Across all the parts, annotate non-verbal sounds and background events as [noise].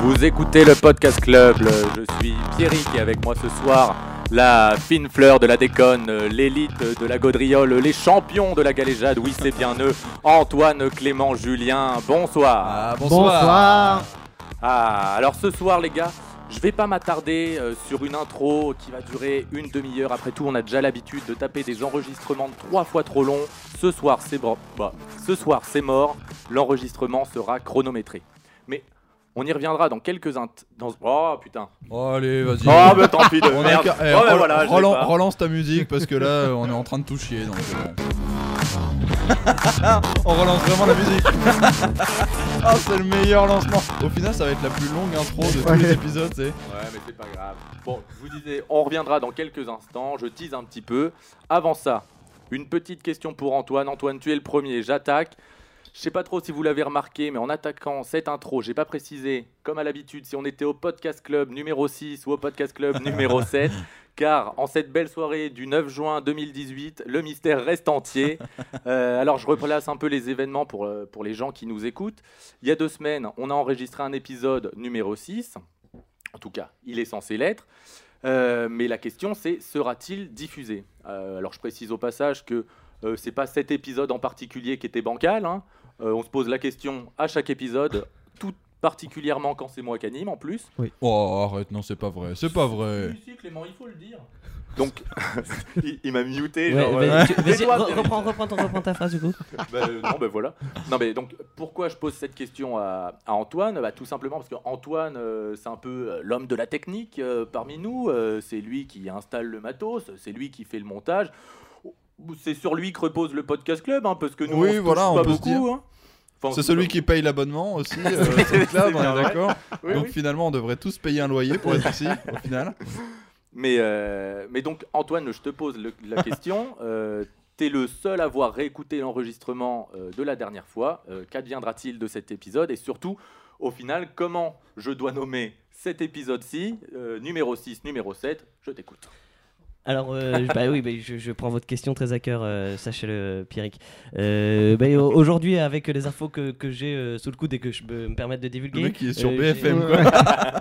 Vous écoutez le Podcast Club, je suis Pierrick et avec moi ce soir la fine fleur de la déconne, l'élite de la gaudriole, les champions de la galéjade, oui c'est bien eux, Antoine, Clément, Julien, bonsoir. Ah, bonsoir. bonsoir. Ah, alors ce soir les gars, je vais pas m'attarder euh, sur une intro qui va durer une demi-heure. Après tout, on a déjà l'habitude de taper des enregistrements trois fois trop longs. Ce soir, c'est bon. Bah, ce soir, c'est mort. L'enregistrement sera chronométré. Mais on y reviendra dans quelques int dans oh putain. Oh, allez, vas-y. Oh bah tant pis de merde. Eh, oh, bah, rel- voilà, je l'ai relan- pas. relance ta musique parce que là euh, on est en train de tout chier donc euh, [laughs] on relance vraiment la musique. [laughs] Ah c'est le meilleur lancement. Au final ça va être la plus longue intro de tous les épisodes. c'est- Ouais, mais c'est pas grave. Bon, je vous disais, on reviendra dans quelques instants. Je tease un petit peu. Avant ça, une petite question pour Antoine. Antoine, tu es le premier. J'attaque. Je sais pas trop si vous l'avez remarqué, mais en attaquant cette intro, j'ai pas précisé, comme à l'habitude, si on était au Podcast Club numéro 6 ou au Podcast Club numéro 7. Car en cette belle soirée du 9 juin 2018, le mystère reste entier. Euh, alors je replace un peu les événements pour, euh, pour les gens qui nous écoutent. Il y a deux semaines, on a enregistré un épisode numéro 6. En tout cas, il est censé l'être. Euh, mais la question, c'est sera-t-il diffusé Euh, Alors, je précise au passage que euh, c'est pas cet épisode en particulier qui était bancal. hein. Euh, on se pose la question à chaque épisode, tout particulièrement quand c'est moi qui anime en plus. Oh arrête non c'est pas vrai c'est pas vrai. Clément, il faut le dire. Donc, [laughs] il, il m'a [laughs] muté. Ouais, genre, vas-y, euh, tu- vas-y, Tais-toi, re- Pierrick. reprends, reprends, ton- reprends ta phrase du coup. Bah, euh, non, bah, voilà. Non, mais donc, pourquoi je pose cette question à, à Antoine bah, Tout simplement parce que Antoine, euh, c'est un peu euh, l'homme de la technique euh, parmi nous. Euh, c'est lui qui installe le matos, c'est lui qui fait le montage. C'est sur lui que repose le podcast club, hein, parce que nous, Oui, on se voilà, touche on pas peut se beaucoup. hein. Enfin, C'est celui qui paye l'abonnement [laughs] aussi. euh, sur le club, on est d'accord. Oui, Donc oui. finalement on devrait tous payer un loyer pour être ici au final. Mais, euh, mais donc, Antoine, je te pose le- [laughs] la question. Euh, T'es le seul à avoir réécouté l'enregistrement euh, de la dernière fois. Euh, Qu'adviendra-t-il de cet épisode Et surtout, au final, comment je dois nommer cet épisode-ci, euh, numéro 6, numéro 7 Je t'écoute. Alors, euh, bah oui, bah, je, je prends votre question très à cœur, euh, sachez-le, Pierrick. Euh, bah, au- Aujourd'hui, avec les infos que, que j'ai euh, sous le coude et que je peux me permettre de divulguer. Le mec qui est sur euh, BFM j'ai- quoi.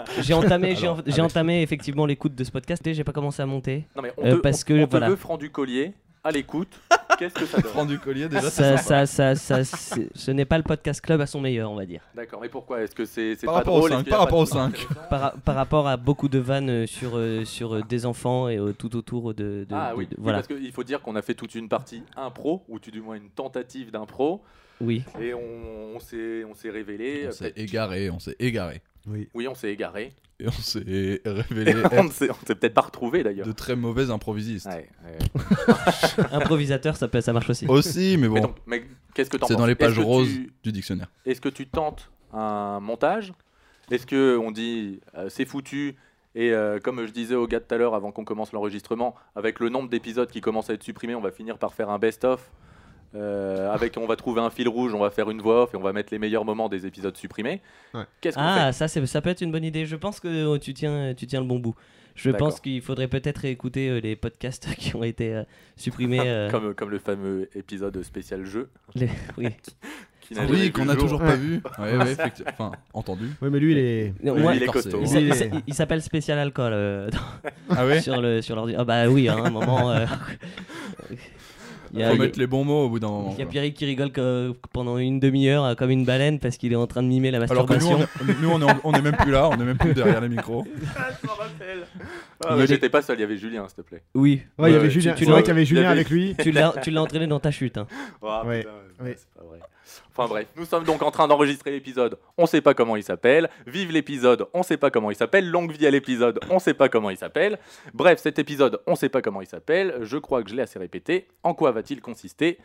[laughs] J'ai entamé, j'ai Alors, en- j'ai avec- entamé effectivement l'écoute de ce podcast et j'ai pas commencé à monter. Non, mais on, Euh, te, parce on- que, on te voilà. veut franc du collier, à [laughs] l'écoute. Qu'est-ce que ça donne Prends du collier [laughs] déjà. c'est Ça, sympa. ça, ça, ça, c'est- ce n'est pas le podcast club à son meilleur, on va dire. D'accord, mais pourquoi Est-ce que c'est c'est Par pas rapport au drôle cinq, Est-ce qu'il y a par pas rapport de- au cinq. Par, ra- par rapport à beaucoup de vannes euh, sur, euh, sur euh, des enfants et euh, tout autour de. de- Ah de- oui, de- oui, voilà. parce qu'il faut dire qu'on a fait toute une partie impro, ou tout du moins une tentative d'impro. Oui. Et on, on s'est on s'est révélé. On euh, s'est peut-être- égaré, on s'est égaré. Oui, on s'est égaré. Et on s'est [laughs] révélé Et on être ne s'est on s'est peut-être pas retrouvé d'ailleurs. de très mauvais improvisistes. Ouais, ouais. Improvisateur, ça, peut, ça marche aussi. Aussi, mais bon, Mais donc, mais qu'est-ce que t'en c'est penses dans les Est-ce pages que tu- roses du dictionnaire. Est-ce que tu tentes un montage Est-ce que on dit euh, c'est foutu et euh, comme je disais au gars tout à l'heure avant qu'on commence l'enregistrement, avec le nombre d'épisodes qui commencent à être supprimés, on va finir par faire un best-of. euh, avec, on va trouver un fil rouge, on va faire une voix off et on va mettre les meilleurs moments des épisodes supprimés. Ouais. Qu'est-ce qu'on Ah, ça, c'est- ça peut être une bonne idée. Je pense que euh, tu tiens, tu tiens le bon bout. Je D'accord. pense qu'il faudrait peut-être écouter euh, les podcasts [laughs] qui ont été euh, supprimés. fait euh, comme, comme le fameux épisode spécial jeu. [laughs] les- oui. Qui n'a jamais vu Ah Oui, qu'on euh, le a jour. toujours [laughs] pas vu. Ouais, ouais, effectivement. Enfin, entendu. Oui, mais lui, il est. Non, Oui, moi, il est Corsé. costaud. il s'a- il s'a- il s'appelle Spécial Alcool euh, dans- Ah ouais sur le sur l'ordi. Ah bah oui, à un moment. euh, Il y a, Faut il y a- mettre les bons mots au bout d'un moment. il y a quoi. Pierrick qui rigole que- pendant une demi-heure euh, comme une baleine parce qu'il est en train de mimer la Alors que nous, masturbation. on est, nous, on est, on est même plus là, on est même plus derrière les [laughs] micros. Ah, Il y ouais, a des- J'étais pas seul, il y avait Julien, s'il te plaît. Oui. Ouais, il y Ouais, avait tu- Julien. tu C'est l'as- vrai qu'il y avait Julien l'as vu. avec lui. Tu l'as tu l'as entraîné dans ta chute. hein. Ah, Ouais, putain, ouais. c'est pas vrai. Enfin bref, nous sommes donc en train d'enregistrer l'épisode. On sait pas comment il s'appelle. Vive l'épisode, on sait pas comment il s'appelle. Longue vie à l'épisode, on sait pas comment il s'appelle. Bref, cet épisode, on sait pas comment il s'appelle. Je crois que je l'ai assez répété. En quoi va-t-il consister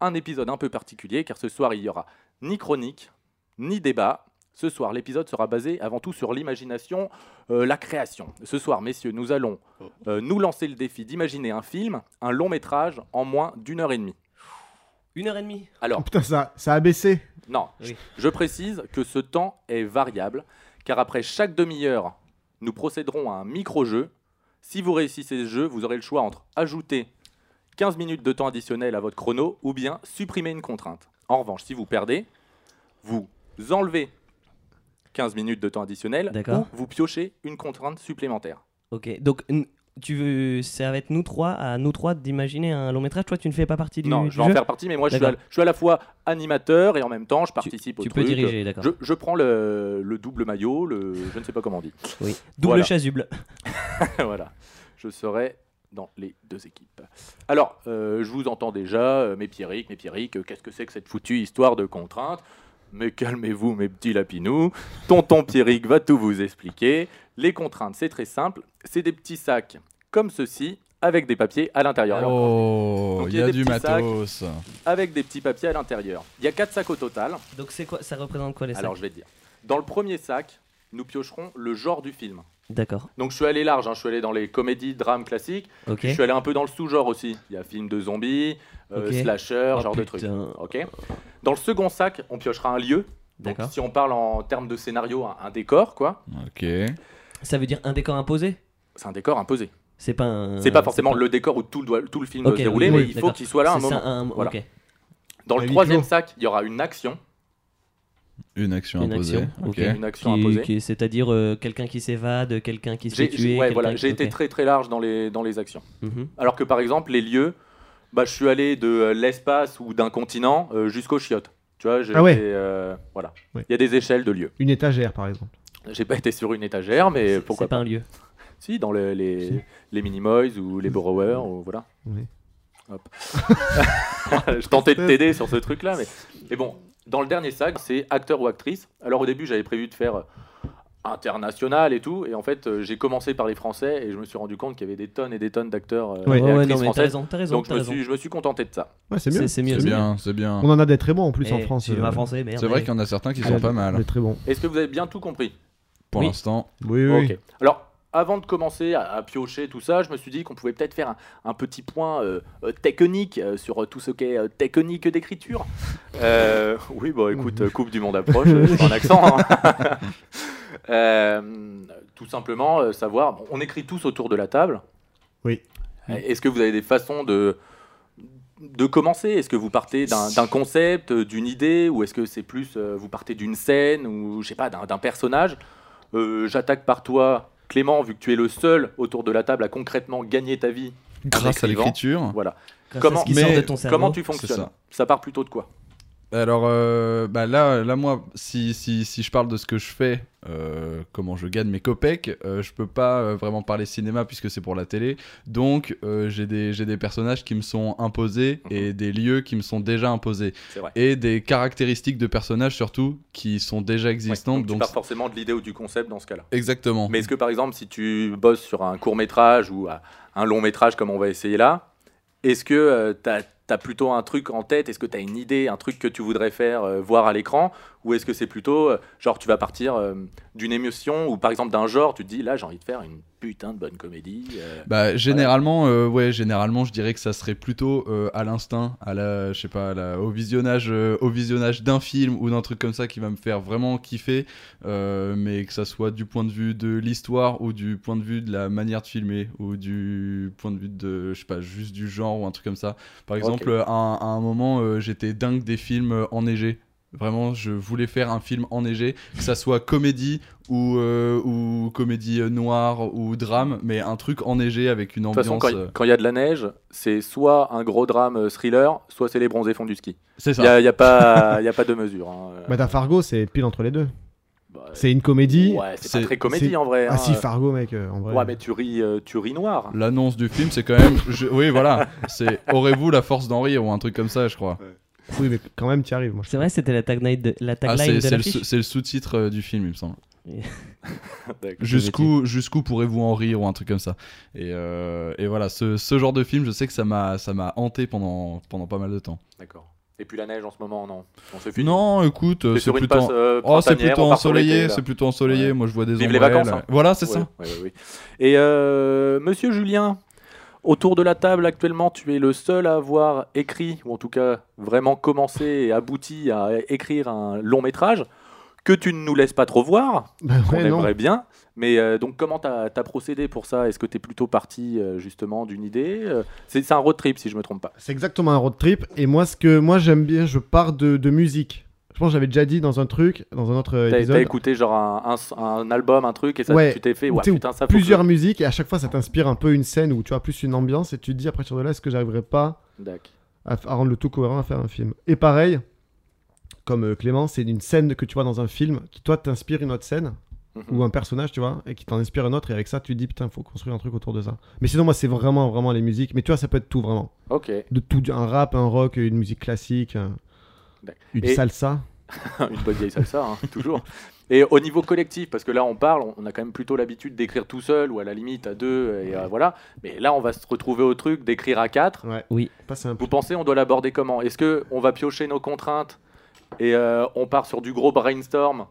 Un épisode un peu particulier car ce soir il y aura ni chronique, ni débat. Ce soir, l'épisode sera basé avant tout sur l'imagination, euh, la création. Ce soir, messieurs, nous allons euh, nous lancer le défi d'imaginer un film, un long métrage en moins d'une heure et demie. Une heure et demie. Alors, Oh, putain, ça, ça a baissé. non, Oui. je précise que ce temps est variable, car après chaque demi-heure, nous procéderons à un micro-jeu. Si vous réussissez ce jeu, vous aurez le choix entre ajouter 15 minutes de temps additionnel à votre chrono ou bien supprimer une contrainte. En revanche, si vous perdez, vous enlevez 15 minutes de temps additionnel, D'accord. ou vous piochez une contrainte supplémentaire. Ok, donc n- tu veux, ça va être nous trois, à nous trois d'imaginer un long métrage. Toi, tu ne fais pas partie du, non, du je vais en jeu faire partie, mais moi je suis, à, D'accord. je suis à la fois animateur et en même temps je Tu, participe au tu peux truc. diriger, d'accord. Je, je prends le, le double maillot, le je ne sais pas comment on dit. Oui. Double Voilà. chasuble. [laughs] voilà, je serai dans les deux équipes. Alors, euh, je vous entends déjà, euh, mes Pierrick, mes Pierrick, euh, qu'est-ce que c'est que cette foutue histoire de contrainte Mais calmez-vous, mes petits lapinous. Tonton Pierrick va tout vous expliquer. Les contraintes, c'est très simple. C'est des petits sacs comme ceci, avec des papiers à l'intérieur. Alors, Oh, Donc, il il y y a a des du petits sacs. matos. Avec des petits papiers à l'intérieur. Il y a quatre sacs au total. Donc c'est quoi Ça représente quoi les sacs Alors, je vais te dire. Dans le premier sac, nous piocherons le genre du film. D'accord. Donc, je suis allé large, hein, je suis allé dans les comédies, drames classiques. Ok. Je suis allé un peu dans le sous-genre aussi. Il y a film de zombies, euh, Ok. slasher, Oh, genre de trucs. putain. Ok. Dans le second sac, on piochera un lieu. Donc D'accord. si on parle en termes de scénario, un, un décor, quoi. Ok. Ça veut dire un décor imposé C'est un décor imposé. Euh, C'est pas un. c'est pas forcément le décor où tout le, doit- tout le film Ok, doit se dérouler, oui, mais oui, il faut d'accord. qu'il soit là à un C'est moment. ça, un- Voilà. ok. Dans Un le huis troisième clos. sac, il y aura une action. Une action Une imposée. action, Ok. ok. Une action Qui- imposée. qui- C'est-à-dire euh, quelqu'un qui s'évade, quelqu'un qui se fait J'ai tuer. j'ai- ouais, quelqu'un voilà, qui- j'ai été ok. très très large dans les, dans les actions. Mhm. Alors que par exemple, les lieux, bah, je suis allé de euh, l'espace ou d'un continent euh, jusqu'aux chiottes. Tu vois, j'ai Ah ouais. été, euh, voilà. Il Ouais. y a des échelles de lieux. Une étagère, par exemple. J'ai pas été sur une étagère, mais C'est- pourquoi C'est pas un lieu. Si, dans le- les, Si. les Minimoys ou [laughs] les Borrowers, ou voilà. [laughs] Oui. Hop. je tentais de t'aider sur ce truc-là, mais... mais bon, dans le dernier sac, c'est acteur ou actrice. Alors au début, j'avais prévu de faire euh, international et tout, et en fait, euh, j'ai commencé par les Français, et je me suis rendu compte qu'il y avait des tonnes et des tonnes d'acteurs euh, Ouais. et Ouais, ouais, actrices non, mais t'as françaises. raison, t'as raison. Donc je t'as me, raison. suis, je me suis contenté de ça. Ouais, c'est mieux. C'est C'est mieux. bien, c'est bien. On en a des très bons en plus en Eh, France. tu euh, m'as français, merde. C'est vrai eh. qu'il y en a certains qui ah, sont des- pas mal. hein, Des très bons. Est-ce que vous avez bien tout compris Pour Oui. l'instant, Oui, oui. Ok. Alors, avant de commencer à, à piocher tout ça, je me suis dit qu'on pouvait peut-être faire un, un petit point euh, euh, technique euh, sur euh, tout ce qu'est euh, technique d'écriture. Euh, oui, bon, écoute, euh, Coupe du Monde approche, [laughs] euh, c'est un accent. [laughs] hein. Euh, tout simplement, euh, savoir, bon, on écrit tous autour de la table. Oui. Euh, Est-ce que vous avez des façons de de commencer Est-ce que vous partez d'un d'un concept, euh, d'une idée, ou est-ce que c'est plus euh, vous partez d'une scène ou je sais pas d'un d'un personnage euh, j'attaque par toi, Clément, vu que tu es le seul autour de la table à concrètement gagner ta vie. grâce à écrivant. l'écriture. Voilà. Grâce à Comment- ce qui mais- sort de ton cerveau. Comment tu C'est fonctionnes ça. ça. part plutôt de quoi Alors euh, bah là, là moi, si, si, si je parle de ce que je fais, euh, comment je gagne mes copecs, euh, je peux pas euh, vraiment parler cinéma puisque c'est pour la télé. Donc euh, j'ai des, j'ai des personnages qui me sont imposés Mhm. et des lieux qui me sont déjà imposés. C'est vrai. Et des caractéristiques de personnages surtout qui sont déjà Ouais, existantes. donc, tu donc pars forcément de l'idée ou du concept dans ce cas-là. Exactement. Mais est-ce que par exemple, si tu bosses sur un court métrage ou à- un long métrage comme on va essayer là, est-ce que tu as, plutôt un truc en tête Est-ce que tu as une idée, un truc que tu voudrais faire euh, voir à l'écran Ou est-ce que c'est plutôt euh, genre tu vas partir euh, d'une émotion ou par exemple d'un genre, tu te dis là j'ai envie de faire une putain de bonne comédie euh, Bah généralement, euh, ouais, généralement, je dirais que ça serait plutôt euh, à l'instinct, à la, je sais pas, à la- au visionnage, euh, au visionnage d'un film ou d'un truc comme ça qui va me faire vraiment kiffer, euh, mais que ça soit du point de vue de l'histoire ou du point de vue de la manière de filmer ou du point de vue de, je sais pas, juste du genre ou un truc comme ça. Par Ok. exemple, à, un- à un moment, euh, j'étais dingue des films euh, enneigés. Vraiment, je voulais faire un film enneigé, que ça soit comédie ou, euh, ou comédie euh, noire ou drame, mais un truc enneigé avec une De ambiance. toute façon, quand euh, quand il y a de la neige, c'est soit un gros drame euh, thriller, soit c'est les bronzés font du ski. C'est Il n'y ça. a, y a pas y a pas de mesure. hein. Bah, t'as Fargo, c'est pile entre les deux. Bah, C'est une comédie. ouais, c'est pas c'est- très comédie c'est- en vrai. hein. Ah si, Fargo, mec, euh, en vrai. Ouais, mais tu ris, euh, tu ris noir. L'annonce du film, c'est quand même. je- Oui, voilà. C'est Aurez-vous la force d'en rire ou un truc comme ça, je crois. Oui, mais quand même, t'y arrives. Moi, je- C'est vrai, c'était la tagline de la Ah, tagline c'est de c'est le, l'affiche. sou- c'est le sous-titre euh, du film, il me semble. [laughs] D'accord. Jusqu'où jusqu'où pourrez-vous en rire ou un truc comme ça. Et, euh, et voilà, ce, ce genre de film, je sais que ça m'a ça m'a hanté pendant, pendant pas mal de temps. D'accord. Et puis la neige en ce moment, non. On se finit. Non, écoute, euh, c'est c'est sur une plutôt. passe. euh, Oh, c'est printanière, plutôt on part sur l'été, ensoleillé, là. c'est plutôt ensoleillé. Ouais. Moi, je vois des Vive les ombrelles. vacances, hein. Voilà, c'est Ouais, ça. ouais, ouais, ouais. Et euh, Monsieur Julien, autour de la table actuellement, tu es le seul à avoir écrit, ou en tout cas vraiment commencé et abouti à écrire un long métrage que tu ne nous laisses pas trop voir. [laughs] Bah, on ouais, non. aimerait bien. Mais euh, donc comment t'as as procédé pour ça Est-ce que t'es plutôt parti euh, justement d'une idée Euh, C'est c'est un road trip si je me trompe pas. C'est exactement un road trip. Et moi, ce que moi j'aime bien, je pars de, de musique. Je pense que j'avais déjà dit dans un truc, dans un autre euh, T'as t'as épisode, écouté genre un, un- un album, un truc, et ça, Ouais. tu t'es fait, ouais, Tu sais, putain, ça faut plusieurs Ah, que- musiques et à chaque fois ça t'inspire un peu une scène ou tu vois plus une ambiance et tu te dis à partir de là est-ce que j'arriverai pas Dac. à, f- à rendre le tout cohérent à faire un film. Et pareil, comme euh, Clément, c'est une scène que tu vois dans un film qui toi t'inspire une autre scène Mhm. ou un personnage, tu vois, et qui t'en inspire un autre et avec ça tu te dis putain faut construire un truc autour de ça. Mais sinon moi c'est vraiment vraiment les musiques, mais tu vois ça peut être tout vraiment, Ok. [laughs] de tout, un rap, un rock, une musique classique, un- D'accord. une Et- salsa. Une bonne vieille salsa, hein, [laughs] toujours. Et au niveau collectif, parce que là on parle, on a quand même plutôt l'habitude d'écrire tout seul ou à la limite à deux, et euh, voilà. Mais là on va se retrouver au truc d'écrire à quatre. Ouais. Oui. Pas simple. Vous pensez on doit l'aborder comment Est-ce que on va piocher nos contraintes et euh, on part sur du gros brainstorm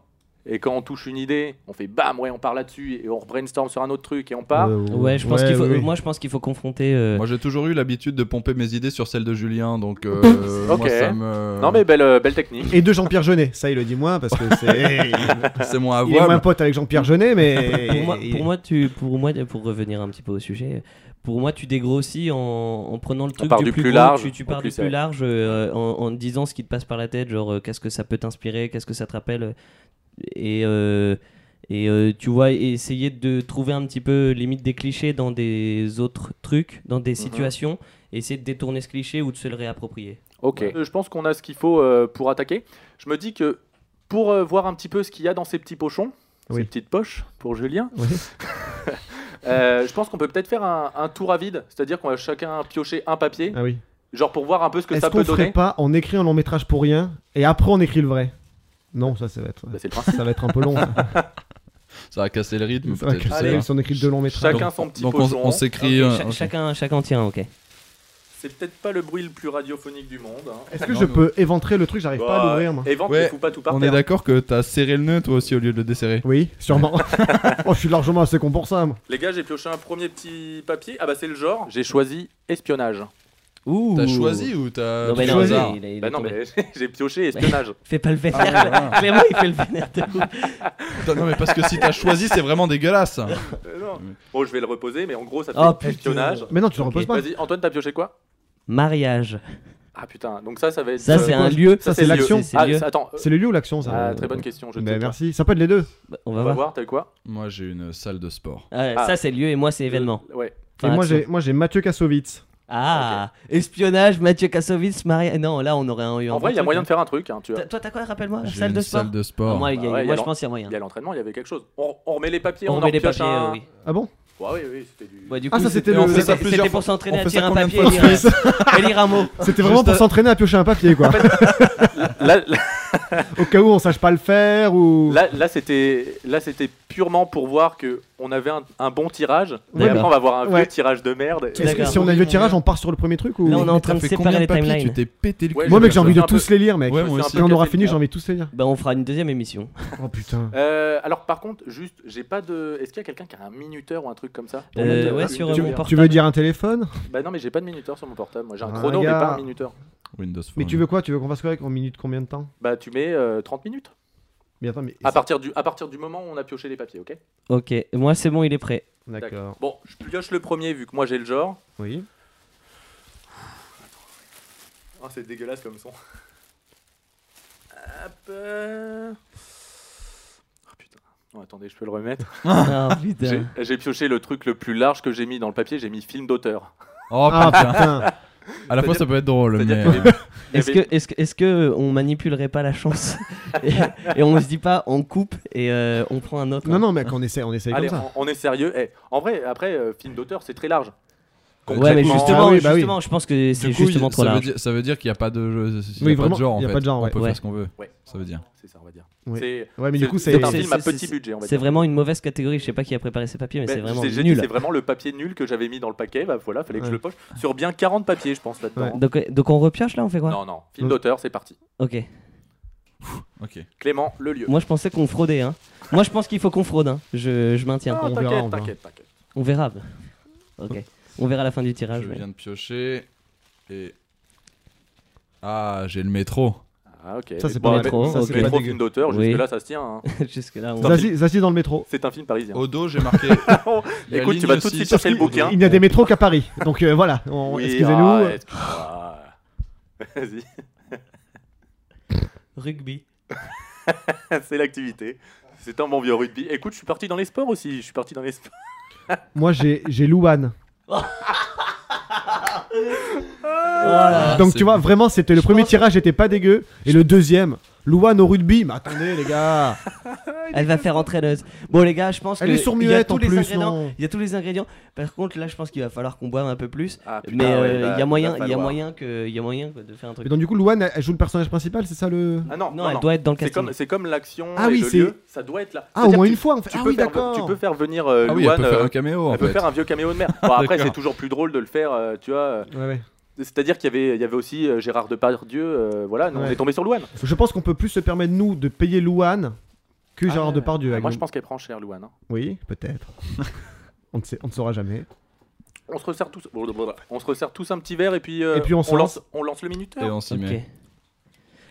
et quand on touche une idée, on fait bam, ouais, on part là-dessus et on brainstorm sur un autre truc et on part. Euh, Ouais, je pense ouais, qu'il faut. oui, oui. Moi, je pense qu'il faut confronter. euh, Moi j'ai toujours eu l'habitude de pomper mes idées sur celles de Julien, donc euh, [laughs] Ok. moi, ça me... Non mais belle, euh, belle technique. Et de Jean-Pierre Jeunet, ça il le dit moins parce que [laughs] c'est. [laughs] c'est moins à Il est moins voir. pote avec Jean-Pierre [laughs] Jeunet, mais. pour, moi, pour moi, tu, pour moi, pour revenir un petit peu au sujet, pour moi, tu dégrossis en, en prenant le truc part du, du plus, plus gros, large tu, tu au pars plus du plus serré. large euh, en, en te disant ce qui te passe par la tête, genre euh, qu'est-ce que ça peut t'inspirer, qu'est-ce que ça te rappelle, euh, et euh, et euh, tu vois, essayer de trouver un petit peu limite des clichés dans des autres trucs, dans des situations, essayer de détourner ce cliché ou de se le réapproprier. Ok. Euh, Je pense qu'on a ce qu'il faut euh, pour attaquer. Je me dis que pour euh, voir un petit peu ce qu'il y a dans ces petits pochons, Oui. ces petites poches pour Julien, Oui. euh, je pense qu'on peut peut-être faire un, un tour à vide, c'est-à-dire qu'on va chacun piocher un papier, Ah oui. genre pour voir un peu ce [laughs] que Est-ce ça qu'on peut ferait donner. pas, on écrit un long métrage pour rien et après on écrit le vrai Non, ça, ça va être. Bah, c'est le principe. Ça va être un peu long. ça. [laughs] Ça va casser le rythme. Ça va peut-être, je sais Allez. casser pas. si on écrit deux longs métrages. Chacun son petit Donc on, pochon. on s'écrit... Ok, euh, cha- ok. Chacun, chacun tient. Ok. C'est peut-être pas le bruit le plus radiophonique du monde. hein. Est-ce que Non, je mais- peux éventrer le truc Eh, J'arrive pas à Bah, l'ouvrir moi. Et vente, Ouais, ne fout pas tout par On est terre. d'accord que t'as serré le nœud toi aussi au lieu de le desserrer. Oui, [laughs] sûrement. [laughs] oh, je suis largement assez con pour ça. Moi. Les gars, j'ai pioché un premier petit papier. Ah bah c'est le genre. J'ai choisi espionnage. Ouh. T'as choisi ou t'as Non, mais tout non, au il [laughs] est- hasard il est- il est Bah non tombé. mais j'ai pioché espionnage. Fais pas le vénère. Ah ouais, voilà. [laughs] Clément, il fait le vénère de ouf. Putain, non mais parce que si t'as choisi c'est vraiment [laughs] dégueulasse. Euh, non. Bon, je vais le reposer, mais en gros ça fait Ah, Oh, putain. espionnage. Mais non, tu le Ok. reposes pas. Vas-y, Antoine, t'as pioché quoi Mariage. Ah putain, donc ça, ça va être. Ça, euh, c'est quoi un je- lieu. Ça, c'est lieu. l'action. C'est Ah, lieu. ça- attends, euh, C'est le lieu ou l'action ça ah, très bonne question. Je Bah, te- merci. Ça peut être les deux. Bah, On On va va voir. voir, t'as quoi Moi j'ai une salle de sport. Ah, Ah. Ça, c'est lieu et moi, c'est événement. Euh, Ouais. Et Enfin, moi, action. j'ai, moi, j'ai Mathieu Kassovitz. Ah, espionnage, Mathieu Kassovitz, mariage. Non, là, on aurait un- eu un. En vrai, il y a moyen de faire un truc. hein, tu vois. T'as- Toi, t'as quoi, rappelle-moi J'ai Salle une de sport salle de Ah, sport. Moi, il y a- Ah ouais, il y moi a je l'en- pense qu'il y a moyen. Il y a l'entraînement, il y avait quelque chose. On, on remet les papiers, On on, remet en les pioche papiers, un. euh, oui. [laughs] Ah bon Ouais, oui, oui, c'était du. Bah, du Ah, ça, c'était Et on le- fait ça c'était- plusieurs C'était pour s'entraîner on à fait ça tirer un combien de papier fois et lire- et lire un mot. euh, C'était vraiment pour s'entraîner à piocher un [laughs] papier quoi. [laughs] Là, là, Au cas où on sache pas le faire ou. là, là, c'était, là, c'était purement pour voir que on avait un, un bon tirage. Et D'accord. après, on va avoir un vieux bah. Ouais. tirage de merde. Tout Est-ce que D'accord. si on a le tirage, on part sur le premier truc ou Là, on est en Mais train t'as de fait séparer combien de les papiers timelines. Tu t'es pété le cul. Ouais, Moi, mec, je- j'ai envie de un peu- tous les lire, mec. Ouais, je me moi suis aussi. un Quand on peu aura cassé le fini, j'ai crâne. envie de tous les lire. Bah, on fera une deuxième émission. Oh putain. Euh, alors par contre, juste, j'ai pas de. Est-ce qu'il y a quelqu'un qui a un minuteur ou un truc comme ça pour Euh, mettre, ouais, une sur, demi-heure euh, mon portable. Tu veux dire un téléphone Bah non, mais j'ai pas de minuteur sur mon portable. Moi, j'ai un Ah, chrono, mais gars. pas un minuteur. Windows Phone. Mais tu veux quoi Tu veux qu'on fasse quoi avec- En minutes combien de temps Bah, tu mets euh, 30 minutes. Mais attends, mais. À partir, du, à partir du moment où on a pioché les papiers, ok Ok, moi, c'est bon, il est prêt. D'accord. Bon, je pioche le premier vu que moi j'ai le genre. Oui. Ah, c'est dégueulasse comme son. Hop. euh. Oh, putain. Oh, attendez, je peux le remettre. Ah, J'ai putain. j'ai pioché le truc le plus large que j'ai mis dans le papier, j'ai mis film d'auteur. Oh Ah putain. putain. À la fois ça peut être drôle mais C'est-à-dire que les- il y Est-ce avait- que, est-ce que, est-ce que on manipulerait pas la chance [laughs] et, et on se dit pas, on coupe et euh, on prend un autre. Non, non, mec, on essaie, on essaye Allez, comme ça. on, on est sérieux. Eh, en vrai, après, euh, film d'auteur, c'est très large. Ouais, mais Concrètement- justement, Ah oui, bah oui. justement, je pense que c'est Du coup, justement il- trop ça veut large. dire, ça veut dire qu'il n'y a pas de, il y a Oui, pas vraiment, de genre en il y a fait. pas de genre, On ouais. peut Ouais. faire ce qu'on veut. Ouais. Ça veut dire. C'est ça, on va dire. Ouais. C'est Ouais, mais du c'est- coup, c'est c'est. un c'est- film à c'est- petit budget, on va C'est dire. vraiment une mauvaise catégorie. Je sais pas qui a préparé ces papiers, mais Ben, c'est vraiment j'ai- j'ai dit, nul. C'est vraiment le papier nul que j'avais mis dans le paquet. Bah voilà, fallait que je Ouais. le poche. Sur bien 40 papiers, je pense, là-dedans. Donc, euh, donc on repioche là, on fait quoi Non, non. Film Non. d'auteur, c'est parti. Ok. Ok. Clément, le lieu. Moi je pensais qu'on fraudait. Hein. Moi je pense qu'il faut qu'on fraude. Hein. Je, je maintiens. Ah, on verra, t'inquiète, on verra. t'inquiète, t'inquiète. On verra. Ok. On verra à la fin du tirage. je mais- viens de piocher et ah j'ai le métro. Ah, ok. Ça, c'est Bon, pas mais- métro. métro, Ça, Le c'est métro pas film dégueu. d'auteur, Oui. jusque-là, ça se tient. [laughs] hein. Jusque-là, on... Zazie, Zazie dans le métro. C'est un film parisien. Au dos j'ai marqué. la Écoute, tu ligne vas tout de aussi. suite chercher le bouquin. Il n'y a des métros qu'à Paris. Donc euh, voilà, on- Oui, [laughs] excusez-nous. ah, excuse- ah. Vas-y. [laughs] Rugby. [laughs] c'est l'activité. C'est un bon vieux rugby. Écoute, je suis parti dans les sports aussi. Je suis parti dans les sports. Moi, j'ai j'ai Louane. Oh Voilà. Donc, c'est tu vois, bon. vraiment, c'était le Je premier pense- tirage, était pas dégueu. Et le deuxième, Louane au rugby. Mais attendez, les gars. Elle va faire entraîneuse. Bon, les gars, je pense Elle que est sourde il y a muette tous en les plus. ingrédients. Non. Il y a tous les ingrédients. Par contre, là, je pense qu'il va falloir qu'on boive un peu plus. Ah, putain, mais euh, ouais, il va- y a moyen, va il y a falloir. moyen que, il y a moyen quoi, de faire un truc. Mais donc, du coup, Louane, elle- elle joue le personnage principal, c'est ça le. Ah non, non, non, elle non. doit être dans le C'est casting. comme, c'est comme l'action Ah et oui, le c'est- lieu, ça doit être là. Ah, au C'est-à-dire moins que une fois, en fait. tu, Ah peux oui, faire, d'accord. tu peux faire venir euh, Ah oui, Luan, elle peut faire euh, un caméo. en elle peut fait. faire un vieux caméo de merde. Bon, après, D'accord. c'est toujours plus drôle de le faire, euh, tu vois. euh, Ouais, ouais. C'est-à-dire qu'il y avait, il y avait aussi euh, Gérard Depardieu, euh, voilà, nous, on Ouais. est tombé sur Louane. Je pense qu'on peut plus se permettre, nous, de payer Louane que Ah, Gérard Depardieu. Moi, avec- je pense qu'elle prend cher, Louane. hein. Oui, peut-être. [laughs] on, ne sait- on ne saura jamais. On se resserre tous, blablabla. on se resserre tous un petit verre et puis, euh, Et puis on se lance, lance. on lance le minuteur. Et on s'y Ok. met.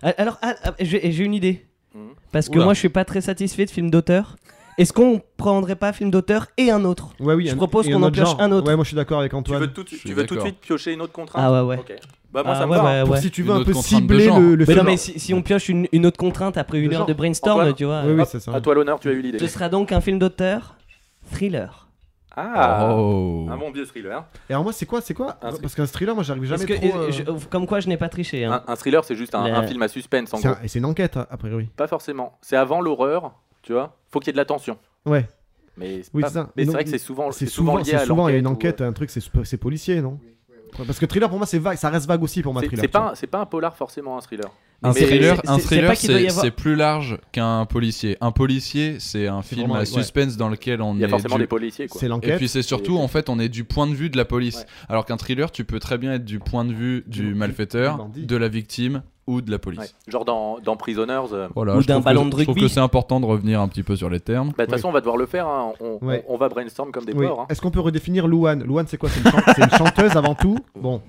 Ah, Alors, ah, ah, j'ai j'ai une idée. Mhm. Parce que Oula. moi, je suis pas très satisfait de films d'auteur. Est-ce qu'on prendrait pas film d'auteur et un autre Ouais, oui, Je un- propose et qu'on un en autre pioche genre. un autre. Ouais, moi je suis d'accord avec Tu Antoine. veux, tout, de Je suite- suis tu veux tout de d'accord. suite piocher une autre contrainte Ah ouais, ouais. Ok. Bah, moi, Ah ça me ouais, va. ouais, Pour- ouais. Si tu Une veux un autre peu contrainte de cibler genre. le, le Mais non, film. mais si, si on pioche une, une autre contrainte après une Le heure de genre. brainstorm, Antoine. tu vois. Oui, oui, Hop, c'est ça. À toi l'honneur, tu as eu l'idée. Ce sera donc un film d'auteur, thriller. Ah, Oh. un bon vieux thriller. hein. Et alors moi c'est quoi, c'est quoi Un- Parce qu'un thriller, moi j'arrive jamais Parce que- trop. et- euh, je- comme quoi, je n'ai pas triché. hein. Un, un thriller, c'est juste un, Le- un film à suspense, en C'est gros. un- et c'est une enquête a a priori. Pas forcément. C'est avant l'horreur, tu vois. Faut qu'il y ait de la tension. Ouais. Mais c'est Oui, pas- c'est ça. mais c'est Donc, vrai que c'est souvent, C'est c'est souvent souvent, lié c'est à souvent il y a une l'enquête ou, enquête, euh, un truc, c'est c'est policier, non Parce que thriller pour moi c'est vague, ça reste vague aussi pour ma euh, C'est- thriller. C'est tu pas, un- c'est pas un polar forcément un thriller. Un Mais- thriller, c'est- un c'est- c'est thriller, pas qu'il doit y c'est avoir- c'est plus large qu'un policier. Un policier, c'est un film vraiment- à ouais. suspense dans lequel on Il y a est forcément du- des policiers vois. quoi. C'est Et l'enquête. puis c'est surtout, Et- en fait, on est du point de vue de la police. Ouais. Alors qu'un thriller, tu peux très bien être du point de vue Du- du du- du malfaiteur, bandit. de la victime ou de la Ouais. police. Genre dans, dans Prisoners. euh, Voilà, Ou je d'un trouve ballon que- de Je trouve rugby. que c'est important de revenir un petit peu sur les termes. bah, De toute Oui. façon, on va devoir le faire. hein. On, on- Ouais. on va brainstorm comme des Oui. porcs. hein. Est-ce qu'on peut redéfinir Louane Louane c'est quoi C'est une, chan- c'est une chanteuse [laughs] avant tout. Bon,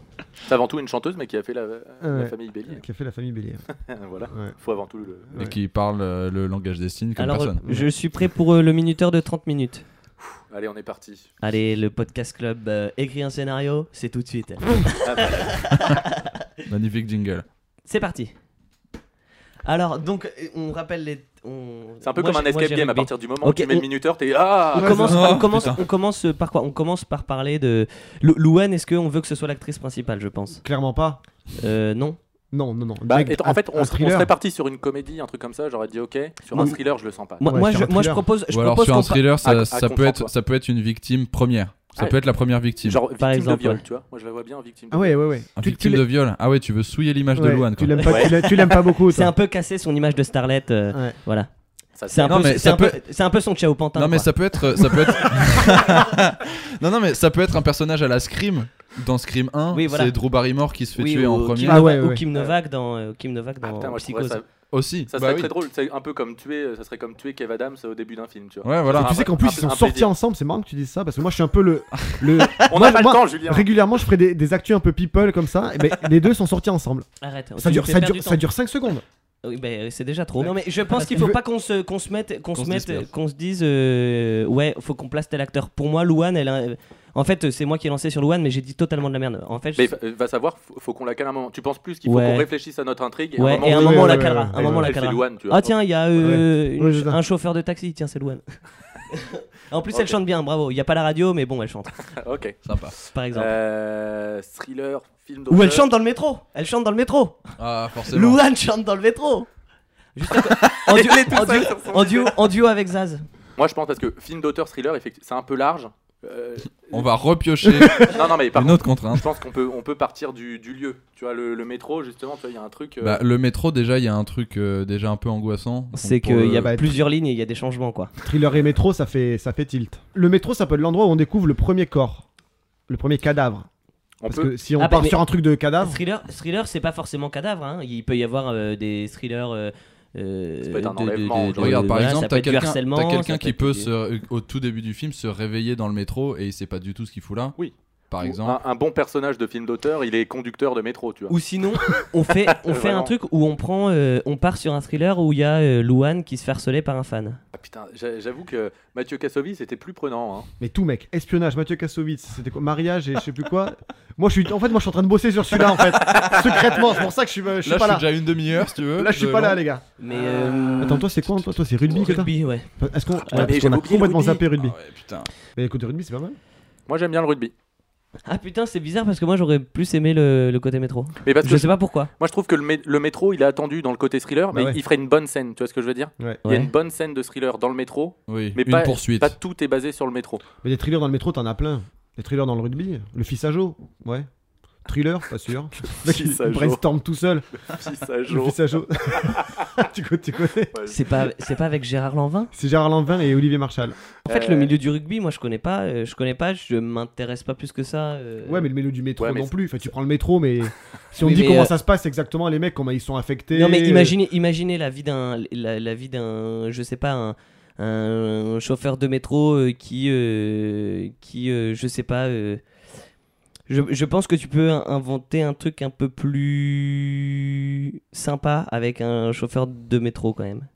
C'est avant tout une chanteuse, mais qui a fait la, la ouais. famille Bélier. qui a fait la famille Bélier. [laughs] voilà. Ouais. Faut avant tout le. Ouais. Et qui parle euh, le langage des signes comme Alors, euh, personne. je suis prêt pour euh, le minuteur de 30 minutes. Allez, on est parti. Allez, le podcast club euh, écrit un scénario, c'est tout de suite. Magnifique jingle. C'est parti. Alors, donc, euh, on rappelle les. on- C'est un peu moi, comme un j'ai- moi, escape j'ai game. À rugby. partir du moment Ok, où tu mets on- le minuteur, t'es ah. On Ouais, commence, c'est ça. on, commence, Putain. on commence, euh, par quoi On commence par parler de. Lou- Louane, est-ce qu'on veut que ce soit l'actrice principale, je pense Clairement pas. Euh, Non. Non, non, non. Bah, Direct, et- en un- fait, on, un s- on thriller. serait parti sur une comédie, un truc comme ça. J'aurais dit ok. Sur un Moi- thriller, je le sens pas. Moi, Ouais, moi, sur je, un moi, je thriller. propose. Je Ou alors propose sur un qu'on Ah, par- thriller, à- ça, à ça peut contre-emploi. être, ça peut être une victime première. Ça Ah, peut être la première victime. Genre victime exemple, de viol, ouais. tu vois. Moi, je la vois bien victime. de Ah ouais, ouais, ouais. Un Tu- tu victime l'es- de viol. Ah ouais, tu veux souiller l'image de ouais, Louane. Tu quoi. l'aimes pas, Ouais. tu l'aimes- tu l'aimes pas beaucoup. C'est toi. un peu cassé son image de starlet. euh, Ouais. Ah. Voilà. Ça, C'est un, Non, peu- mais c'est ça un peu- peut- c'est un peu son Chao Pantin. Non mais quoi. ça peut être, ça peut être. [laughs] non non mais ça peut être un personnage à la Scream. Dans Scream 1, Oui, voilà. c'est Drew Barrymore qui se fait Oui, tuer ou en Kim premier. Novak- Ah ouais, ouais, ou ouais. Kim Novak dans, euh, Kim Novak Ah dans putain, moi, je trouverais Psychose. ça, Aussi. ça Bah serait oui. très drôle. C'est un peu comme tuer, euh, ça serait comme tuer Kev Adams au début d'un film, tu vois. Ouais Ah, voilà. Tu ouais, sais qu'en plus un ils peu- sont un sortis plaisir. ensemble, c'est marrant que tu dises ça parce que moi je suis un [laughs] peu le. le... On Moi, n'a pas moi, le temps, Julien. Régulièrement je ferai des, des actus un peu people comme ça, [laughs] et ben, les deux sont sortis ensemble. Arrête. tu Ça nous dure, fais ça, perdre dure, du ça temps. dure 5 secondes. Oui, bah, euh, c'est déjà trop. Non, mais je pense qu'il faut Je- pas qu'on se, qu'on se mette, qu'on Qu'on se se mette, disperse. qu'on se dise, euh, ouais, faut qu'on place tel acteur. Pour moi, Louane, elle, a- euh, en fait, c'est moi qui ai lancé sur Louane, mais j'ai dit totalement de la merde. En fait, je- Mais fa- euh, va savoir, faut, faut qu'on la cale un moment. Tu penses plus qu'il faut Ouais. qu'on réfléchisse à notre intrigue et ouais, un moment, euh, et à un oui, moment, on oui, la oui, calera. oui, À un oui, moment, on la elle fait calera. Louane, tu vois. Ah tiens, il y a euh, Ouais. une- Ouais, c'est ça. un chauffeur de taxi, tiens c'est Louane. [laughs] en plus Ok. elle chante bien, bravo. Il y a pas la radio, mais bon elle chante, [laughs] Ok. Sympa. par exemple. Euh, thriller, film Ou d'auteur. elle chante dans le métro. Elle chante dans le métro. Ah forcément. Louane chante dans le métro. Juste à côté. en, duo, Elle est toute en, seule duo- sur son en duo- en duo avec Zaz. [laughs] Moi, je pense parce que film d'auteur, thriller, effectivement, c'est un peu large. Euh, On [laughs] va repiocher non, non, mais par [laughs] une contre, autre contrainte. je pense qu'on peut, on peut partir du, du lieu. Tu vois, le, le métro, justement, tu vois, il y a un truc. euh, Bah, le métro déjà, il y a un truc euh, déjà un peu angoissant. Donc, C'est pour qu'il le- y a bah, plusieurs lignes et il y a des changements quoi. Thriller et métro, ça fait, ça fait tilt. Le métro, ça peut être l'endroit où on découvre le premier corps, le premier cadavre. on Parce peut. que si on Ah, bah, part mais- sur un truc de cadavre, Thriller, thriller c'est pas forcément cadavre. hein. Il peut y avoir euh, des thrillers. euh, euh, Ça peut être un de- de- de- enlèvement, de- genre, Regarde, de- par voilà, exemple, ça peut t'as être du quelqu'un harcèlement, t'as quelqu'un ça qui peut peut, euh, être du- se, au tout début du film se réveiller dans le métro et il sait pas du tout ce qu'il fout là. par Ou ah, exemple. Un, un bon personnage de film d'auteur, il est conducteur de métro, tu vois. [laughs] Ou sinon, on fait, on fait Vraiment. un truc où on prend, euh, on part sur un thriller où il y a euh, Louane qui se fait harceler par un fan. Ah, putain, j'a- j'avoue que Mathieu Kassovitz c'était plus prenant. hein. Mais tout, mec. Espionnage, Mathieu Kassovitz, c'était quoi Mariage et je sais plus quoi. moi, je suis. En fait, moi, je suis en train de bosser sur celui-là, en fait. Secrètement, c'est pour ça que je suis, je suis Là, je pas suis là. déjà à une demi-heure, si tu veux. Là, je suis de pas là, long. les gars. Mais Ah. euh, Attends, toi, c'est quoi toi, Toi, c'est rugby que t'as rugby, ouais. Est-ce qu'on. mais parce j'ai qu'on a oublié le complètement rugby. zappé rugby. Ah ouais, putain. Mais écoute, le rugby, c'est pas mal. Moi, j'aime bien le rugby. Ah putain, c'est bizarre parce que moi j'aurais plus aimé le, le côté métro. Mais parce que Je sais pas pourquoi. moi, je trouve que le, mé- le métro, il est attendu dans le côté thriller, Bah mais ouais. il ferait une bonne scène, tu vois ce que je veux dire Il y a Ouais. une bonne scène de thriller dans le métro, Oui, Mais une pas- poursuite. pas tout est basé sur le métro. Mais des thrillers dans le métro, t'en as plein. Des thrillers dans le rugby. Le fils à Joe, ouais. Thriller, pas [laughs] sûr. Le mec, il- fils à il Joe. brainstorm tout seul. Fils [laughs] à Le jour. fils à Joe. [laughs] tu connais- tu connais C'est pas, c'est pas avec Gérard Lanvin. C'est Gérard Lanvin et Olivier Marchal. En fait, Euh, le milieu du rugby, moi je connais pas, euh, je connais pas, je m'intéresse pas plus que ça. euh. Ouais, mais le mélo du métro Ouais, mais non c'est- plus. Enfin, tu prends le métro, [laughs] mais si on Oui, dit mais, comment euh, ça se passe exactement, les mecs, comment ils sont affectés. Non mais imaginez, imaginez la vie d'un, la, la vie d'un, je sais pas, un, un chauffeur de métro euh, qui, euh, qui, euh, je sais pas. euh, je, je pense que tu peux in- inventer un truc un peu plus sympa avec un chauffeur de métro quand même.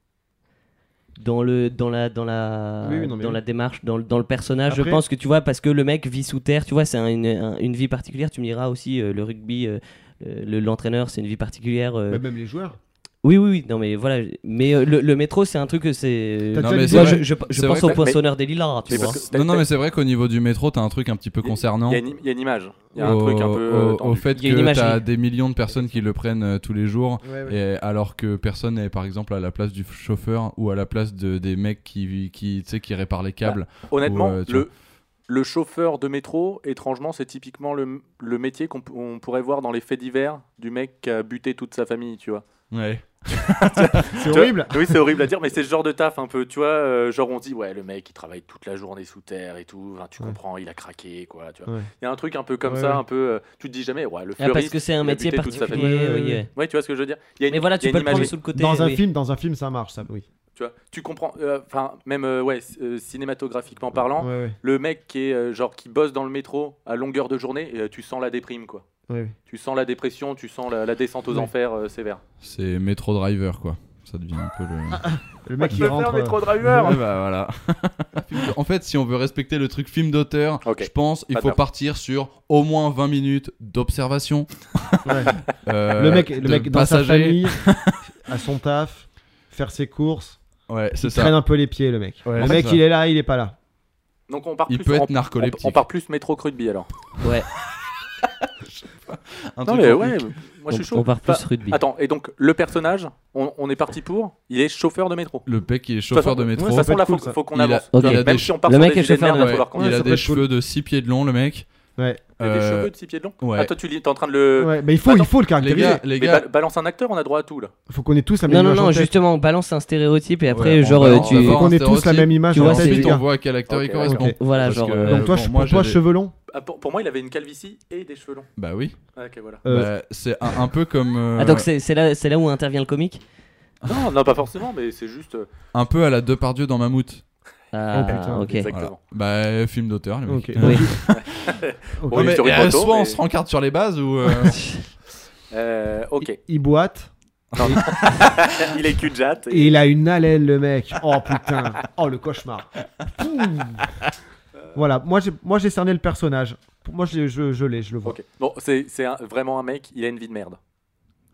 Dans le, dans la, dans la, Oui, oui, non, mais dans oui. la démarche, dans, le- dans le personnage, je Après- pense que tu vois parce que le mec vit sous terre, tu vois, c'est un- une, un- une vie particulière. Tu me diras aussi euh, le rugby. euh, le- L'entraîneur, c'est une vie particulière. euh, Bah, même les joueurs. oui, oui, oui, non, mais voilà. Mais euh, le, le métro, c'est un truc que c'est. euh, T'as Non, déjà mais dit- c'est Moi, vrai. je, je- je C'est pense vrai au que- poinçonneur des Lilards, tu Mais vois. Ah, parce que- Non, non, mais c'est vrai qu'au niveau du métro, t'as un truc un petit peu Il y a- concernant. Il y, a une- il y a une image. Il y a un au, truc un peu. euh, au- au tendu. fait Il y a une que t'as imagerie. des millions de personnes qui le prennent euh, tous les jours, Ouais, ouais. et alors que personne n'est par exemple à la place du chauffeur ou à la place de, des mecs qui, qui, tu sais, qui réparent les câbles. Honnêtement, Ou, euh, tu le, le chauffeur de métro, étrangement, c'est typiquement le, le métier qu'on p- on pourrait voir dans les faits divers du mec qui a buté toute sa famille, tu vois. Ouais. C'est horrible. Oui, c'est horrible à dire, mais c'est ce genre de taf un peu, tu vois. euh, genre, on dit, ouais, le mec, il travaille toute la journée sous terre et tout. Enfin, tu Ouais. comprends, il a craqué, quoi. Tu vois. Il Ouais. y a un truc un peu comme Ouais, ça, ouais. un peu. euh, tu te dis jamais, ouais, le Ah, parce fleuriste. que c'est un il a métier buté toute sa particulier. famille. Ouais, oui, ouais, oui. Ouais, tu vois ce que je veux dire. Il y a une- Mais voilà, il y tu a peux une le prendre imagerie. sous le côté. Dans un oui. film, dans un film, ça marche, ça, oui. Tu vois, tu comprends, euh, enfin, même euh, ouais, c- euh, cinématographiquement parlant, Ouais, ouais, le mec qui est euh, genre qui bosse dans le métro à longueur de journée, euh, tu sens la déprime quoi. ouais, ouais. Tu sens la dépression, tu sens la, la descente aux Ouais. enfers euh, sévère. C'est métro driver, quoi. Ça devient un peu le. Le mec, il rentre. euh, driver Ouais, bah, voilà. [laughs] en fait, si on veut respecter le truc film d'auteur, Ok. je pense il Pas de faut merde. partir sur au moins 20 minutes d'observation. ouais. euh, [laughs] Le mec, de le mec dans sa passager. [laughs] famille, à son taf, faire ses courses, Ouais, c'est il ça. traîne un peu les pieds, le mec. Ouais, le c'est mec, ça. il est là, il est pas là. Donc on part Il plus peut on- être on- narcoleptique. on, part plus métro rugby alors. Ouais, Un Non truc mais en ouais, plus. moi je suis on, chaud. on part plus Enfin, rugby. attends, et donc le personnage, on, on est parti pour, il est chauffeur de métro. Le mec, il est chauffeur de façon- métro. De toute Ça façon peut là être cool, faut, ça. faut qu'on Il a- avance. il Tu a vois, des Même si on part Le sur mec des est idées de chauffeur merde, de là, faut voir qu'on il y a va. ça peut des être cheveux de 6 pieds de long, le mec. Ouais. Il a des Euh, cheveux de six pieds de long. Ouais. Ah toi tu es en train de le Ouais, mais il faut, il Attends, faut le Euh, les caractériser. gars, les mais gars, ba- balance un acteur, on a droit à tout là. Faut qu'on ait tous la même Non, non, image en non, tête. justement, on balance un stéréotype et après, Ouais, on genre, euh, balance tu. Faut d'abord. qu'on un ait tous la stéréotype, même image tu en vois, tête, c'est- les ensuite on gars. voit à quel acteur il Ok, correspond. ok. Voilà, Parce genre. que- euh, Donc toi, bon, je- moi, pour toi, j'ai des- cheveux longs. Ah, pour, pour moi il avait une calvitie et des cheveux longs. Bah oui. Ah, Ok voilà. Euh, Bah, c'est un, un peu comme. euh, Ah, donc c'est c'est là, c'est là où intervient le comique Non, non, pas forcément, mais c'est juste. euh, un peu à la Depardieu dans Mammouth. Ah, putain, ok. exact. Voilà. Oh, Exactement. Bah, film d'auteur, le mec. [laughs] Ok. Oui. Ok. Bon, Ouais, mais, historique euh, photo, soit on mais- se rencarde sur les bases ou. [laughs] euh, euh, ok. Il boite Il est cul jatte. et il a une haleine, le mec. Oh putain. Oh le cauchemar. Ouh. Voilà, moi j'ai moi, j'ai cerné le personnage. Moi je l'ai, je, je l'ai, je le vois. Ok. Bon, c'est c'est un- vraiment un mec, il a une vie de merde.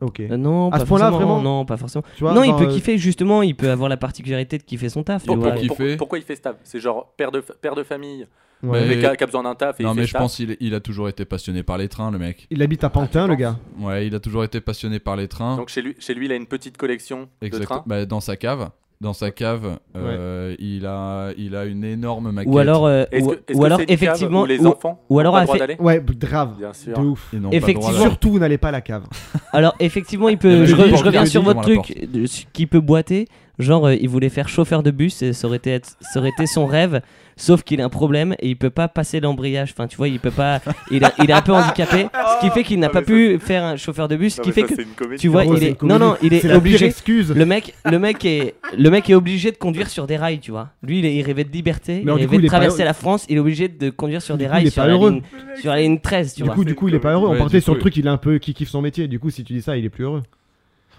Ok. Euh, Non, À pas ce point-là, forcément, vraiment Non, pas forcément. Tu vois, non, il genre, peut euh, kiffer, justement, il peut avoir la particularité de kiffer son taf. tu Pour- vois. pour- kiffer. pour- pourquoi il fait ce taf C'est genre père de, fa- père de famille, ouais. Mais- mais qui a, qui a besoin d'un taf et Non, il fait mais ce je taf. pense qu'il il a toujours été passionné par les trains, le mec. Il habite à Pantin, le gars. Ouais, il a toujours été passionné par les trains. Donc chez lui, chez lui, il a une petite collection de Exact- trains. bah, dans sa cave. Dans sa cave, euh, il, a, il a une énorme maquette. Ou alors, euh, Est-ce ou, que- est-ce ou que alors c'est une cave effectivement, où les ou, enfants ou alors ont pas le a droit fait- d'aller Ouais, grave. Bien sûr. De ouf. Ils n'ont effectivement. Pas le droit, là. Surtout, n'allez pas à la cave. Alors effectivement, il peut. Mais Je, je dis- je je reviens dis- sur je dis votre devant la truc de- qui peut boiter. Genre, euh, il voulait faire chauffeur de bus, et ça aurait été, être- ça aurait été son rêve, sauf qu'il a un problème et il peut pas passer l'embrayage. Enfin, tu vois, il peut pas. Il, a- il est un peu handicapé, ce qui fait qu'il n'a Ah, pas mais pu faire un chauffeur de bus, ce qui fait que c'est une comédie. tu vois, Oh, il c'est est. une Non, comédie. non, il est, C'est la pire obligé. excuse. Le mec, le mec est, le mec est obligé de conduire sur des rails, tu vois. Lui, il, est- il rêvait de liberté, Mais alors, il du rêvait coup, il de est pas traverser heureux. la France, il est obligé de conduire sur des Du coup, il rails est sur pas la, heureux. ligne, sur la ligne 13, tu Du vois. coup, du coup, il est pas heureux. Ouais, On du partait sur coup, le truc, il est un peu, qui kiffe son métier. Du coup, si tu dis ça, il est plus heureux.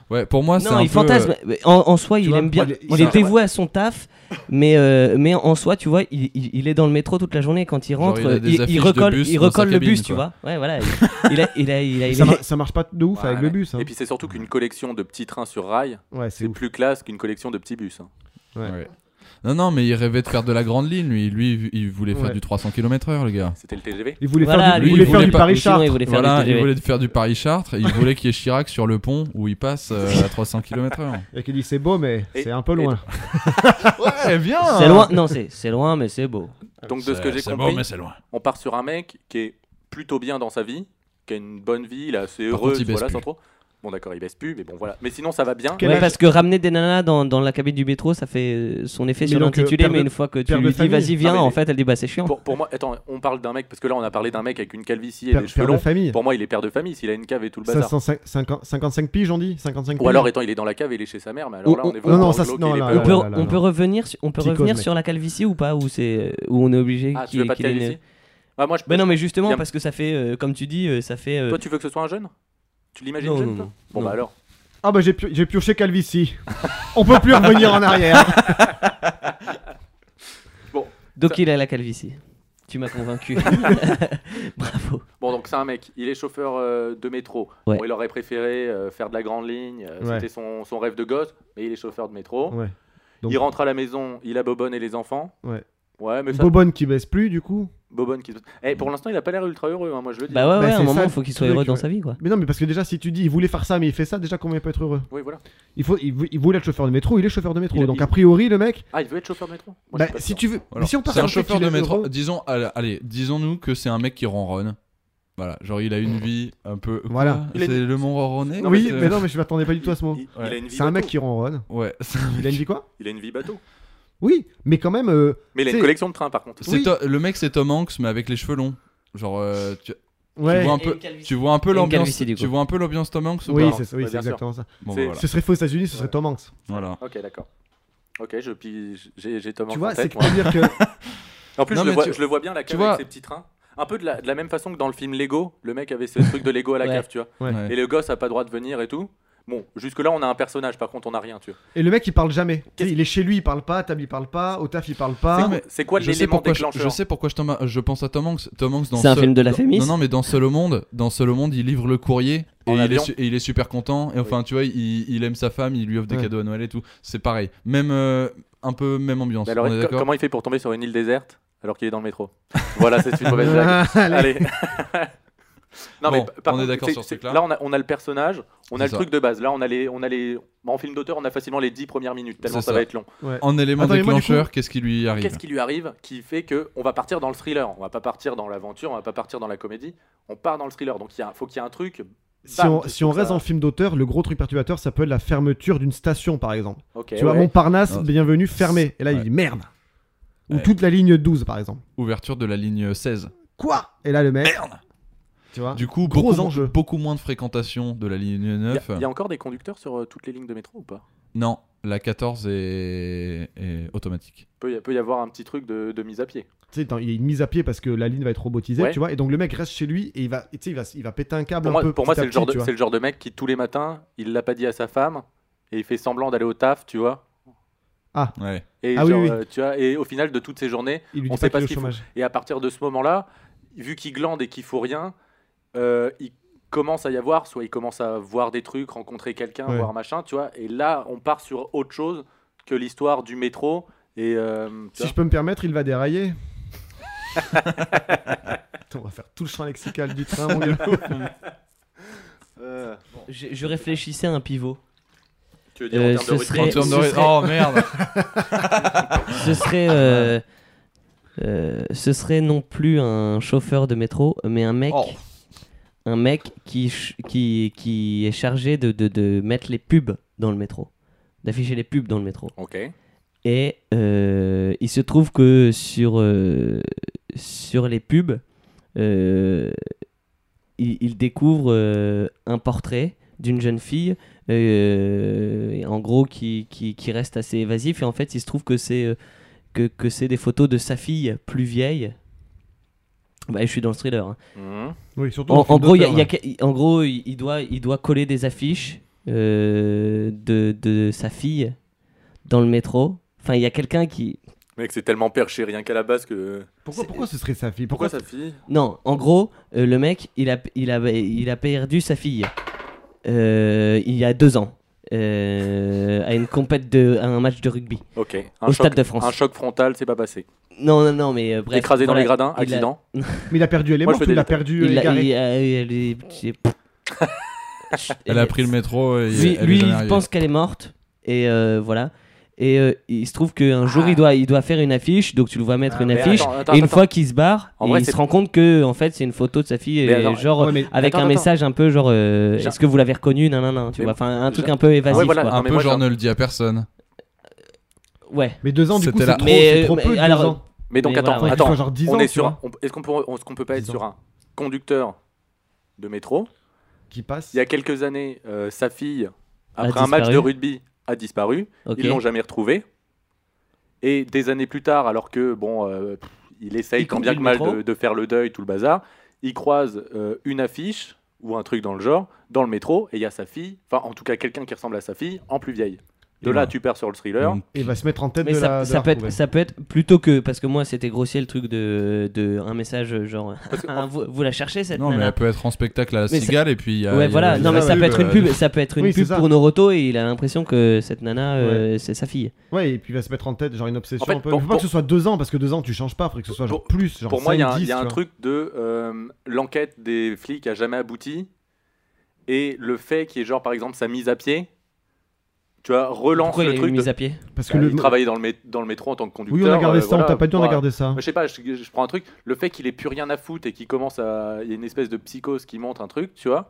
Ouais, pour Ah, moi, c'est non, un il peu, fantasme. euh, Mais En, en soi, il vois, aime bien. moi, il- Il ça- est dévoué à son taf, mais, euh, mais en soi, tu vois, il, il- il est dans le métro toute la journée. Quand il Genre, rentre, il a des il, il affiches de recolle, bus il dans sa recolle le cabine, bus, tu quoi. vois. Ouais, voilà. Il, il a, il a, [laughs] il a- il Ça, a- mar- ça marche pas de ouf avec Voilà. le bus. hein. Et puis c'est surtout qu'une collection de petits trains sur rail, Ouais, c'est c'est ouf. plus classe qu'une collection de petits bus. hein. ouais. ouais. Non, non, mais il rêvait de faire de la grande ligne, lui. Lui, il voulait faire Ouais. du 300 km/h, le gars. C'était le TGV. Il voulait Voilà, faire du, lui, il il voulait faire voulait du pas- Paris-Chartres. sinon, il voulait faire Voilà, du TGV. il voulait faire du Paris-Chartres. et Il voulait qu'il y ait Chirac sur le pont où il passe euh, [laughs] à 300 km/h. Et qui dit c'est beau, mais Et- c'est un peu loin. Ouais, bien C'est loin, non, c'est c'est loin, mais c'est beau. Donc de ce que j'ai Ah, C'est compris, beau, mais c'est loin. on part sur un mec qui est plutôt bien dans sa vie, qui a une bonne vie, il est assez Par heureux, contre, il baisse voilà, plus. sans trop. Bon d'accord, il baisse plus, mais bon voilà. Mais sinon ça va bien. Quel Ouais, âge parce que ramener des nanas dans, dans la cabine du métro, ça fait euh, son effet Mais sur donc, euh, l'intitulé, père mais de- une fois que tu père de lui dis famille. vas-y, viens, Non, mais- en fait, elle dit bah c'est chiant. Pour, pour moi, attends, on parle d'un mec parce que là on a parlé d'un mec avec une calvitie et Père, des père cheveux de longs. famille. Pour moi, il est père de famille s'il a une cave et tout le bazar. 550 55 piges, on dit 55 piges. Ou alors, étant il est dans la cave et il est chez sa mère, mais Oh, alors là oh, on est oh, vraiment non, dans ça, le c'est- glauque et non, les là, peureux. on là, peut, oh là, là, on là. peut revenir, sur- on peut Psychose, revenir mec. sur la calvitie ou pas, où, c'est où on est obligé Ah, tu qu'il- veux pas de qu'il ait une- calvitie Bah, moi, je Bah non, mais justement, Y'a- parce que ça fait, euh, comme tu dis, euh, ça fait. euh, Toi, tu veux que ce soit un jeune Tu l'imagines Non, jeune non, toi non. Bon Non. bah alors. Ah bah j'ai pu- j'ai pioché Calvici. on peut plus revenir [laughs] en arrière. Donc Ça- il a la calvitie. Tu [laughs] m'as convaincu. Bah Bravo. Bon, donc c'est un mec, il est chauffeur euh, de métro. Ouais. Bon, il aurait préféré euh, faire de la grande ligne, euh, Ouais. c'était son, son rêve de gosse, mais il est chauffeur de métro. Ouais. Donc- Il rentre à la maison, il a Bobonne et les enfants. Ouais. Ouais, mais ça, Bobonne qui baisse plus du coup. Bobonne qui se- Eh, pour l'instant, il a pas l'air ultra heureux, hein, moi je le dis. Bah ouais, Bah, ouais, à c'est un moment, ça, il faut qu'il soit le heureux truc, dans ouais. sa vie, quoi. Mais non mais parce que déjà si tu dis il voulait faire ça mais il fait ça déjà comment il peut être heureux Oui, voilà. il, faut, il, vou- il voulait être chauffeur de métro il est chauffeur de métro Il a- donc il- a priori le mec Ah, il veut être chauffeur de métro Moi, je bah, suis pas si sûr. tu veux mais Alors, si on part c'est un sur le fait chauffeur qu'il de est métro. heureux- Disons, allez, allez, disons-nous que c'est un mec qui ronronne. Voilà, genre il a une vie un peu. Quoi Voilà. Il a C'est une- le mont ronronné. Non, mais oui c'est- mais non mais je m'attendais pas du tout à ce mot Il, il Ouais. a une vie c'est un mec bateau. [laughs] qui ronronne Ouais. il a une vie quoi Il a une vie bateau. oui mais quand même euh, Mais il a une C'est- collection de trains, par contre. C'est Oui. To- le mec, c'est Tom Hanks, mais avec les cheveux longs. Genre, euh, tu, tu ouais vois un peu, tu vois un peu Et une l'ambiance. calvitie, du coup. Tu vois un peu l'ambiance Tom Hanks ou oui pas c'est oui, Ouais, bien c'est sûr. exactement ça Bon, c'est- bah, voilà. ce serait faux aux États-Unis ce serait Ouais. Tom Hanks Voilà. Ok, d'accord. Ok, je pige- j'ai j'ai Thomas tu en vois c'est tête, que moi. à dire que En plus, Non, je, le mais vois, tu- je le vois bien la cave tu vois- avec ses petits trains. Un peu de la, de la même façon que dans le film Lego, le mec avait ce truc de Lego à la Ouais. cave, tu vois. Ouais. Ouais. Et le gosse a pas droit de venir et tout. Bon, jusque-là, on a un personnage, par contre, on a rien, tu vois. et le mec il parle jamais Tu sais, Qu'est-ce- il est chez lui il parle pas Tab il parle pas au taf il parle C'est pas quoi, Ah, mais- C'est quoi je sais l'élément pourquoi je, déclencheur je sais pourquoi je, Tom- je pense à Tom Hanks. Tom Hanks dans C'est un Seul- film de la dans- Fémis Non, non, mais dans Seul au Monde, dans Seul au Monde, il livre le courrier et En il, est avion. su- et il est super content. Et enfin, tu vois, il, il aime sa femme, il lui offre des Ouais. cadeaux à Noël et tout. C'est pareil, même euh, un peu même ambiance. Mais alors, on est co- d'accord comment il fait pour tomber sur une île déserte alors qu'il est dans le métro Voilà, c'est une mauvaise [laughs] blague. Ah, [laughs] allez. Allez. non, Bon, mais par on est contre, d'accord c'est- sur ce c'est- truc-là. Là, on a, on a le personnage, on C'est a le ça. truc de base. Là, on a les, on a les. En film d'auteur, on a facilement les 10 premières minutes, tellement C'est ça ça. va être long. Ouais. En élément Attends, mais moi, du déclencheur, qu'est-ce qui lui arrive Qu'est-ce qui lui arrive qui fait que on va partir dans le thriller On va pas partir dans l'aventure, on va pas partir dans la comédie. On part dans le thriller. Donc il y a- faut qu'il y ait un truc. Si Bam, on, qu'est-ce si on que reste ça- en film d'auteur, le gros truc perturbateur, ça peut être la fermeture d'une station, par exemple. Ok. tu vois, Eh ouais. Montparnasse, Non. bienvenue, fermé. Et là, Ouais. il dit merde. Ou Ouais. toute la ligne 12, par exemple. Ouverture de la ligne 16. Quoi Et là, le mec. Tu vois Du coup, Gros beaucoup, enjeu. beaucoup moins de fréquentation de la ligne Il y a- 9. il y, a encore des conducteurs sur euh, toutes les lignes de métro ou pas Non, la 14 est, est automatique. peut y, peut y avoir un petit truc de, de mise à pied. Tu sais, attends, il y a une mise à pied parce que la ligne va être robotisée, Ouais. tu vois. Et donc, le mec reste chez lui et il va, tu sais, il va, il va péter un câble Pour un moi, peu. pour moi, Ah, petit c'est à le genre petit, de tu vois. c'est le genre de mec qui tous les matins, il l'a pas dit à sa femme et il fait semblant d'aller au taf, tu vois. Ouais. Et Ah oui, genre, oui. euh, tu vois, et au final de toutes ces journées, Il lui on dit sait pas pas qu'il est ce au qu'il faut. chômage. et à partir de ce moment-là, vu qu'il glande et qu'il faut rien, euh, il commence à y avoir, soit il commence à voir des trucs, rencontrer quelqu'un, Ouais. voir machin, tu vois. Et là, on part sur autre chose que l'histoire du métro. Et euh, tu Si je vois. peux me permettre, il [laughs] va dérailler. [laughs] Attends, on va faire tout le champ lexical du train, mon gars. euh, je, je réfléchissais à un pivot. tu veux dire Euh, en termes de ce rythme serait- En termes de ce rythme- serait- [laughs] Oh merde Ce serait. Ah. euh, euh, ce serait non plus un chauffeur de métro, mais un mec. Oh. Un mec qui, ch- qui, qui est chargé de, de, de mettre les pubs dans le métro. d'afficher les pubs dans le métro. Ok. Et euh, il se trouve que sur, euh, sur les pubs, euh, il, il découvre euh, un portrait d'une jeune fille, euh, et en gros, qui, qui, qui reste assez évasif. Et en fait, il se trouve que c'est euh, que, que c'est des photos de sa fille plus vieille. Bah, je suis dans le thriller. hein. Mhm. Oui, surtout. En, en gros, il y a- il y a que- il- en gros, il il doit, il doit coller des affiches euh, de, de sa fille dans le métro. Enfin, il y a quelqu'un qui. Mec, c'est tellement perché rien qu'à la base que. Pourquoi, c'est- pourquoi ce serait sa fille Pourquoi Pourquoi, sa fille Non, en gros, euh, le mec, il a, il, a, il a perdu sa fille euh, il y a deux ans euh, à une compète de, à un match de rugby Ok. Un au choc, Stade de France. un choc frontal, c'est pas passé. Non, non, non, mais euh, bref. Écrasé dans voilà, les gradins, il a- accident. Mais il a perdu, elle est Moi, je morte fais ou il des a perdu, Il il a- est garé il a- elle est- j'ai- Elle a pris le métro et Lui, elle est lui, jamais il arrivée. pense qu'elle est morte et euh, voilà. Et euh, il se trouve qu'un jour il doit, il doit faire une affiche, donc tu le vois mettre Ah, une Ah. Mais affiche. attends, attends, et une attends. fois qu'il se barre, En et vrai, il c'est- se rend compte que en fait c'est une photo de sa fille, Mais et attends, genre euh, Ouais, mais- avec Attends, un attends. message un peu genre euh, Genre- est-ce que vous l'avez reconnu nan, nan, nan, tu Mais- vois enfin un truc genre- un peu évasif Ouais, voilà. quoi. Non, Un Ah, mais peu moi, genre j'ai- ne le dis à personne. ouais Mais deux ans, du coup, C'était c'est la- trop, Mais, euh, c'est trop mais peu. deux alors- ans. Mais donc Mais attends, voilà, ouais. Enfin, qu'il attends. soit genre 10 on ans, est tu sur. vois, on- Est-ce qu'on peut, est-ce qu'on peut pas être 10 ans. sur un conducteur de métro qui passe. Il y a quelques années, euh, sa fille, A après un match de disparu. rugby, a disparu. ok Ils l'ont jamais retrouvé. Et des années plus tard, alors que bon, euh, pff, il essaye Il tant bien que conduit mal le métro. de, de faire le deuil, tout le bazar, il croise euh, une affiche ou un truc dans le genre dans le métro et il y a sa fille, enfin en tout cas quelqu'un qui ressemble à sa fille en plus vieille. De Et là, voilà. tu perds sur le Mmh. thriller. Donc, Et il va se mettre en tête mais de ça, la. de ça la peut être retrouver. ça peut être plutôt que parce que moi c'était grossier le truc de, de un message genre [laughs] Ah, vous, vous la cherchez cette Non, mais nana elle peut être en spectacle à la Mais ça- cigale et puis. il y a- il y ouais a voilà la- non mais la ça peut pub, être une euh, [laughs] pub ça peut être une Oui, c'est pub ça. pour Noroto et il a l'impression que cette nana euh, c'est sa fille Ouais, et puis il va se mettre en tête, genre une obsession. En fait, un peu. pour- Il faut pas pour- que ce soit deux ans, parce que deux ans, tu changes pas. Il faudrait que ce soit genre Pour- plus. Genre Pour moi, il y a, 5, un- il y 10, a un tu vois. truc de euh, l'enquête des flics a jamais abouti et le fait qui est genre par exemple sa mise à pied, tu vois, relance pourquoi il le a truc une mise de à pied Parce que Bah, le. il travaillait dans le, mé- dans le métro en tant que conducteur. Oui, on a gardé euh, ça, voilà, on t'a pas dit, on a voilà. gardé ça. Je sais pas, je, je prends un truc. Le fait qu'il ait plus rien à foutre et qu'il commence à. Il y a une espèce de psychose qui monte un truc, tu vois.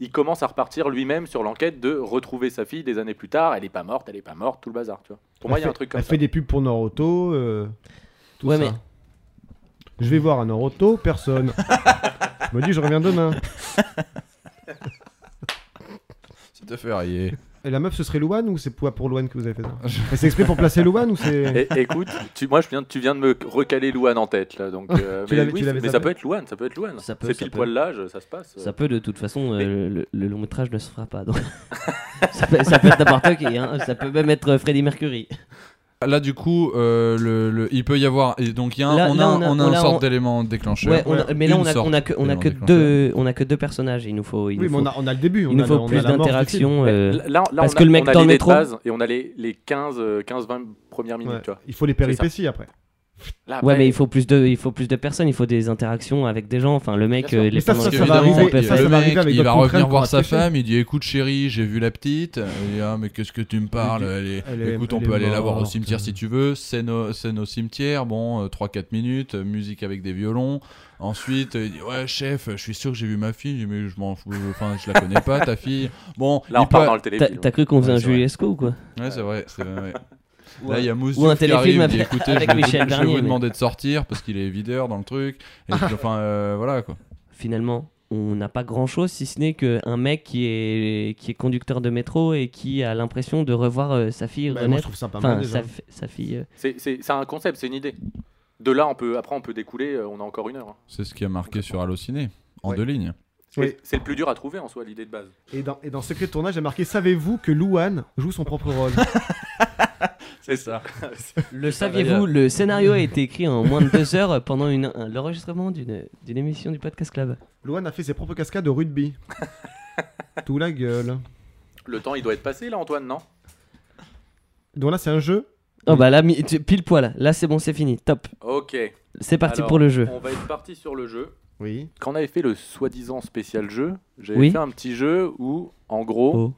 Il commence à repartir lui-même sur l'enquête de retrouver sa fille des années plus tard. Elle est pas morte, elle est pas morte, tout le bazar, tu vois. Pour moi, il y a un truc comme Elle ça. fait des pubs pour Noroto. euh, tout Ouais, ça. mais- Je vais voir un Noroto, personne. je me dis, je reviens demain. Ça te fait rire. Et la meuf, ce serait Louane ou c'est pour pour Louane que vous avez fait ça C'est exprès pour placer Louane ou c'est. Et- écoute, tu, moi, je viens, de- tu viens de me recaler Louane en tête, là. [laughs] Donc, euh, Tu mais l'avais- oui, tu l'avais mais ça zappé peut être Louane, ça peut être Louane. Ça C'est peut, ça pile peut. poil l'âge, ça se passe. Ça peut de toute façon, euh, le, le long métrage ne se fera pas. Donc... [laughs] ça, peut, ça peut être n'importe qui, hein. ça peut même être euh, Freddie Mercury. Là, du coup, euh, le, le- il peut y avoir. et donc, il y a un- Là- on, là, a, on a- on a une là, sorte on- d'élément déclencheur. Ouais, on a- mais là Une on a, sorte on a que, on a que d'élément deux, on a que deux personnages. Il nous faut, il Oui, nous mais on faut, a, on a le début. il on nous a- faut on a plus la mort du film. d'interactions. euh, Là, là, parce on a, que le mec on a dans les le métro- bases et on a les, les 15, euh, 15, 20 premières minutes, Ouais. tu vois. Il faut les péripéties après. Là, Ouais, après, mais il faut plus de, il faut plus de personnes. Il faut des interactions avec des gens. Enfin, le mec, Bien sûr. euh, les Mais ça, pendant ça, Parce le ça va confinement, qu'évidemment, on peut arriver. ça, faire- le va mec, arriver avec il d'autres va contraintes revenir qu'on va voir sa tricher. femme, il dit écoute chérie, j'ai vu la petite. Elle dit, ah, mais qu'est-ce que tu me parles elle est- Elle est- Écoute, on elle peut est aller la voir au morte. cimetière si tu veux. Scène au, scène au cimetière, bon, euh, 3-4 minutes, euh, musique avec des violons. Ensuite, euh, il dit ouais chef, je suis sûr que j'ai vu ma fille, Je dis, mais je m'en fous, enfin je la connais pas ta fille. Bon, là, on il peut- part dans le T'as téléfilm. t'as cru qu'on faisait Ouais, un c'est vrai. Juliesco ou quoi Ouais, c'est vrai, c'est vrai. ouais. Là, il y a Mousse Ou Diouf un qui téléfilm arrive, il dit, avec- écoutez, avec je vais, Michel vous, je vais Bernier, vous mais- demander de sortir parce qu'il est videur dans le truc. [laughs] Et puis, enfin, euh, voilà quoi. Finalement, on n'a pas grand chose si ce n'est qu'un mec qui est, qui est conducteur de métro et qui a l'impression de revoir euh, sa fille Bah, moi, je renaître. trouve ça pas mal Enfin, déjà. sa, fi- sa [laughs] fille. euh, C'est- C'est c'est un concept, c'est une idée. De là, on peut, après, on peut découler, euh, on a encore une heure. hein. C'est ce qui a marqué sur Allociné, en Ouais. deux lignes. C'est Oui. c'est le plus dur à trouver en soi, l'idée de base. Et dans, et dans Secret de Tournage, j'ai marqué Savez-vous que Louane joue son propre rôle C'est ça. Le saviez-vous, le scénario a été écrit en moins de deux heures pendant une- un- l'enregistrement d'une d'une émission du Podcast Club. Louane a fait ses propres cascades au rugby. Tout la gueule. [laughs] Le temps, il doit être passé là, Antoine, non Donc là, c'est un jeu. Oh bah là, mi- tu- pile poil, là c'est bon, c'est fini, top. Ok. C'est parti Alors, pour le jeu. On va être parti sur le jeu. Oui. Quand on avait fait le soi-disant spécial jeu, j'avais Oui. fait un petit jeu où, en gros, Oh.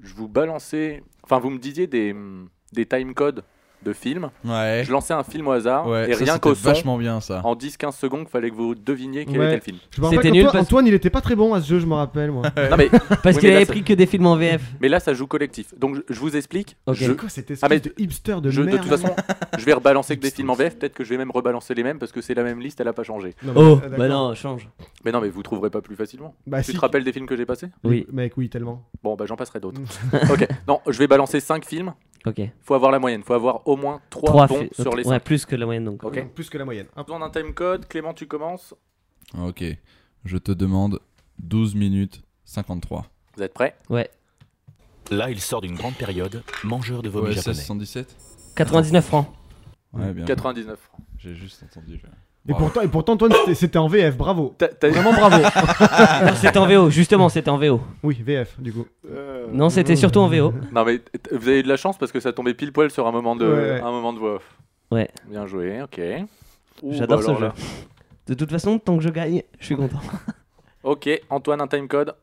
je vous balançais. Enfin, vous me disiez des, hum, des time codes de film. Ouais. Je lançais un film au hasard Ouais, et ça, rien c'était qu'au son, vachement bien ça. en 10-15 secondes, fallait que vous deviniez quel Ouais. était le film. Je me rappelle C'était nul qu'Antoine- parce- Antoine, il était pas très bon à ce jeu, je me rappelle moi. Non, [laughs] mais, Parce Oui, qu'il mais avait là, pris que des films en VF. mais là, ça joue collectif. Donc je, je vous explique. Ok. Je, C'est quoi cette Ah, espèce mais de hipster de je- de merde toute façon, je vais [laughs] rebalancer que des films en VF. Peut-être que je vais même rebalancer les mêmes parce que c'est la même liste, elle a pas changé. Non, mais- Oh, ah, bah d'accord. non, change. Mais non, mais vous trouverez pas plus facilement. Ah, Bah tu si. te rappelles des films que j'ai passés Oui, Mec, oui, tellement. Bon, bah j'en passerai [laughs] d'autres. ok, non, je vais balancer 5 films. ok. Faut avoir la moyenne, faut avoir au moins 3, Trois bons fi- sur les 5. Ouais, plus que la moyenne donc. Ok. Plus que la moyenne. Hop. Besoin d'un time code, Clément, tu commences. Ok. Je te demande 12 minutes 53. Vous êtes prêts Ouais. Là, il sort d'une grande période, mangeur de vomi Ouais, japonais. 1617 99 francs. Ouais, bien. 99 francs. J'ai juste entendu. Et pourtant, et pourtant, Antoine, c'était- c'était en VF, bravo. T'as- t'as- Vraiment bravo. Non, c'était Ah, en VO, justement, c'était en VO. Oui, VF, du coup. Non, c'était surtout en VO. Non mais t- t- vous avez eu de la chance parce que ça tombait pile poil sur un moment de, Ouais, ouais. un moment de voix off. Ouais. Bien joué, ok. Ouh, J'adore bah ce alors jeu. là. De toute façon, tant que je gagne, je suis content. Ok, Antoine, un time code.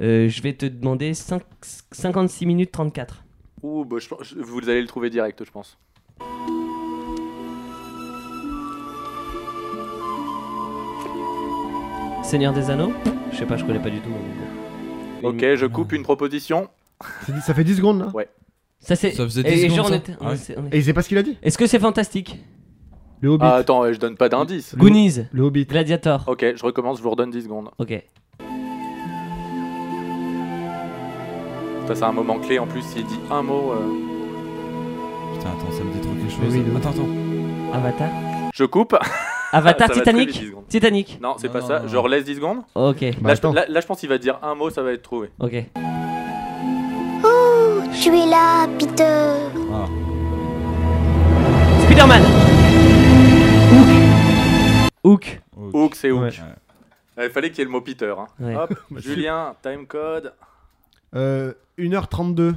Euh, je vais te demander 5 56 minutes 34. Ouh, bah, je pense- je- vous allez le trouver direct, je pense. Seigneur des Anneaux Je sais pas, je connais pas du tout. mais bon. Ok, Une- je coupe une proposition. C'est- Ça fait 10 secondes là. Ça c'est. Ça faisait et- 10 et genre, secondes, on ça Ah était- on Ouais. était- on est- Et il sait pas ce qu'il a dit. Est-ce que c'est fantastique Le Hobbit. Ah, attends, ouais, je donne pas d'indice. Goonies, Le Hobbit. Gladiator. Ok, je recommence, je vous redonne 10 secondes. Ok. Ça c'est un moment clé en plus, s'il dit un mot. euh, Putain, attends, ça me dit trop quelque Mais chose. oui, de ouf. attends, attends. Avatar. Je coupe. [laughs] Avatar Ah, Ça va très vite, Titanic. 10 secondes. Titanic. Non, c'est Non, pas non, ça. non, Je non. relaisse 10 secondes. Ok, Bah, Là je, attends. là- là, je pense qu'il va dire un mot, ça va être trouvé. ok. Tu es là, Peter. Spider-Man. Hook. Hook, c'est Hook. Ouais. Il fallait qu'il y ait le mot Peter. hein. Ouais. Hop, Bah, Julien, time code. Euh, 1h32.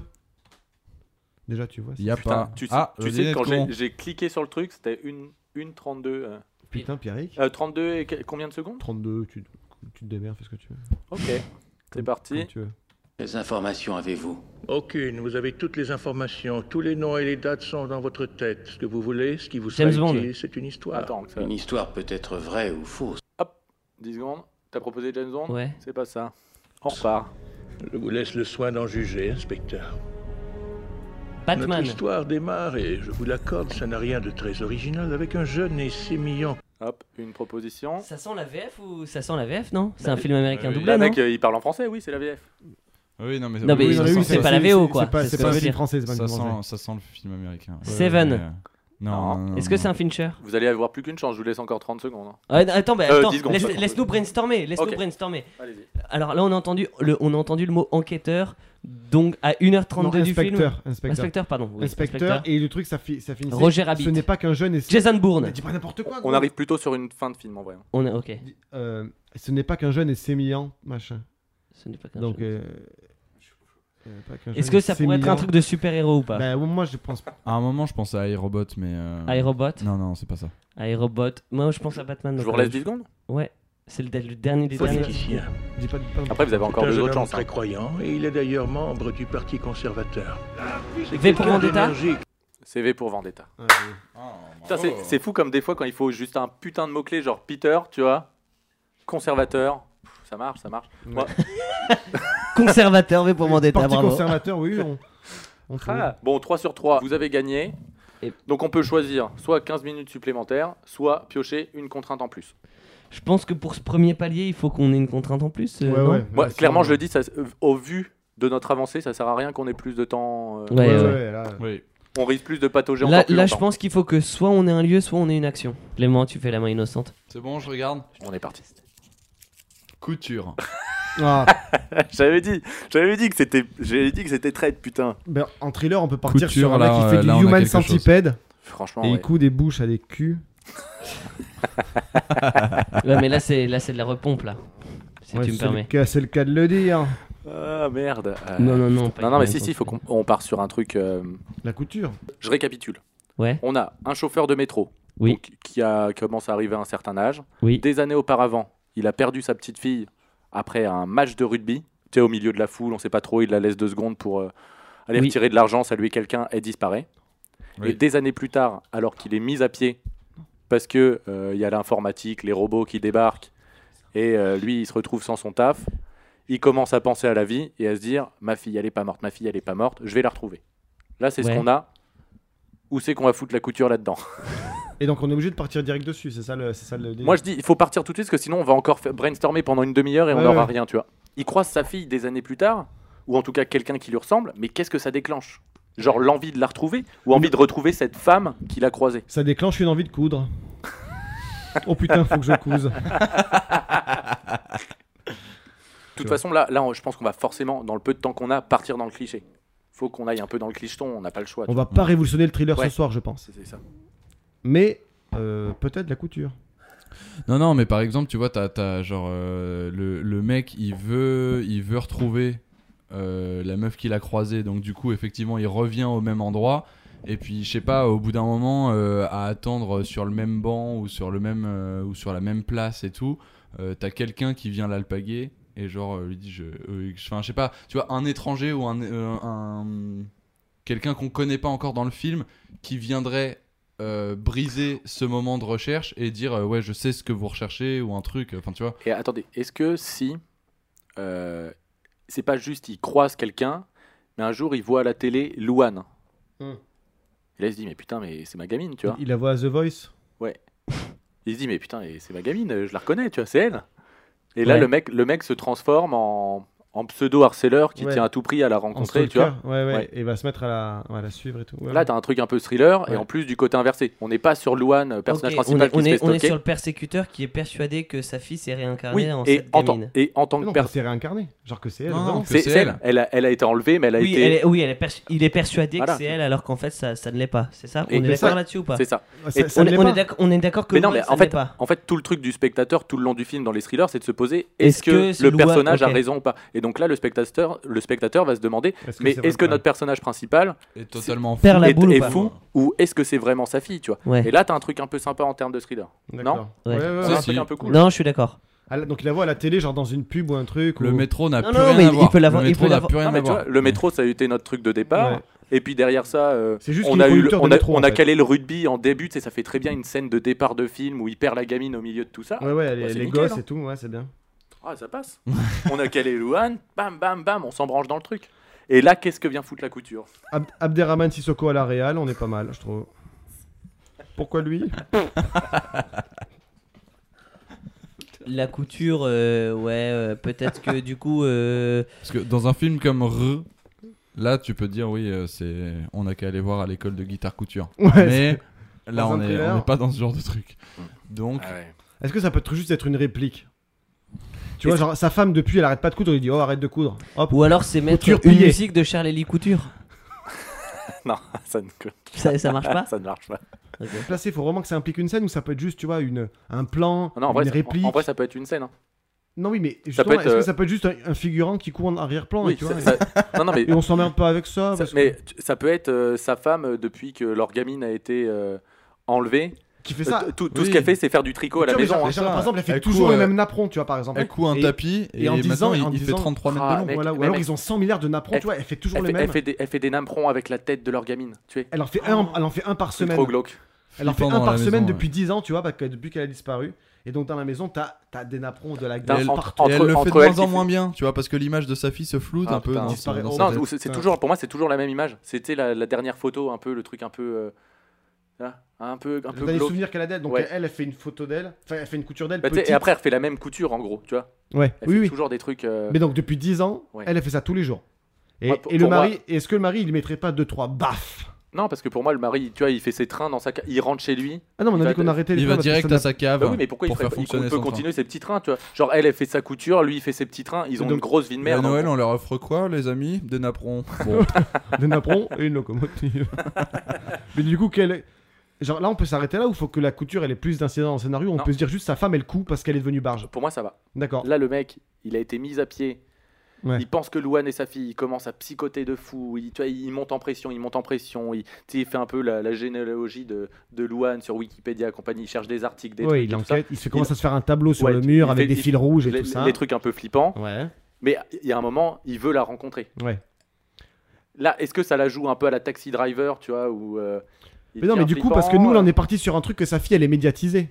Déjà, tu vois. c'est- Y a Putain, pas. tu sais, ah, tu le sais dîner de quand con. j'ai- j'ai cliqué sur le truc, c'était une, une 32. euh, Putain, Pierrick. euh, 32 et que- combien de secondes 32, tu, tu te démerdes, fais ce que tu veux. Ok, c'est parti. Comme tu veux. Quelles informations avez-vous Aucune. Vous avez toutes les informations. Tous les noms et les dates sont dans votre tête. Ce que vous voulez, ce qui vous sera James Bond. utile, c'est une histoire. Attends, que ça- Une histoire peut être vraie ou fausse. 10 secondes. T'as proposé James Bond Ouais. C'est pas ça. On repart. Je vous laisse le soin d'en juger, inspecteur. Batman. Notre histoire démarre, et je vous l'accorde, ça n'a rien de très original, avec un jeune et sémillant. Hop, une proposition. Ça sent la VF ou ça sent la VF non C'est un film américain oui. doublé Le non mec, euh, il parle en français, oui, c'est la VF. Oui, non, mais, Non, mais oui, non, c'est- oui, c'est ça, pas la c'est- VO, c'est quoi. pas- C'est C'est ce pas que je veux la version dire. française, ça, sent, Vincent. ça sent le film américain. Ouais, Seven. mais, euh, Non. non, non, Est-ce que non. c'est un Fincher Vous allez avoir plus qu'une chance, je vous laisse encore 30 secondes. hein. Ah, Attends, bah, Euh, attends, 10 secondes, laisse- ça compte. laisse-nous brainstormer, laisse-nous Ok. brainstormer. Allez-y. Alors là, on a entendu le, on a entendu le mot enquêteur, donc à 1h32 Non, du film. inspecteur, inspecteur. Inspecteur, pardon. oui, Inspecteur. Et le truc, ça, fi- ça finit. Roger Rabbit. Ce n'est pas qu'un jeune et. Jason Bourne. Mais Dis pas n'importe quoi. On gros. arrive plutôt sur une fin de film en vrai. hein. On a, ok. Dis- euh, ce n'est pas qu'un jeune et sémillant, machin. Ce n'est pas qu'un Donc. jeu. euh, euh, pas qu'un Est-ce jeune que et ça pourrait être un sémillant. truc de super-héros ou pas Bah, moi, je pense. À un moment, je pensais à iRobot, mais. euh, iRobot Non, non, c'est pas ça. iRobot. Moi, je pense à Batman. Je donc, vous euh, relaisse 10 secondes Ouais, c'est le, le dernier des derniers. Politicien. Dis pas, dis pas- Ah, Après, vous avez encore C'est un deux jeune autres homme chances. hein. très croyant, et il est d'ailleurs membre du Parti conservateur. C'est V pour quelqu'un Vendetta d'énergique. CV pour Vendetta. Ah, oui. Putain, c'est- Oh. c'est fou comme des fois quand il faut juste un putain de mot-clé genre Peter, tu vois, conservateur. Pff, Ça marche, ça marche. Moi- Conservateur, mais pour mon détail, Parti bravo. conservateur, oui, on. on peut- Ah. Bon, 3 sur 3, vous avez gagné. Et- Donc on peut choisir soit 15 minutes supplémentaires, soit piocher une contrainte en plus. Je pense que pour ce premier palier, il faut qu'on ait une contrainte en plus. euh, Ouais, non ouais, Moi, ouais, clairement, c'est- je le dis, ça- euh, au vu de notre avancée, ça sert à rien qu'on ait plus de temps. euh, Ouais, Ouais, ouais. ouais, là. Oui. On risque plus de patauger Là, encore plus là, je longtemps. pense qu'il faut que soit on ait un lieu, soit on ait une action. Clément, tu fais la [laughs] main innocente. C'est bon, je regarde. On est parti. [laughs] Couture. Ah, j'avais dit, j'avais dit que c'était, j'avais dit que c'était traite, putain. ben, en thriller, on peut partir Couture, sur un là, mec euh, qui fait là, on a du human quelque chose. centipede Franchement, et il Ah, ouais. coud des bouches à des culs. ouais, mais là, c'est là, c'est de la repompe là. Si Ouais, tu me c'est le permets. cas- C'est le cas de le dire. ah merde. Euh, Non, non, non. pas non, non, mais une si, si, repompe. faut qu'on on part sur un truc. euh, La couture. Je récapitule. Ouais. On a un chauffeur de métro Oui. donc, qui a commence à arriver à un certain âge. Oui. Des années auparavant, il a perdu sa petite fille après un match de rugby. Tu sais, au milieu de la foule, on sait pas trop, il la laisse deux secondes pour euh, aller Oui. retirer de l'argent, saluer quelqu'un et disparaît. Et des années plus tard, alors qu'il est mis à pied, parce que euh, il y a l'informatique, les robots qui débarquent, et euh, lui, il se retrouve sans son taf, il commence à penser à la vie et à se dire ma fille, elle est pas morte, ma fille, elle est pas morte, je vais la retrouver. Là, c'est Ouais. ce qu'on a. Où c'est qu'on va foutre la couture là-dedans Et donc on est obligé de partir direct dessus, c'est ça le, c'est ça le délire. Moi, je dis, il faut partir tout de suite, parce que sinon, on va encore fa- brainstormer pendant une demi-heure et on Ouais, n'aura ouais. rien, tu vois. Il croise sa fille des années plus tard, ou en tout cas quelqu'un qui lui ressemble, mais qu'est-ce que ça déclenche Genre l'envie de la retrouver, ou envie de retrouver cette femme qu'il a croisée. Ça déclenche une envie de coudre. oh putain, faut que je [laughs] couse. De toute façon, là, là, on- je pense qu'on va forcément, dans le peu de temps qu'on a, partir dans le cliché. Faut qu'on aille un peu dans le clicheton, on n'a pas le choix. tu On va pas révolutionner le thriller Ouais. ce soir, je pense. vois. C'est ça. Mais euh, peut-être la couture. Non, non, mais par exemple, tu vois, t'as, t'as genre euh, le, le mec, il veut, il veut retrouver euh, la meuf qu'il a croisée, donc du coup, effectivement, il revient au même endroit. Et puis, je sais pas, au bout d'un moment, euh, à attendre sur le même banc ou sur le même euh, ou sur la même place et tout, euh, t'as quelqu'un qui vient l'alpaguer et genre euh, lui dit, je, euh, je- enfin, je sais pas, tu vois, un étranger ou un, euh, un- quelqu'un qu'on connaît pas encore dans le film qui viendrait euh, briser ce moment de recherche et dire euh, ouais je sais ce que vous recherchez ou un truc enfin tu vois Et attendez, est-ce que si euh, c'est pas juste il croise quelqu'un, mais un jour il voit à la télé Louane. Hmm. Et là il se dit mais putain mais c'est ma gamine, tu vois. Il la voit à The Voice. Il se dit mais putain mais c'est ma gamine, euh, je la reconnais, tu vois, c'est elle. Et là Ouais. le mec le mec se transforme en, pseudo harceleur qui Ouais. tient à tout prix à la En rencontrer, tu vois. stalker. Ouais, ouais, Ouais. Et va se mettre à la, à la suivre et tout. Ouais, Là ouais. t'as un truc un peu thriller et Ouais. en plus du côté inversé. On n'est pas sur Louane, euh, personnage Ok, on principal est, on qui est- se fait on est stalker. sur le persécuteur qui est persuadé que sa fille s'est réincarnée Oui, en et cette en, tant, gamine. et en tant Mais que non, personne. c'est réincarné. Genre que c'est elle. Non, vraiment. que C'est c'est c'est elle. elle. Elle, a, elle a été enlevée, mais elle a Oui, été. elle est- oui, elle est persu- il est persuadé Voilà. que c'est elle alors qu'en fait ça, ça ne l'est pas. C'est ça Et On est que d'accord ça- là-dessus ou pas C'est ça. Ah, ça- Et ça on, ne est, l'est on pas. est d'accord- on est d'accord que Mais non, ouais, mais ça en ne l'est pas. En fait, tout le truc du spectateur, tout le long du film, dans les thrillers, c'est de se poser est-ce Est-ce que, que c'est le louable personnage Ok. a raison ou pas Et donc là, le spectateur, le spectateur va se demander Est-ce que mais c'est est-ce que vrai notre personnage principal et totalement fou Perd la est, boule est ou pas fou ou est-ce que c'est vraiment sa fille tu vois [laughs] Ouais. Et là, t'as un truc un peu sympa en termes de thriller. D'accord. Ouais. Ouais, ouais, T'as Si, ouais. un truc si. un peu cool. Non, je suis d'accord. Ah, là, Donc il la voit à la télé, genre dans une pub ou un truc. le ou- métro n'a Non, plus non, rien mais à il voir peut l'avoir- le il métro peut n'a l'avoir. plus rien Non, mais à tu voir vois, le métro, ça a été notre truc de départ. Ouais. Et puis derrière ça, euh, C'est juste on qu'il est a eu, le- conducteur on de a, métro, on en a fait. calé le rugby en début. tu sais, Ça fait très bien une scène de départ de film où il perd la gamine au milieu de tout ça. Ouais, ouais, les, c'est les nickel, gosses hein. et tout, ouais, c'est bien. Ah, ça passe. on a calé Luan, bam, bam, bam, on s'embranche dans le truc. Et là, qu'est-ce que vient foutre la couture Ab- Abderrahmane Sissoko à la Real, on est pas mal, je trouve. Pourquoi lui La couture, euh, ouais, euh, peut-être que du coup. euh, parce que dans un film comme R là tu peux dire oui euh, c'est on a qu'à aller voir à l'école de guitare couture [laughs] Ouais, mais là Dans un on est, thriller. on est pas dans ce genre de truc donc Ah Est-ce que ça peut être juste être une réplique Tu vois, Est-ce- genre sa femme depuis, elle arrête pas de coudre, il dit oh arrête de coudre. Hop. Ou alors c'est mettre Couture une pillée. musique de Charlie Couture. Non, [laughs] ça ne, Ça, ça marche pas [laughs] ça ne marche pas. Ok. Placé, faut vraiment que ça implique une scène ou ça peut être juste, tu vois, une un plan, Ah Non, en, une vrai, c'est- réplique. en, en vrai, ça peut être une scène. hein. Non, oui, mais justement, peut être, est-ce que euh, ça peut être juste un, un figurant qui court en arrière-plan Oui, et tu vois, ça- ça- [laughs] non, non, mais, Et on s'emmerde pas avec ça, ça, parce que- mais tu- ça peut être euh, sa femme euh, depuis que leur gamine a été euh, enlevée. qui fait Euh, ça. tout tout oui. ce qu'elle fait, c'est faire du tricot à la Tu vois, mais maison. genre- hein. genre, ça. par exemple, elle fait Elle toujours court, le même euh, napperon, tu vois, par exemple. elle coud un Et- tapis et, et en maintenant disant- il, en il fait disant- 33 mètres Ah, de long mec, Voilà, ou mais alors mec. ils ont 100 milliards de napperons, Elle- tu vois, elle fait toujours Elle le fait, même. elle fait des, elle fait des napperons avec la tête de leur gamine. Tu es Elle en fait un, en- elle en fait un par c'est semaine. trop glauque. Elle en fait Flippant un dans par la semaine maison, ouais. depuis 10 ans, tu vois, parce que depuis qu'elle a disparu. Et donc dans la maison, t'as as des napperons de la D'un- gueule elle- partout. entre- Et elle le fait entre de elle moins en qui moins bien tu vois parce que l'image de sa fille se floute Ah, un peu putain. dans, Disparaît. dans Oh, sa Non, tête. c'est- c'est Putain. toujours, pour moi, c'est toujours la même image. C'était la, la dernière photo, un peu le truc un peu, euh, là, un peu, un Le peu dernier glauque. souvenir qu'elle a d'elle, donc Ouais. elle, elle fait une photo d'elle, enfin elle fait une couture d'elle. Bah, tu sais, petite. et après, elle refait la même couture, en gros, tu vois. ouais, Elle oui, fait oui. toujours des trucs. euh, Mais donc depuis 10 ans, Ouais. elle, elle fait ça tous les jours. Et, Ouais, pour- et le pour moi- mari, est-ce que le mari, il mettrait pas 2-3 baffes Non, parce que pour moi, le mari, tu vois, il fait ses trains dans sa, ca- il rentre chez lui. Ah non, mais on Il a va dit qu'on de- arrêtait les il va femmes parce que direct ça à n'a- sa cave Bah oui, mais pourquoi il, pour ferait faire pas- il fonctionner peut son train. continuer ses petits trains, tu vois Genre, elle, elle fait sa couture, lui, il fait ses petits trains. Ils ont Donc, une grosse vie de Mais à merde. hein. Noël, on leur offre quoi, les amis Des napperons. Bon, des napperons et une locomotive. [laughs] mais du coup, quelle... genre là, on peut s'arrêter là ou faut que la couture, elle ait plus d'incidents dans le scénario On Non. peut se dire juste sa femme, elle coud parce qu'elle est devenue barge. Pour moi, ça va. D'accord. Là, le mec, il a été mis à pied. Ouais. Il pense que Louane et sa fille, il commence à psychoter de fou. Il, tu vois, il monte en pression, il monte en pression. Il, tu sais, il fait un peu la, la généalogie de, de Louane sur Wikipédia et compagnie. Il cherche des articles, des Ouais, trucs, il et tout enquête, il se commence Il- à se faire un tableau sur Ouais, le il mur fait- avec des il- fils rouges ça. et Les, tout ça. les trucs un peu flippants. Ouais. Mais il y a un moment, il veut la rencontrer. Ouais. Là, est-ce que ça la joue un peu à la taxi driver, tu vois où, euh, il Mais non, mais devient du coup, parce que flippant, nous, là, on euh, est parti sur un truc que sa fille, elle est médiatisée.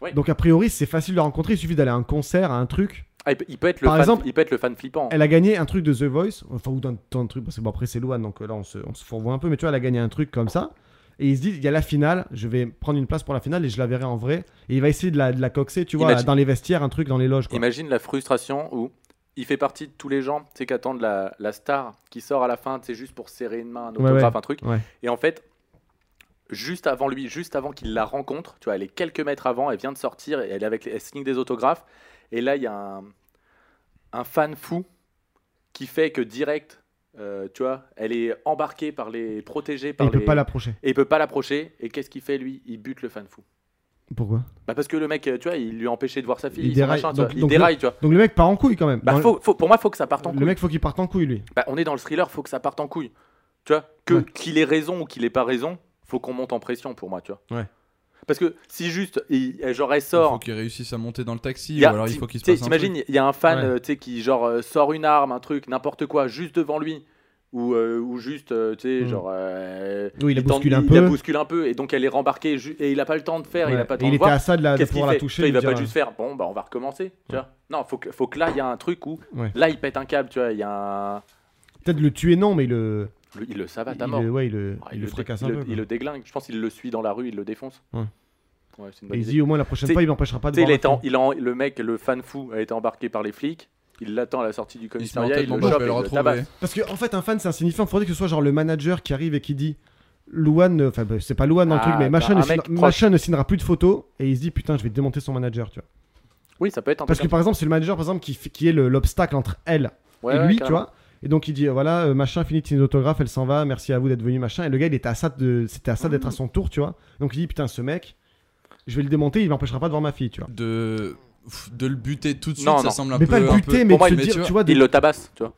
Oui. Donc, a priori, c'est facile de la rencontrer. Il suffit d'aller à un concert, à un truc. ah, il peut- il peut être le Par fan, exemple, il peut être le fan flippant. Elle a gagné un truc de The Voice, enfin, ou d'un d'un truc, parce que bon, après, c'est Loan, donc euh, là, on se, on se fourvoie un peu, mais tu vois, elle a gagné un truc comme ça. Et il se dit, il y a la finale, je vais prendre une place pour la finale et je la verrai en vrai. Et il va essayer de la, de la coxer, tu vois, Imagine- dans les vestiaires, un truc dans les loges. Quoi. Imagine la frustration où il fait partie de tous les gens, tu sais, qu'attendent la, la star qui sort à la fin, c'est juste pour serrer une main, un Ouais, autographe, un truc. Ouais. Et en fait, juste avant lui, juste avant qu'il la rencontre, tu vois, elle est quelques mètres avant, elle vient de sortir, et elle, est avec, elle signe des autographes. Et là, il y a un, un fan fou qui fait que direct, euh, tu vois, elle est embarquée par les protégés, Et par il peut les- pas l'approcher. et il peut pas l'approcher. Et qu'est-ce qu'il fait lui Il bute le fan fou. Pourquoi Bah parce que le mec, euh, tu vois, il lui a empêché de voir sa fille, Il il s'en déraille, machin, tu donc- vois, il donc le- déraille, tu vois. Donc, le mec part en couille quand même. Bah, Dans- faut, faut- pour moi, faut que ça parte en couille. Le mec, faut qu'il parte en couille, lui. Bah, on est dans le thriller, faut que ça parte en couille. Tu vois, que Ouais. qu'il ait raison ou qu'il ait pas raison, faut qu'on monte en pression pour moi, tu vois. Ouais. Parce que si juste, il, elle, genre, elle Il faut sort. qu'il réussisse à monter dans le taxi, il y a- ou alors il ti- faut qu'il se tu sais, passe un T'imagines, il y a un fan Ouais. euh, tu sais, qui genre euh, sort une arme, un truc, n'importe quoi, juste devant lui, ou, euh, ou juste, euh, tu sais, Mm. genre. euh, Oui, il la tente- bouscule un il peu. la bouscule un peu, et donc elle est rembarquée, ju- et il a pas le temps de faire, il a Ouais. pas le Et temps il de était voir. à ça de, la, Ah, de Qu'est-ce qu'il pouvoir fait la Tu toucher. vois, Il lui va dire, pas juste faire. Bon, bah on va recommencer. Tu vois non, faut que, faut que là il y a un truc où Ouais. là il pète un câble. Tu vois, il y a un- Peut-être le tuer, non, mais le. le- il le savate à il mort. le- ouais, il le, Ah, il le dé- fracasse il un le- peu. quoi. il le déglingue. Je pense qu'il le suit dans la rue, il le défonce. Ouais. Ouais, c'est une Et bonne il idée. dit au moins la prochaine T'sais- fois, il m'empêchera pas de Tu sais, il boire est un en- coup. il en- le mec, le fan fou, a été embarqué par les flics. Il l'attend à la sortie du truc. Il se met en commissariat. tête Il, dans le le je chope vais et le il le tabasse. retrouver. Parce qu'en en fait, un fan, c'est insignifiant. Faudrait que ce soit genre le manager qui arrive et qui dit Louane, euh, enfin, bah, c'est pas Louane dans le Ah, truc, mais bah, machin, un ne, mec signa- proche. machin ne signera plus de photos. Et il se dit Putain, je vais démonter son manager, tu vois. Oui, ça peut être un Parce que truc par exemple, c'est le manager, par exemple, qui, fait- qui est le- l'obstacle entre elle comme- Ouais, et ouais, lui, tu carrément. vois. Et donc il dit voilà, euh, machin, fini de signer autographe, elle s'en va, merci à vous d'être venu, machin. Et le gars, il était à ça de, c'était à ça d'être à son tour, tu vois. Donc il dit putain, ce mec, je vais le démonter, il m'empêchera pas de voir ma fille, tu vois. De... pff, de le buter tout de suite, Non, ça non. semble un mais peu. pas le un buter, peu- Pour mais de moi, se il- mais dire, tu vois, tu vois, de- Il le tabasse, tu vois.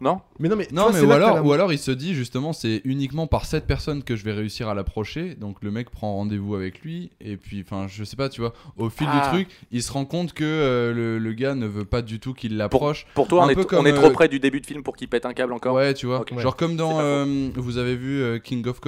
Non mais non, mais, tu Non, vois, mais c'est ou là que t'as alors, la- ou alors il se dit justement, c'est uniquement par cette personne que je vais réussir à l'approcher. Donc le mec prend rendez-vous avec lui, et puis, enfin, je sais pas, tu vois, au fil Ah. du truc, il se rend compte que euh, le, le gars ne veut pas du tout qu'il l'approche. Pour toi, Un on est, peu t- on comme, est trop euh, près du début de film pour qu'il pète un câble encore. Ouais, tu vois. Ok. Genre comme dans, pas faux. euh, vous avez vu euh, King of Comedy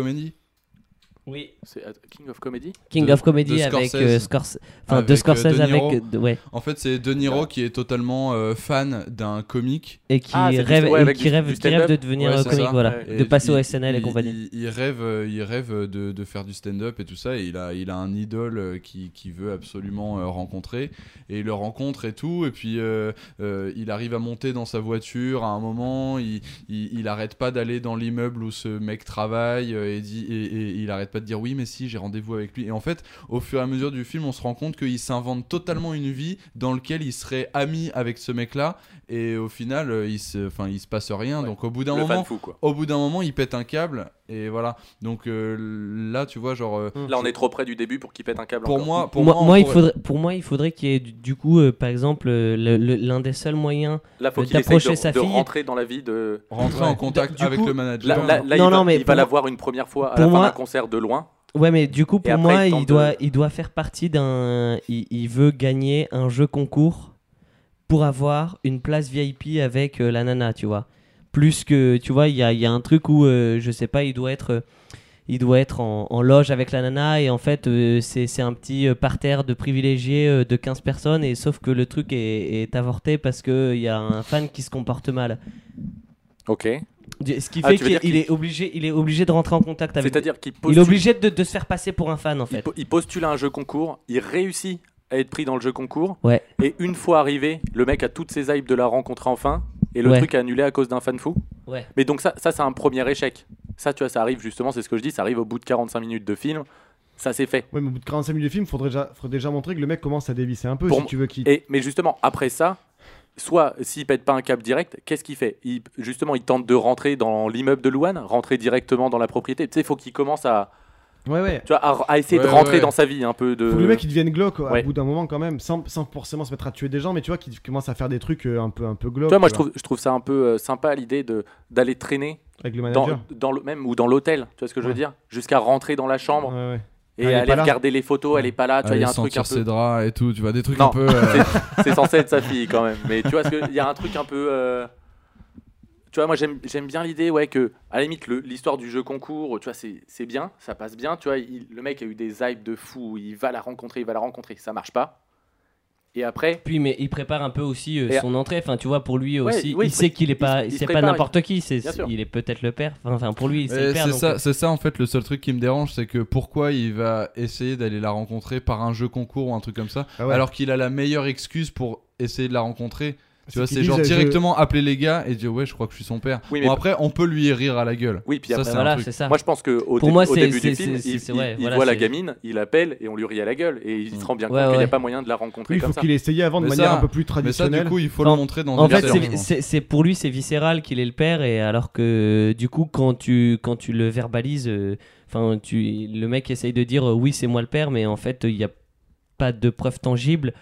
Oui. C'est euh, King of Comedy King De- of Comedy de avec Scorsese. euh, Scorsese. Enfin, Avec, de euh, Scorsese De avec. Niro. euh, de- ouais. En fait, c'est De Niro qui est totalement euh, fan d'un comique. Et qui Ah, c'est du- rêve, ouais, et avec qui du- rêve, du qui rêve stand-up. de devenir Ouais, euh, c'est comique, ça. voilà. Ouais. de passer il- au SNL et il- compagnie. Il, il rêve, euh, il rêve de, de faire du stand-up et tout ça. Et il a, il a un idole euh, qui, qui veut absolument euh, rencontrer. Et il le rencontre et tout. Et puis euh, euh, il arrive à monter dans sa voiture. À un moment, il, il, il arrête pas d'aller dans l'immeuble où ce mec travaille euh, et, dit, et, et il arrête pas de dire oui, mais si, j'ai rendez-vous avec lui. Et en fait, au fur et à mesure du film, on se rend compte qu'il s'invente totalement une vie dans laquelle il serait ami avec ce mec-là. Et au final, euh, il se, enfin, il se passe rien. Ouais. Donc au bout d'un Le moment fan fou, quoi. au bout d'un moment, il pète un câble et voilà. Donc euh, là, tu vois, genre euh, Là, on est trop près du début pour qu'il pète un câble pour encore. moi, pour Pour moi, on moi, il pourrait- faudrait, pour moi, il faudrait qu'il y ait du, du coup, euh, par exemple, euh, le- le- l'un des seuls moyens. Là, faut euh, qu'il essaye d'approcher de, sa de fille. rentrer dans la vie de. rentrer Ouais. en contact Du avec coup, le manager. Là, là- là, Non, il non, va, mais il pour va la moi- voir une première fois à pour la fin moi- d'un concert de loin. Ouais, mais du coup, pour après, moi, il il, tente de- doit, il doit faire partie d'un. Il, il veut gagner un jeu concours pour avoir une place VIP avec euh, la nana, tu vois. Plus que, tu vois, il y a, il y a un truc où, euh, je sais pas, il doit être. euh, il doit être en, en loge avec la nana et en fait euh, c'est c'est un petit euh, parterre de privilégiés euh, de 15 personnes et sauf que le truc est, est avorté parce que euh, il y a un fan qui se comporte mal. Ok. Du- Ce qui Ah, fait tu veux qu'il dire qu'il- est obligé il est obligé de rentrer en contact avec C'est-à-dire qu'il il est postule, obligé de, de se faire passer pour un fan en il fait. po- il postule à un jeu concours, il réussit à être pris dans le jeu concours. Ouais. Et une fois arrivé, le mec a toutes ses hypes de la rencontrer enfin, et le Ouais. truc est annulé à cause d'un fan fou. Ouais. Mais donc ça, ça c'est un premier échec. Ça, tu vois, ça arrive justement, c'est ce que je dis, ça arrive au bout de 45 minutes de film, ça c'est fait. Ouais, mais au bout de 45 minutes de film, faudrait déjà, faudrait déjà montrer que le mec commence à dévisser un peu Pour si moi- tu veux qu'il. Et, mais justement, après ça, soit s'il pète pas un câble direct, qu'est-ce qu'il fait il, Justement, il tente de rentrer dans l'immeuble de Louane, rentrer directement dans la propriété. Tu sais, il faut qu'il commence à, Ouais, ouais. tu vois, à, à essayer de Ouais, rentrer ouais. dans sa vie un peu. De... Faut que le mec il devienne glauque au Euh, ouais. bout d'un moment quand même, sans, sans forcément se mettre à tuer des gens, mais tu vois qu'il commence à faire des trucs euh, un peu un peu glauques. Tu vois, moi, tu je trouve, je trouve ça un peu euh, sympa l'idée de d'aller traîner avec le dans, manager. dans le même ou dans l'hôtel, tu vois ce que je veux Ouais. dire, jusqu'à rentrer dans la chambre Ouais, ouais. et Ah, elle est aller pas là. Ah, regarder les photos. Elle est pas là, tu vois, il y Aller a un truc Ah, sentir un peu. ses draps et tout, tu vois, des trucs Non. un peu. euh, C'est censé être sa fille quand même, mais tu vois, ce que- il y a un truc un peu. euh, tu vois, moi j'aime j'aime bien l'idée, ouais, que à la limite le- l'histoire du jeu concours, tu vois, c'est c'est bien, ça passe bien, tu vois, il- le mec a eu des hypes de fou, il va la rencontrer, il va la rencontrer, ça marche pas. Et après, Puis mais il prépare un peu aussi euh, Et- son entrée. Enfin, tu vois, pour lui Ouais, aussi, ouais, il il sait pré- qu'il est il pas, se- il se c'est pas prépare, n'importe qui. C'est, Bien sûr. il est peut-être le père. Enfin, Enfin, pour lui, c'est Euh, le père. C'est donc, ça, c'est ça en fait le seul truc qui me dérange, c'est que pourquoi il va essayer d'aller la rencontrer par un jeu concours ou un truc comme ça, Ah ouais. alors qu'il a la meilleure excuse pour essayer de la rencontrer. Tu vois, qu'ils c'est genre disent, je- directement appeler les gars et dire ouais, je crois que je suis son père. Oui, bon mais- après, on peut lui rire à la gueule. oui, puis Ça, après, bah c'est un voilà, truc. c'est ça. Moi, je pense que au, Pour dé- moi, au c'est- début du c'est- film, c'est- il, c'est- il- ouais, il voilà, voit la c'est- gamine, il appelle et on lui rit à la gueule. Et il Mm. se rend bien Ouais, compte qu'il n'y ouais. a pas moyen de la rencontrer Oui, il comme faut ça. qu'il essayait avant de Mais manière ça- un peu plus Mais ça, du traditionnelle. coup, il faut En- le montrer dans En une fait, sûr. version. c'est, c'est- c'est- pour lui, c'est viscéral qu'il est le père, et alors que euh, du coup, quand tu, quand tu le verbalises, euh, enfin, tu, le mec essaye de dire euh, oui, c'est moi le père, mais en fait, il n'y a pas de preuve tangible.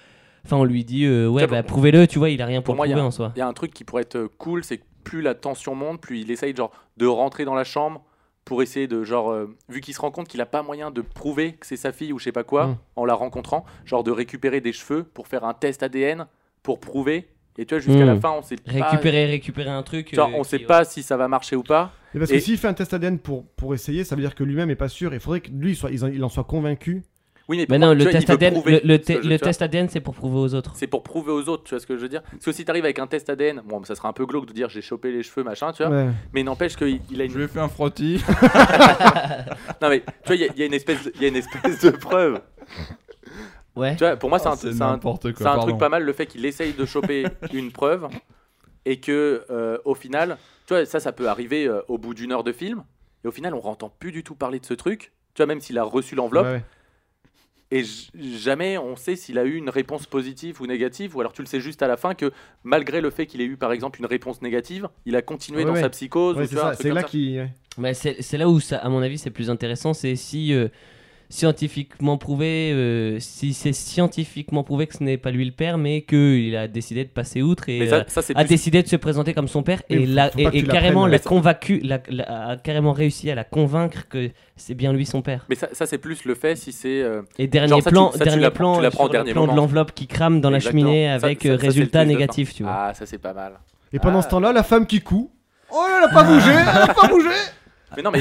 Enfin, on lui dit euh, ouais, Ça, pour- bah, prouvez-le, tu vois, il a rien pour, Pour moi, il y a prouver en soi. Il y a un truc qui pourrait être euh, cool, c'est que plus la tension monte, plus il essaye genre de rentrer dans la chambre pour essayer de genre euh, vu qu'il se rend compte qu'il a pas moyen de prouver que c'est sa fille ou je sais pas quoi Mm. en la rencontrant, genre de récupérer des cheveux pour faire un test ADN pour prouver. Et tu vois jusqu'à Mm. la fin, on sait pas. Récupérer, récupérer un truc. tu vois, euh, on sait qui- pas si ça va marcher ou pas. Et parce Et- que s'il fait un test ADN pour, pour essayer, ça veut dire que lui-même est pas sûr. Il faudrait que lui, il, soit, il en, il en soit convaincu. Oui, mais, pour Mais non, moi, le tu vois, il test, veut ADN, prouver le, le ce te- jeu, le tu vois. test ADN, c'est pour prouver aux autres. C'est pour prouver aux autres, tu vois ce que je veux dire Parce que si t'arrives avec un test ADN, bon, ça serait un peu glauque de dire j'ai chopé les cheveux, machin, tu vois. Ouais. Mais n'empêche qu'il il a une. Je lui ai fait un frottis. Non, mais tu vois, il y, a- il y a une espèce de- il y a une espèce de preuve. Ouais. Tu vois, pour moi, Ah, c'est un, Oh, c'est c'est un- n'importe quoi. c'est un pardon. truc pas mal le fait qu'il essaye de choper [laughs] une preuve et que euh, au final, tu vois, ça, ça peut arriver euh, au bout d'une heure de film. Et au final, on n'entend plus du tout parler de ce truc. Tu vois, même s'il a reçu l'enveloppe, Ouais, ouais. et j- jamais on sait s'il a eu une réponse positive ou négative, ou alors tu le sais juste à la fin que malgré le fait qu'il ait eu par exemple une réponse négative, il a continué Ouais, dans ouais. sa psychose. Ouais, ou tu c'est vois, un ça. truc C'est comme là ça. qui. ouais. Mais c'est c'est là où, ça, à mon avis, c'est plus intéressant. C'est si euh, scientifiquement prouvé, euh, si c'est scientifiquement prouvé que ce n'est pas lui le père, mais qu'il a décidé de passer outre et Mais euh, ça, ça, c'est a plus- décidé de se présenter comme son père Mais et, faut- l'a- faut et, pas que et tu carrément l'apprennes, l'a ouais. convaincu, l'a- l'a- a carrément réussi à la convaincre que c'est bien lui son père. mais ça, ça, c'est plus le fait si c'est. euh, Et dernier Genre, ça, tu- plan, ça, tu dernier l'apprends- plan, tu l'apprends au sur le dernier plan de moment. l'enveloppe qui crame dans Exactement. la cheminée Ça- avec ça- euh, ça, c'est résultat le plus de négatif, tu vois. Ah, ça c'est pas mal. Et pendant Ah. ce temps-là, la femme qui coud. Oh là, elle a pas bougé, elle a pas bougé. Mais non, mais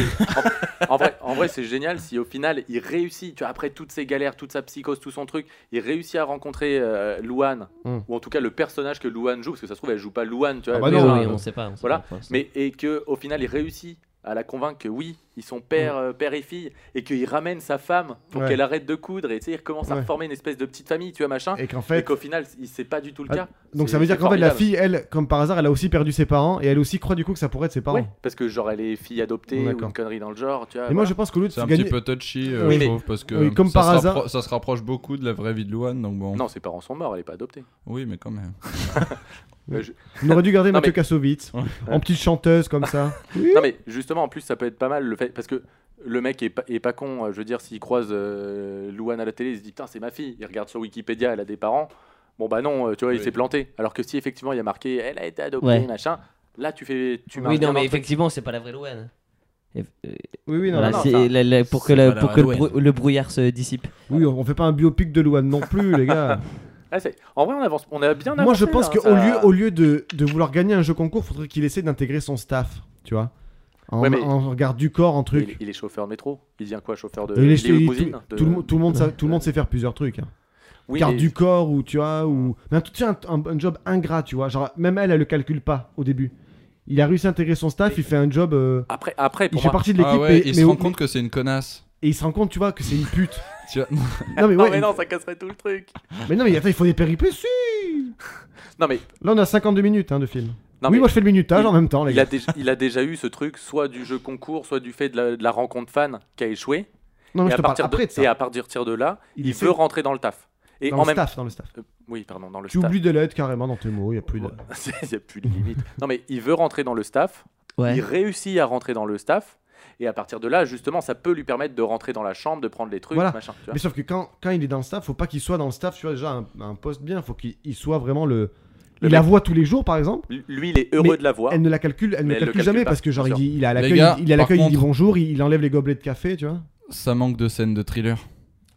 en, en vrai, en vrai, c'est génial si au final il réussit, tu vois, après toutes ses galères, toute sa psychose, tout son truc, il réussit à rencontrer euh, Louane, Mm. ou en tout cas le personnage que Louane joue, parce que ça se trouve, elle joue pas Louane, tu vois. Ah bah mais, Oui, non, euh, oui, euh, on sait pas. on sait voilà. pas pour l'instant. mais et que au final il réussit à la convaincre que oui, ils sont père, euh, père et fille, et qu'il ramène sa femme pour Hmm. Ouais. qu'elle arrête de coudre, et tu sais, il recommence à Ouais. reformer une espèce de petite famille, tu vois, [laughs] machin. Et qu'en Et fait. qu'au final, il- c'est pas du tout le Ah, cas. Donc C'est- ça veut dire c'est qu'en fait, la formidable. fille, elle, comme par hasard, elle a aussi perdu ses parents. Et elle aussi croit du coup que ça pourrait être ses parents. Ouais, parce que genre elle est fille adoptée ou D'accord. une connerie dans le genre, tu vois. Et moi, voilà. je pense que l'autre, C'est tu un gagnes. petit peu touchy, euh, Oui, je mais- trouve, parce que oui, comme ça, par se hasard- rappro- ça se rapproche beaucoup de la vraie vie de Louane, donc bon. Non, ses parents sont morts, elle est pas adoptée. Oui, mais quand même. On aurait dû garder Non, Mathieu mais- Kassovitz Ouais. en petite chanteuse comme [laughs] ça. Non mais justement en plus ça peut être pas mal le fait parce que le mec est pas, est pas con, euh, je veux dire s'il croise euh, Louane à la télé, il se dit putain c'est ma fille, il regarde sur Wikipédia, elle a des parents. Bon bah non, euh, tu vois, il Oui. s'est planté. Alors que si effectivement il y a marqué elle a été adoptée Ouais. machin, là tu fais tu marques Oui, bien non, mais dans le truc. effectivement, c'est pas la vraie Louane. Et- euh, Oui, oui, non, voilà, non, non. c'est ça- la- la- pour que, c'est la- pas la pour que vraie le, Louane. brou- le brouillard se dissipe. Oui, on on fait pas un biopic de Louane non plus, les gars. Ah, c'est- en vrai on avance, on a bien avancé. Moi, je pense là, qu'au ça- lieu, au lieu de, de vouloir gagner un jeu concours, faudrait qu'il essaie d'intégrer son staff, tu vois. En, Ouais, mais- en regard du corps, en Mais truc. il, il est chauffeur de métro, il devient quoi chauffeur de Et les- tout, limousine de- tout le, monde- tout le monde, sa- tout le monde sait faire plusieurs trucs. hein. Oui, Garde mais- du corps ou tu vois ou mais un, tu sais, un, un- un job ingrat, tu vois. Genre même elle, elle le calcule pas au début. Il a réussi à intégrer son staff, il fait un job. euh, Après après il pour fait moi partie de l'équipe, ah ouais, mais, il mais- se rend compte que c'est une connasse. et il se rend compte, tu vois, que c'est une [laughs] pute. Tu vois, [laughs] non mais Non ouais. mais non, ça casserait tout le truc. mais non, mais attends, il faut des péripéties. Non mais Là, on a 52 minutes hein, de film. non oui, mais- moi je fais le minutage il- en même temps, les Il a, gars. déjà, il a déjà eu ce truc, soit du jeu concours, soit du fait de la, de la rencontre fan qui a échoué. Non, mais et, je à te parle partir après de de, et ça. à partir de là, il, Il essaie- veut rentrer dans le taf. Et Dans en le même Euh, staff, dans le staff. Oui, pardon, dans le Tu staff. oublies des lettres carrément dans tes mots, il n'y a plus de. [laughs] Il n'y a plus de limite. Non, mais il veut rentrer dans le staff. Ouais. Il réussit à rentrer dans le staff. Et à partir de là, justement, ça peut lui permettre de rentrer dans la chambre, de prendre les trucs, Voilà. machin. tu vois. Mais sauf que quand, quand il est dans le staff, faut pas qu'il soit dans le staff, tu vois, déjà un, un poste bien, faut qu'il il soit vraiment le. Le il la mec. voit tous les jours, par exemple. Lui- Lui, il est heureux Mais de la voir. Elle ne la calcule, elle ne Mais le elle le calcule, calcule jamais pas, parce que genre bien il, il est à l'accueil, Les gars, il, il est à par l'accueil, il dit contre- bonjour, il, il enlève les gobelets de café, tu vois. ça manque de scènes de thriller.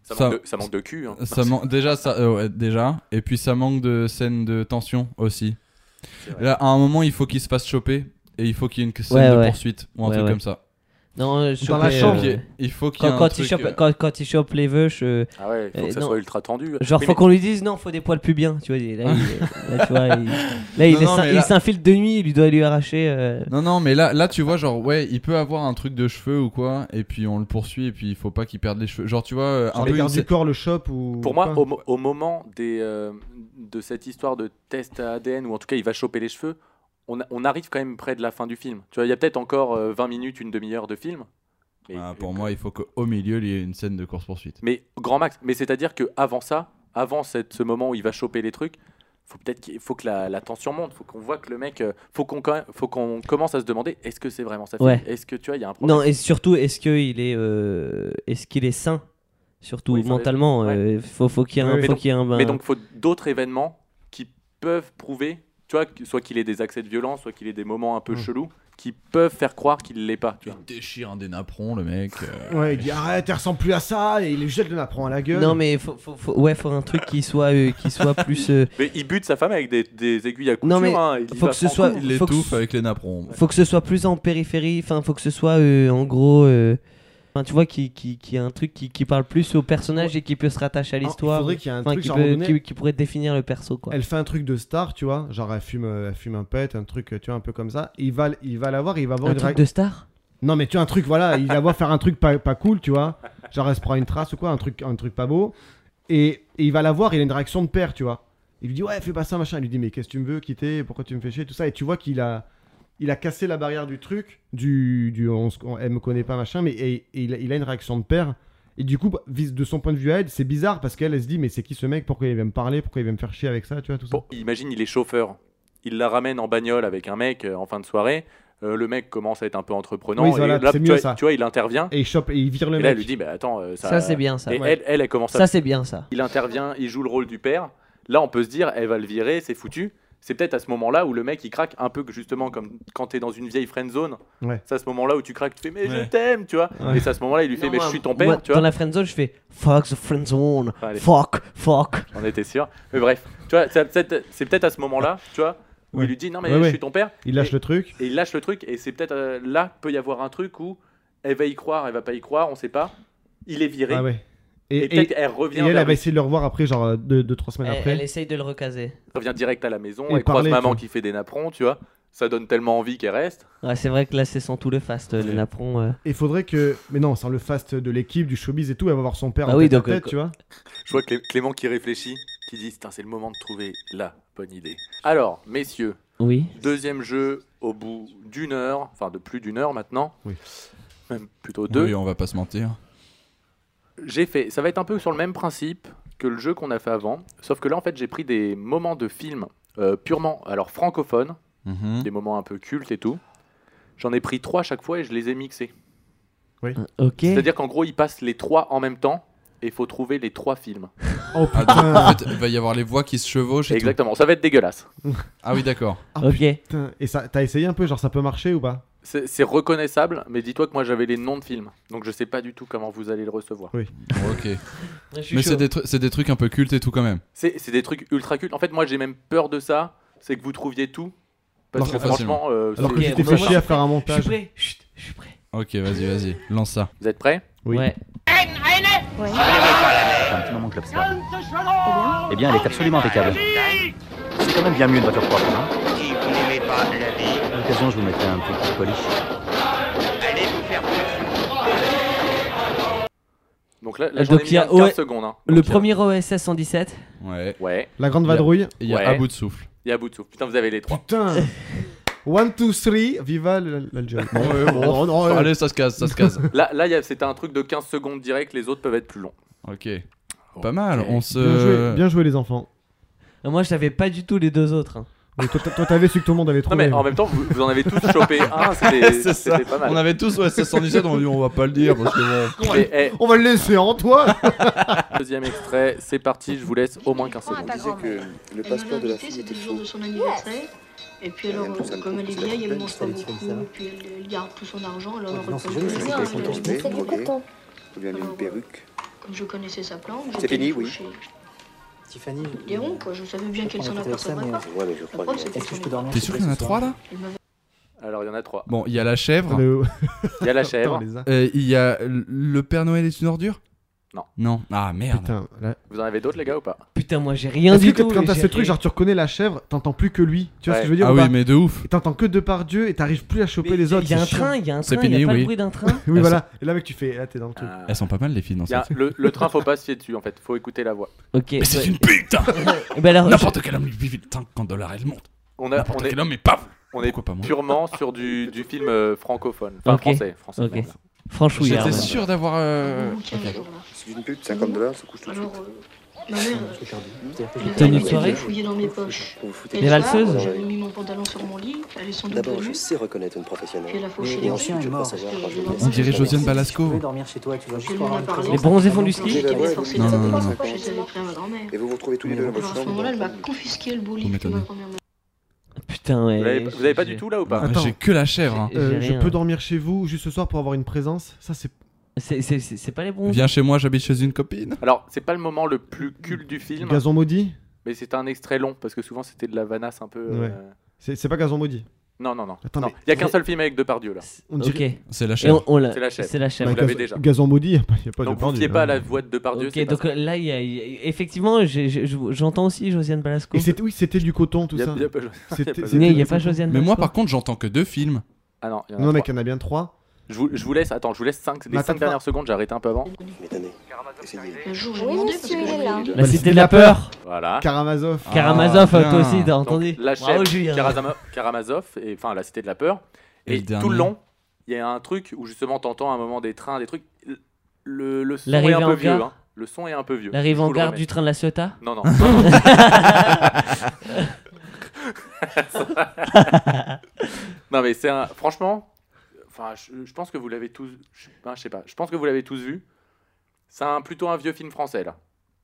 ça, ça- manque de, ça manque de cul. hein. Ça man- déjà, ça, euh, ouais, déjà. Et puis ça manque de scènes de tension aussi. C'est vrai. Là, à un moment, il faut qu'il se fasse choper. et il faut qu'il y ait une scène Ouais, de ouais. poursuite ou un Ouais, truc ouais. comme ça. Non, je Dans la Il chopais, faut chambre. qu'il y euh, ait- Il faut qu'il y ait Quand, un quand il truc, chope, euh, quand, quand il chope les vœux, je- Ah ouais, il faut Euh, que ça non. soit ultra tendu. genre Oui, faut mais- qu'on lui dise non, faut des poils plus bien, tu vois. il- Là, il, là, tu vois, il, là, il Non, est non, sin- mais il là- s'infiltre de nuit, il lui doit lui arracher. euh, Non, non, mais là, là, tu vois, genre, ouais, il peut avoir un truc de cheveux ou quoi, et puis on le poursuit, et puis il faut pas qu'il perde les cheveux. Genre, tu vois, euh, un Genre peu. les gardes une- du corps, le shop ou. Pour moi, pas. au, mo- au moment des, euh, de cette histoire de test ADN, ou en tout cas il va choper les cheveux, on, a- on arrive quand même près de la fin du film. Tu vois, il y a peut-être encore euh, 20 minutes, une demi-heure de film. Mais, euh, Ah, pour moi, il faut qu'au milieu, il y ait une scène de course-poursuite. mais grand max. Mais c'est-à-dire qu'avant ça, avant cette- ce moment où il va choper les trucs, faut peut-être qu'il faut que la, la tension monte, faut qu'on voit que le mec, euh, faut qu'on quand même- faut qu'on commence à se demander, est-ce que c'est vraiment sa fille Ouais. Est-ce que tu vois, il y a un problème Non, et surtout, est-ce qu'il est, euh, est-ce qu'il est sain, surtout Oui, ça va être- mentalement. ouais. euh, faut faut qu'il y ait un, Oui, mais faut donc- qu'il y ait un. ben, Mais donc, faut d'autres événements qui peuvent prouver, tu vois, que- soit qu'il ait des accès de violence, soit qu'il ait des moments un peu Mm. chelous, qui peuvent faire croire qu'il l'est pas. Tu Il vois. déchire un des napperons, le mec. euh, Ouais, il dit arrête, elle ressemble plus à ça, et il lui jette le napperon à la gueule. Non, mais faut, faut, faut- ouais, faut un truc qui soit, euh, [laughs] qui soit plus. euh, Mais il bute sa femme avec des, des aiguilles à couture. mais hein, il y faut va que ce franco. soit- Il Faut que l'étouffe ce- avec les napperons. faut que ce soit plus en périphérie. Enfin, faut que ce soit euh, en gros. euh, Enfin, tu vois, qui, qui, qui a un truc qui, qui parle plus au personnage et qui peut se rattacher à Alors, l'histoire. Ah, Il faudrait qu'il y ait un Enfin, truc, qui, genre, à un peut- moment donné, qui, qui pourrait définir le perso, quoi. Elle fait un truc de star, tu vois. Genre, elle fume, euh, elle fume un pet, un truc, euh, tu vois, un peu comme ça. Il va, il va la voir, il va avoir Un une truc réac- de star Non, mais tu vois, un truc, voilà, il va voir faire un truc pas, pas cool, tu vois. Genre, elle se prend une trace ou quoi, un truc, un truc pas beau. Et, et il va la voir, il a une réaction de père, tu vois. Il lui dit, ouais, fais pas ça, machin. Il lui dit, mais qu'est-ce que tu me veux quitter Pourquoi tu me fais chier Tout ça. Et tu vois qu'il a. Il a cassé la barrière du truc, du, du on, se- on- elle me connaît pas machin, mais et- et il, a, il a une réaction de père. Et du coup, bah, vis- de son point de vue à elle, c'est bizarre parce qu'elle, elle se dit, mais c'est qui ce mec Pourquoi il vient me parler Pourquoi il vient me faire chier avec ça Tu vois, tout ça. Bon, imagine, il est chauffeur. Il la ramène en bagnole avec un mec euh, en fin de soirée. Euh, le mec commence à être un peu entreprenant. Oui, et voilà, là, c'est tu, mieux, vois, ça. tu vois, il intervient. Et il chope, et il vire Et le mec. là, elle lui dit bah, Attends, euh, ça. Ça, c'est bien, ça. Et Ouais. elle, elle, elle commence à Ça, c'est bien, ça. il intervient, il joue le rôle du père. Là, on peut se dire, elle va le virer, c'est foutu. C'est peut-être à ce moment-là où le mec il craque un peu que justement comme quand t'es dans une vieille friend zone. Ouais. C'est à ce moment-là où tu craques, tu fais mais Ouais. je t'aime, tu vois. Ouais. Et c'est à ce moment-là il lui fait Non, mais je moi, suis ton moi, père, tu Dans vois. la friendzone, je fais fuck the friendzone, Enfin, allez. fuck, fuck. On était sûr. Mais bref, tu vois, c'est c'est- c'est peut-être à ce moment-là, tu vois, où Ouais. il lui dit non mais Ouais, je ouais. suis ton père Il lâche Et- le truc. et il lâche le truc et c'est peut-être euh, là peut y avoir un truc où elle va y croire, elle va pas y croire, on sait pas. Il est viré Ah ouais. et, Et, et- peut-être elle et revient, elle, vers elle va lui. essayer de le revoir après, genre euh, 2-3 semaines Eh, Elle, après. elle essaye de le recaser. Elle revient direct à la maison, Et elle croise parler, maman quoi. qui fait des napperons, tu vois. Ça donne tellement envie qu'elle reste. Ouais, c'est vrai que là, c'est sans tout le fast, euh, le napron. euh. Il faudrait que. Mais non, sans le fast de l'équipe, du showbiz et tout, elle va voir son père Ah en oui, tête à donc, euh, tête, quoi. tu vois. Je vois Clé- Clément qui réfléchit, qui dit Putain, c'est le moment de trouver la bonne idée. Alors, messieurs, Oui. deuxième jeu au bout d'une heure, enfin de plus d'une heure maintenant. Oui. Même plutôt deux. Oui, on va pas se mentir. J'ai fait, ça va être un peu sur le même principe que le jeu qu'on a fait avant, sauf que là en fait j'ai pris des moments de films euh, purement alors francophones, Mhm. des moments un peu cultes et tout. J'en ai pris trois à chaque fois et je les ai mixés. Ok. C'est-à-dire qu'en gros ils passent les trois en même temps et il faut trouver les trois films. Oh Ah, donc, en fait, il va y avoir les voix qui se chevauchent. et tout. Exactement, ça va être dégueulasse. Ah oui, d'accord. Ah, Ok. putain. Et ça, t'as essayé un peu, genre ça peut marcher ou pas C'est c'est reconnaissable, mais dis-toi que moi j'avais les noms de films, donc je sais pas du tout comment vous allez le recevoir. Ok. Mais c'est des, tru- c'est des trucs un peu cultes et tout quand même. C'est c'est des trucs ultra cultes. En fait, moi j'ai même peur de ça, c'est que vous trouviez tout. Parce que Alors que franchement, euh, Alors c'est- que Ok, tu t'es on fait va- chier à faire un Je suis montage. prêt. Chut, je suis prêt. Ok, vas-y, vas-y, lance ça. vous êtes prêts Oui. Ouais. fait un petit moment que je l'observe. Eh bien, elle est absolument impeccable. C'est quand même bien mieux une voiture propre, hein À l'occasion, je vous mettrai un petit coup de polish. Donc là, là Euh, j'en ai donc, mis il y a- un 15 ouais. secondes. hein. Le Donc, il y a- premier OSS 117. Ouais. Ouais, La grande vadrouille. Il y a Ouais. à bout de souffle. il y a bout de souffle. Putain, vous avez les [laughs] trois. Putain 1, 2, 3, viva l- l'Algérie. Oh, non, euh, Allez, ça se case, ça se case. Là, là il y a- c'était un truc de 15 secondes direct, les autres peuvent être plus longs. [laughs] ok. Pas mal, on se. oh. Bien joué, bien joué les enfants. Euh, Moi, je savais pas du tout les deux autres. hein. Mais toi, toi, t'avais su que tout le monde avait Non, trouvé. mais en même temps, vous, vous en avez tous chopé un, c'était C'est ça. c'était pas mal. On avait tous ouais, 717, on a dit on va pas le dire parce que bon. Mais, eh, On va le laisser [laughs] en toi deuxième extrait, c'est parti, je vous laisse au moins 15 secondes. Le passeport de la c'était le jour de son anniversaire. Et puis alors, euh, comme elle est vieille, elle mange pas beaucoup, et puis elle, elle garde tout son argent, alors on reprend tout ça, elle reconnaît Je fais du coton. une perruque. Comme je connaissais sa plante, j'étais fini, oui. Tiffany. Léon, quoi, je savais bien qu'elle s'en apercevrait pas. Le problème, c'était euh, Est-ce que je peux qu'elle dormir T'es sûr qu'il y en a 3 là m'avait- Alors, il y en a trois. Bon, il y a la chèvre, Le- Il y a la Attends, chèvre. les a- euh, il y a le Père Noël est une ordure Non. Non. Ah merde. Putain, la- Vous en avez d'autres, les gars, ou pas Putain, moi j'ai rien Est-ce du que tout. quand t'as j'ai ce truc, rien. genre tu reconnais la chèvre, t'entends plus que lui. Tu Ouais. vois ce que je veux dire Ah ou oui, pas mais de ouf. Et T'entends que Depardieu et t'arrives plus à choper les autres. Il y a c'est un chiant. train, il y a un C'est train, il n'y fini, a Ah, pas oui. le bruit [laughs] d'un train. Oui, voilà. Et là, mec, tu fais. Là, t'es dans le truc. Euh, Elles sont pas mal les filles dans il y a cette série. le, le [laughs] train, faut pas se fier dessus en fait. Faut écouter la voix. Ok. Mais c'est [laughs] ouais. [laughs] une putain Eh ben alors, N'importe quel homme lui vit hein, 50 dollars elle monte. On, a, N'importe on est, quel homme est paf on est Pourquoi pas moi purement sur du, du film euh, francophone. Enfin, Ok. français. français Ok. merde. je- franchouillard. J'étais ouais. sûr d'avoir. euh, Ou 15 jours, là. C'est une pute, 50 dollars, ça couche tout de Alors, suite. euh, ma mère, euh, Une tenue de elle soirée avait fouillé dans mes poches. Vous vous foutez. Et Des le soir, valseuses J'avais mis mon pantalon sur mon lit, elle est sans doute D'abord, je venue. sais reconnaître une J'ai professionnelle. la fauchée Et dans ensuite, je peux savoir quand je On laisse. dirait Josiane Balasco. hein. Elle m'en a parlé. Les bronzés font du ski Elle est forcée de Non, non, me non, faire non. approcher, j'avais pris à ma grand-mère. Et vous vous retrouvez tous les deux dans votre Alors à ce chambre. moment-là, elle m'a confisqué le beau livre que m'étonnez. ma grand-mère m'a Putain, ouais. Vous avez, vous avez pas du j'ai- tout là ou pas Ah, J'ai que la chèvre. hein. j'ai- j'ai Euh, je rien. peux dormir chez vous juste ce soir pour avoir une présence. Ça, c'est. C'est- C'est c'est- c'est pas les bronzés. Viens chez moi, j'habite chez une copine. Alors, c'est pas le moment le plus culte du film, Gazon maudit mais c'était un extrait long parce que souvent c'était de la vanasse un peu. euh, C'est c'est pas Gazon maudit. Non, non, non. Attends, Non, mais- Il y a qu'un seul film avec Depardieu là. On Ok. dirait- Et C'est la on- chèvre. on l'a- C'est la chèvre. C'est la chèvre. Vous Bah, l'avez Gazon- déjà. Gazon maudit, y a pas, y a pas Donc, vous ne Depardieu, fiez pas à la hein. voix de Depardieu. c'est Ok, pas donc ça. euh, là, il y a- il y a- effectivement, j'ai- j'ai- j'entends aussi Josiane Balasco. Et c'était- oui, c'était du coton, tout Il y a- ça. il y a pas- C'était- pas- Mais c'était- il n'y a pas Josiane Mais moi, Balasco. par contre, j'entends que deux films. Ah non, il y en a Non, mec, trois. il y en a bien trois. Je vous, je vous laisse, attends, je vous laisse 5 les attends, 5 dernières secondes, j'ai arrêté un peu avant. donnée. M'étonnez. Essayez. Un jour, j'ai Oui, demandé parce monsieur, que il est j'avais là. eu La Bah, cité c'était de la la peur. Voilà. Karamazov. Karamazov, Ah, toi aussi, putain. t'as Donc, entendu la Bravo, chèvre, Julien. Karazama- Karamazov, et, enfin la cité de la peur. Et Et, le tout dernier le long, il y a un truc où justement t'entends à un moment des trains, des trucs. Le, le son L'arrivée est un en peu vieux. gare. hein. Le son est un peu vieux. L'arrivée Je en vous le gare remets. du train de la Ciotat. Non, [laughs] non. non, mais c'est un. Franchement, enfin, je, je pense que vous l'avez tous. Je, ben, je sais pas. Je pense que vous l'avez tous vu. C'est un, plutôt un vieux film français là.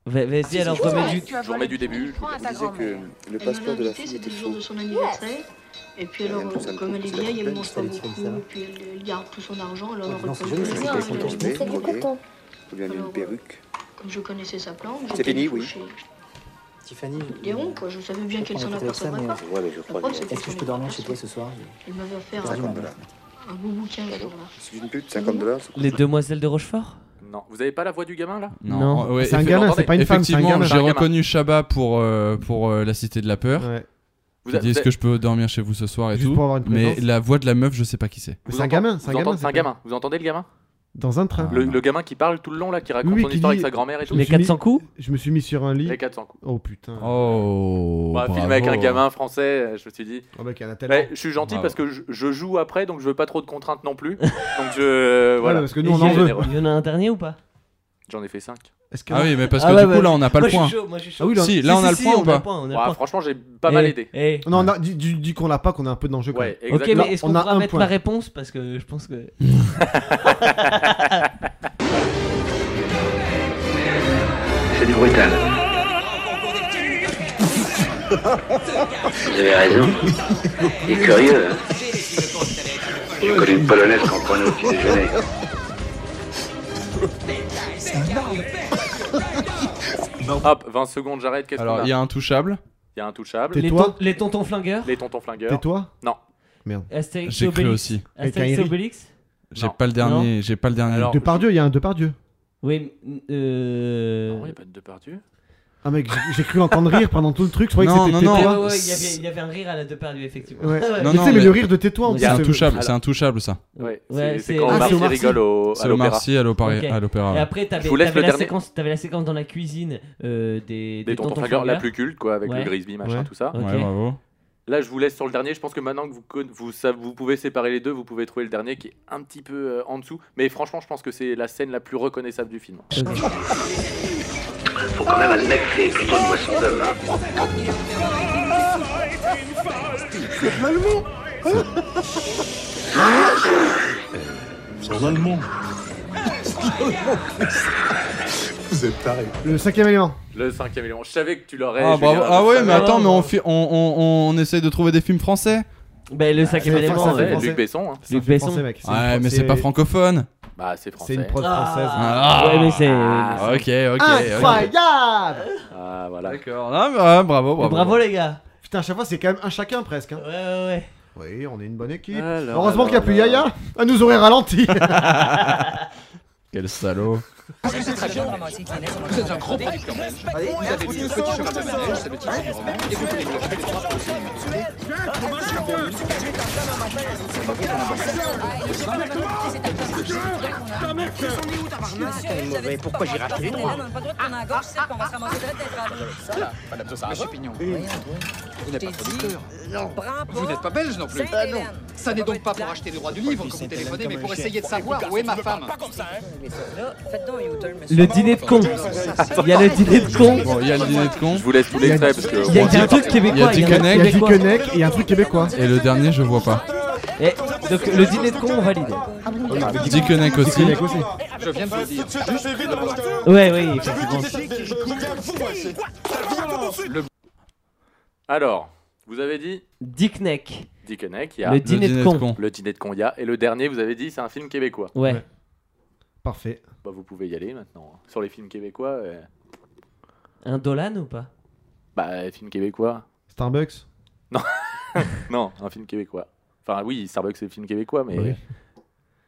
Va- Vas-y, alors remets du. Je vous remets du début. je vous- Je disais que le Elle m'avait passeport de la invitée, fille était c'était le jour faux. de son anniversaire. Et puis Elle alors, aime tout ça, euh, le comme coup, elle est c'est la vieille, elle peine, mange c'est pas la beaucoup, petite femme, ça. puis elle elle garde tout son argent, alors Non, elle non, c'est joli, reconnaît c'est rien, une elle question est tombée. trop- C'est du coton. On lui a mis une perruque. Comme je connaissais sa plante, C'est j'étais fini, oui. touchée. Tiffany, Les ronds, quoi, je savais bien qu'elle s'en apercevrait pas. Je vois, mais je crois Après, que c'était- est-ce que je peux dormir chez toi ce soir Elle m'avait offert un, 50 dollars. un beau bouquin ce jour-là. C'est une pute, 50 dollars, ça coûte Les demoiselles de Rochefort Non. Vous avez pas la voix du gamin là Non. Ouais, C'est un eff- gamin, attendez, c'est pas une femme, c'est un Effectivement, gamin. j'ai C'est un gamin. reconnu Chabat pour, euh, pour euh, La Cité de la Peur. Ouais. Vous, Ils a- vous disent a- que je peux dormir chez vous ce soir et Juste tout. pour avoir une mais présence. la voix de la meuf, je sais pas qui c'est. Mais vous C'est un entend- gamin, c'est un vous entendez- gamin. c'est un pas- gamin. Vous entendez le gamin Dans un train. Ah. le, le gamin qui parle tout le long là, qui raconte Oui, son qui histoire dit- avec sa grand-mère et tout. me Les suis mis- 400 coups Je me suis mis sur un lit. Les 400 coups. Oh putain. Oh. Bah, film bravo. avec un gamin français, euh, je me suis dit. Oh mec, il y en a tellement. Ouais, je suis gentil Bravo. parce que je, je joue après, donc je veux pas trop de contraintes non plus. donc je. Ouais, Voilà. parce que nous, on Je en suis veut. généreux. Il y en a un dernier ou pas J'en ai fait 5. Est-ce que- Ah oui, mais parce que Ah ouais, du coup, ouais. là, on n'a pas le point. chaud, moi je suis Ah oui, là, Si, là, on a le point ou pas On a le point. franchement, j'ai pas mal Eh, aidé. eh. Non, on a dit, du- dit qu'on l'a pas, qu'on a un peu d'enjeu quand même. Ouais, Ok, exactement. mais est-ce On qu'on a pourra un mettre point. ma réponse Parce que je pense que. C'est du brutal. Vous avez raison. Il est curieux, hein. J'ai connu une polonaise qu'on prenait au petit déjeuner. Hop, 20 secondes, j'arrête. Qu'est-ce qu'on Alors, a il Il y a un touchable. y a un touchable, Les, Tais-toi. ton- les tontons flingueurs les tontons flingueurs. Tais-toi. Astérix et J'ai cru Obélix. aussi. Avec un Astérix et Eric. Obélix J'ai Non. pas le dernier. J'ai pas le dernier. Alors, Depardieu, il y a un Depardieu. Oui, m- euh. Non, Oh, il y a pas de Depardieu. Ah mec, j'ai- j'ai cru entendre rire pendant tout le truc, je croyais Non, que c'était non, non. Ouais, tais-toi. ouais, ouais, il y avait- il y avait un rire à la Depardieu, effectivement. Ouais. Ouais. Non, Mais tu non, sais, mais mais- le rire de tais-toi en Il C'est y a un plus, euh, touchable. Alors- C'est un touchable, ça. Ouais, Ouais, c'est- c'est c'est- quand Ah, Omar c'est Sy Omar Sy. rigole au, à C'est Omar l'opéra. Sy à l'opéra. Ok. à l'opéra, Et ouais. après, t'avais Je vous laisse t'avais le la, dernier. séquence- t'avais la séquence dans la cuisine euh, des, Des tontons flingueurs, la plus culte, quoi, avec Ouais. le Grisby, machin, Ouais. tout ça. Ok. Ouais, bravo. Là, je vous laisse sur le dernier. Je pense que maintenant que vous, conna- vous, sa- vous pouvez séparer les deux, vous pouvez trouver le dernier qui est un petit peu euh, en dessous. Mais franchement, je pense que c'est la scène la plus reconnaissable du film. hein. Faut quand même admettre que c'est plutôt une boisson d'homme, hein. Le cinquième élément. Le cinquième élément. Je savais que tu l'aurais. Ah, Julien, bravo. je Ah ouais, savais. mais attends, mais on, bravo. fi- on, on, on essaye de trouver des films français. Bah, le cinquième c'est élément. forcément- ouais. Français, français. Luc Besson. hein. C'est un Luc film Besson. français, mec. Ouais, mais c'est pas francophone. Bah, c'est C'est français. une prod française. Ah. Ouais, mais c'est. Ah, ok, ok. ok. Incroyable Ah, voilà. D'accord. Ah, bah, bravo, bravo. Bravo les gars. Putain, à chaque fois, c'est quand même un chacun presque. hein. Ouais, ouais, ouais. Oui, on est une bonne équipe. Ah, Alors, Heureusement alors, qu'il n'y a plus alors. Yaya. Elle nous [laughs] aurait ralenti. Quel salaud. Vous êtes un gros paille quand même. Vous avez mis un petit chemin de fer, ça veut dire que vous avez mis des petits chemins de fer. Mais pourquoi j'ai racheté une Madame Sosa, Monsieur Pignon. Vous n'êtes pas producteur. Non. Vous n'êtes pas belge non plus. Ah non. Ça n'est donc pas pour acheter les droits du livre que vous téléphonez, mais pour essayer de savoir où est Euh, ma femme. Le dîner de con. Il y a le dîner de con. Bon, il y a le dîner de con. Je vous laisse tous Il y a- l'extrait parce que. il y a- on il y a un tire truc pas. québécois, Il y a du Kenneck, il y a du québécois. Kenneck et il y a un truc québécois. Et le dernier, je vois pas. donc le dîner de con, on valide. Dit Kenneck aussi. Je viens de vous le dire. Ouais, oui, effectivement. Alors, vous avez dit Dick Neck. Dick Henneck, il y a Le dîner de con. Le dîner de con, il y a. Et le dernier, vous avez dit, c'est un film québécois. Ouais. Parfait. Bah, vous pouvez y aller maintenant. hein. Sur les films québécois, euh, Un Dolan ou pas bah, film québécois. Starbucks. Non, un film québécois. Enfin, oui, Starbucks, c'est le film québécois, mais. Oui.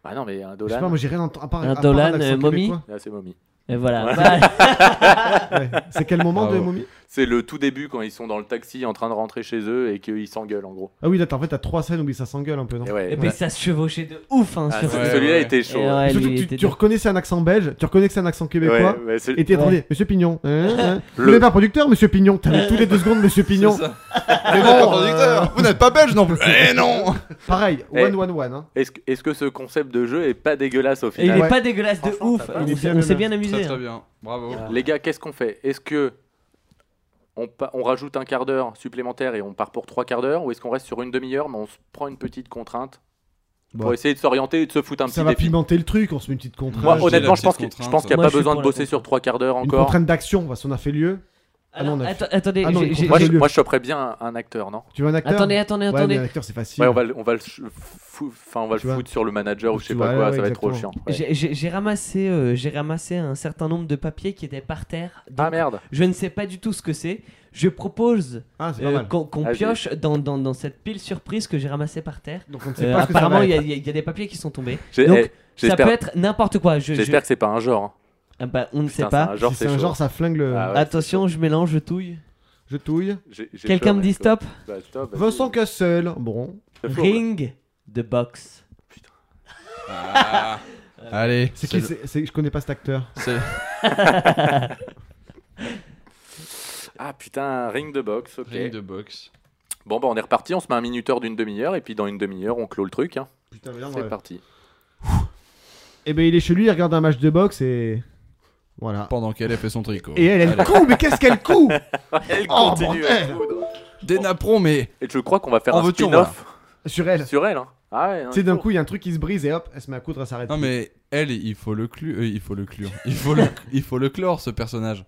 Bah, non, mais un Je sais Dolan. pas, moi j'ai rien entendu. à part- Un à part Dolan, l'accent euh, Mommy québécois. Là, c'est Mommy. Et voilà. Voilà. [laughs] Bah- Ouais. C'est quel moment de Bravo. Mommy C'est le tout début quand ils sont dans le taxi en train de rentrer chez eux et qu'ils s'engueulent en gros. Ah oui, là, t'as- en fait, t'as trois scènes où ça s'engueule un peu, non Et ouais, Et puis voilà. ça se chevauchait de ouf, hein, Ah, sur c'est- celui-là euh, ouais. était chaud. Et ouais, Surtout lui, que il tu, était tu reconnais c'est un accent belge, tu reconnais que c'est un accent québécois. Ouais, ouais, c'est- Et t'es Ouais. attendu, Monsieur Pignon. hein, [laughs] hein. Le- Vous n'êtes pas producteur, Monsieur Pignon. T'avais tous les deux secondes, [laughs] Monsieur Pignon. C'est ça. Mais Vous n'êtes pas bon, euh, producteur, Vous n'êtes pas belge non plus. Eh non pareil, Eh. one one one. hein. Est-ce que, est-ce que ce concept de jeu est pas dégueulasse au Et il final est Ouais. pas dégueulasse de Franchement, ouf. ça va. On Il est s'est- bien on s'est aimé. bien Très amusé. très hein. bien. Bravo. Les gars, qu'est-ce qu'on fait Est-ce que on, pa- on rajoute un quart d'heure supplémentaire et on part pour trois quarts d'heure Ou est-ce qu'on reste sur une demi-heure mais on se prend une petite contrainte Bon. pour essayer de s'orienter et de se foutre un Ça petit va défi pimenter le truc, on se met une petite contrainte. Moi, je dis honnêtement, la je pense qu'il petite je pense contrainte. qu'il n'y a Moi, pas je suis besoin pour de la bosser contrainte. sur trois quarts d'heure Une encore. contrainte d'action, voilà, si on a fait lieu. Ah non, Alors, on a fait- atta- attendez, Ah non, j'ai- il j'ai- faut Moi, pas je, lieu. moi, je choperais bien un, un acteur, non Tu veux un acteur attendez, attendez, Ouais, mais un attendez. acteur, c'est facile. Ouais, on va, le- on va le, ch- fou- enfin, on va le Tu vois. foutre sur le manager ou je sais Tu pas vois, quoi, ouais, ça va être trop chiant. exactement. Ouais. J'ai- J'ai j'ai ramassé, euh, j'ai ramassé un certain nombre de papiers qui étaient par terre. Ah Donc, merde je ne sais pas du tout ce que c'est. Je propose Ah, c'est euh, pas mal. qu'on qu'on Ah, j'ai- pioche dans, dans- dans cette pile surprise que j'ai ramassée par terre. Donc on ne sait Euh, pas ce que ça apparemment, va il y, a- être. il y a- il y a des papiers qui sont tombés. J'ai- Donc, eh, ça peut J'espère être n'importe quoi. Je, je- j'espère que c'est pas un genre. hein. Ah bah, on ne sait Putain, pas. C'est un genre, Si c'est c'est un chaud. genre, ça flingue le. Ah ouais, Attention, je mélange, je touille. Je touille. J'ai- j'ai Quelqu'un peur, me dit mec. stop. Bah, stop, vas-y. Vincent Cassel. Bon. C'est fou, Ring the box. Ah. Allez. C'est qui c'est- c'est- Je connais pas cet acteur. c'est- Ah putain, ring de box, ok. Ring de boxe. Bon bah on est reparti, on se met un minuteur d'une demi-heure et puis dans une demi-heure on clôt le truc. Hein. Putain, C'est parti. Et ben il est chez lui, il regarde un match de boxe et. Voilà. Pendant qu'elle a fait son tricot. Et elle, elle Allez. coud, mais qu'est-ce [laughs] qu'elle coud Elle Oh, continue à bordel coudre. Des napperons, mais. Et je crois qu'on va faire En un voiture, spin-off Sur elle. sur elle. Hein. Ah ouais, hein, Tu sais, d'un toujours. coup, il y a un truc qui se brise et hop, elle se met à coudre, elle s'arrête. Non, mais elle, il faut le clu... euh, il faut le clure. Il faut le, il faut le clore, ce personnage.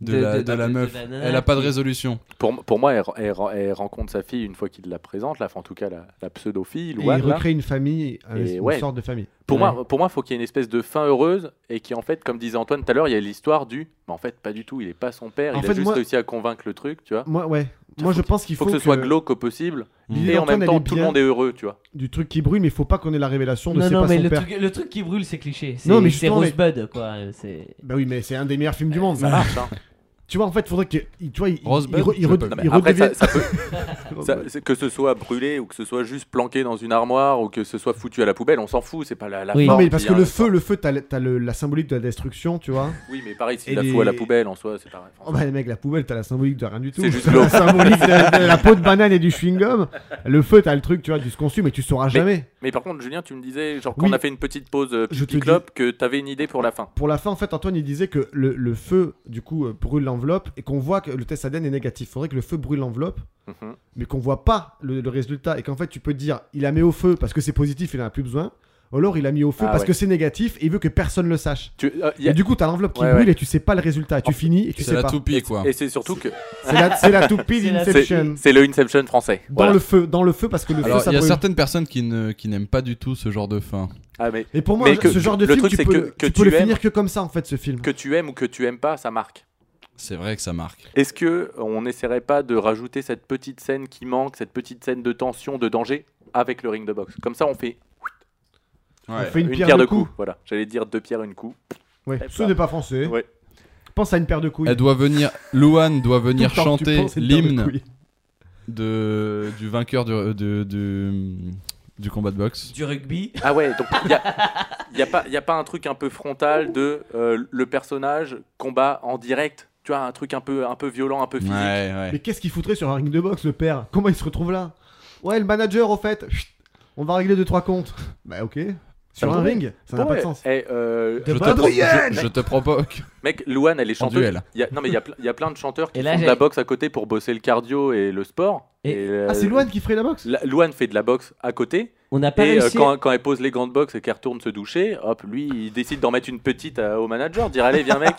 De, De- la, de- de la de- de meuf. la nana elle a pas de qui- résolution. Pour, pour moi, elle, elle- elle rencontre sa fille une fois qu'il la présente, là, enfin, en tout cas la, la pseudo-fille, Et Louane, il là. recrée une famille, euh, Et une ouais. sorte de famille. Pour moi, pour moi, faut qu'il y ait une espèce de fin heureuse et qui, en fait, comme disait Antoine tout à l'heure, il y a l'histoire du. Mais en fait, pas du tout. Il est pas son père. En il a fait, juste moi- réussi à convaitre le truc, tu vois. Moi, ouais. Moi, je pense qu'il Faut, que, ce soit glauque au possible. L'idée Et en d'Antoine, même elle temps, est tout le bien monde est heureux, tu vois. du truc qui brûle, mais il faut pas qu'on ait la révélation de Non, c'est non, pas mais son le père. truc, le truc qui brûle, c'est cliché. C'est Non, mais c'est justement, mais- Rosebud, quoi. euh, c'est- Bah oui, mais c'est un des meilleurs films du monde. Ça marche, hein. Tu vois, en fait, faudrait que. il- Tu vois, il, il, Rosebud, il re- il je re- peux Non, pas. mais il après, redevienne- ça- ça peut- [laughs] Ça, c'est- que ce soit brûlé ou que ce soit juste planqué dans une armoire ou que ce soit foutu à la poubelle, on s'en fout, c'est pas la, la Oui. Non, forme mais parce qui que a le un- feu, le feu, t'as le- t'as le- la symbolique de la destruction, tu vois. hein. Oui, mais pareil, s'il Et la les- fout à la poubelle en soi, c'est pareil. Oh bah, mec, la poubelle, t'as la symbolique de rien du tout. C'est juste [laughs] la symbolique de, de la peau de banane et du chewing-gum. Le feu, t'as le truc, tu vois, du ce qu'on suit, mais tu sauras jamais. Mais par contre, Julien, tu me disais, genre, quand Oui. on a fait une petite pause euh, Je te pipi clope, que t'avais une idée pour la fin. Pour la fin, en fait, Antoine, il disait que le, le feu, du coup, euh, brûle l'enveloppe et qu'on voit que le test ADN est négatif. Faudrait que le feu brûle l'enveloppe, Mhm. mais qu'on voit pas le, le résultat et qu'en fait, tu peux dire, il a mis au feu parce que c'est positif, il en a plus besoin. Ou alors, il a mis au feu Ah parce ouais. que c'est négatif et il veut que personne le sache. Tu- euh, y a- Et du coup, t'as l'enveloppe qui Ouais, brûle ouais. Oh, et tu sais pas le résultat. Tu finis et tu C'est sais la pas. toupie, quoi. Et c'est surtout que C'est la, c'est la toupie [laughs] C'est la- c'est d'Inception. c'est le Inception français. Dans Voilà. le feu, dans le feu parce que le Alors, feu, ça il y a brûle. certaines personnes qui ne- qui n'aiment pas du tout ce genre de fin. Ah, mais Et pour moi, Mais que- ce genre de le film, truc, tu c'est peux, que- le- que tu tu peux le aimes- finir que comme ça, en fait, ce film. que tu aimes ou que tu aimes pas, ça marque. C'est vrai que ça marque. Est-ce que on n'essaierait pas de rajouter cette petite scène qui manque, cette petite scène de tension, de danger avec le ring de boxe Comme ça, on fait, On fait une pierre de deux coups. coups. Voilà, j'allais dire deux pierres une coup. Ouais, Hop ce là. n'est pas français. Ouais. Pense à une paire de couilles. Elle doit venir, Louane doit venir Tout le temps que tu chanter penses, c'est une paire de l'hymne couilles. de, du vainqueur du, de- du- du combat de boxe. Du rugby. Ah ouais, donc il n'y a, y a pas- y a pas un truc un peu frontal de euh, le personnage combat en direct Tu vois, un truc un peu, un peu violent, un peu physique. Mais qu'est-ce qu'il foutrait sur un ring de boxe, le père Comment il se retrouve là Ouais, le manager, au fait. Chut, on va régler deux trois comptes. Bah ok. Sur Ah un bon ring, ça n'a Ouais. pas de sens. Eh, euh, De Je te pro- Badriel je- je te provoque. Mec, Louane, elle est En chanteuse. duel. Il y a- non, mais il y, a ple- il y a plein de chanteurs qui Et là, font de j'ai- la boxe à côté pour bosser le cardio et le sport. Et, Ah, c'est euh, Loane qui ferait la boxe La- Louane fait de la boxe à côté. On n'a pas et euh, réussi quand, à- quand elle pose les grandes boxes et qu'elle retourne se doucher, hop, lui, il décide d'en mettre une petite à- au manager, dire allez, viens [laughs] mec,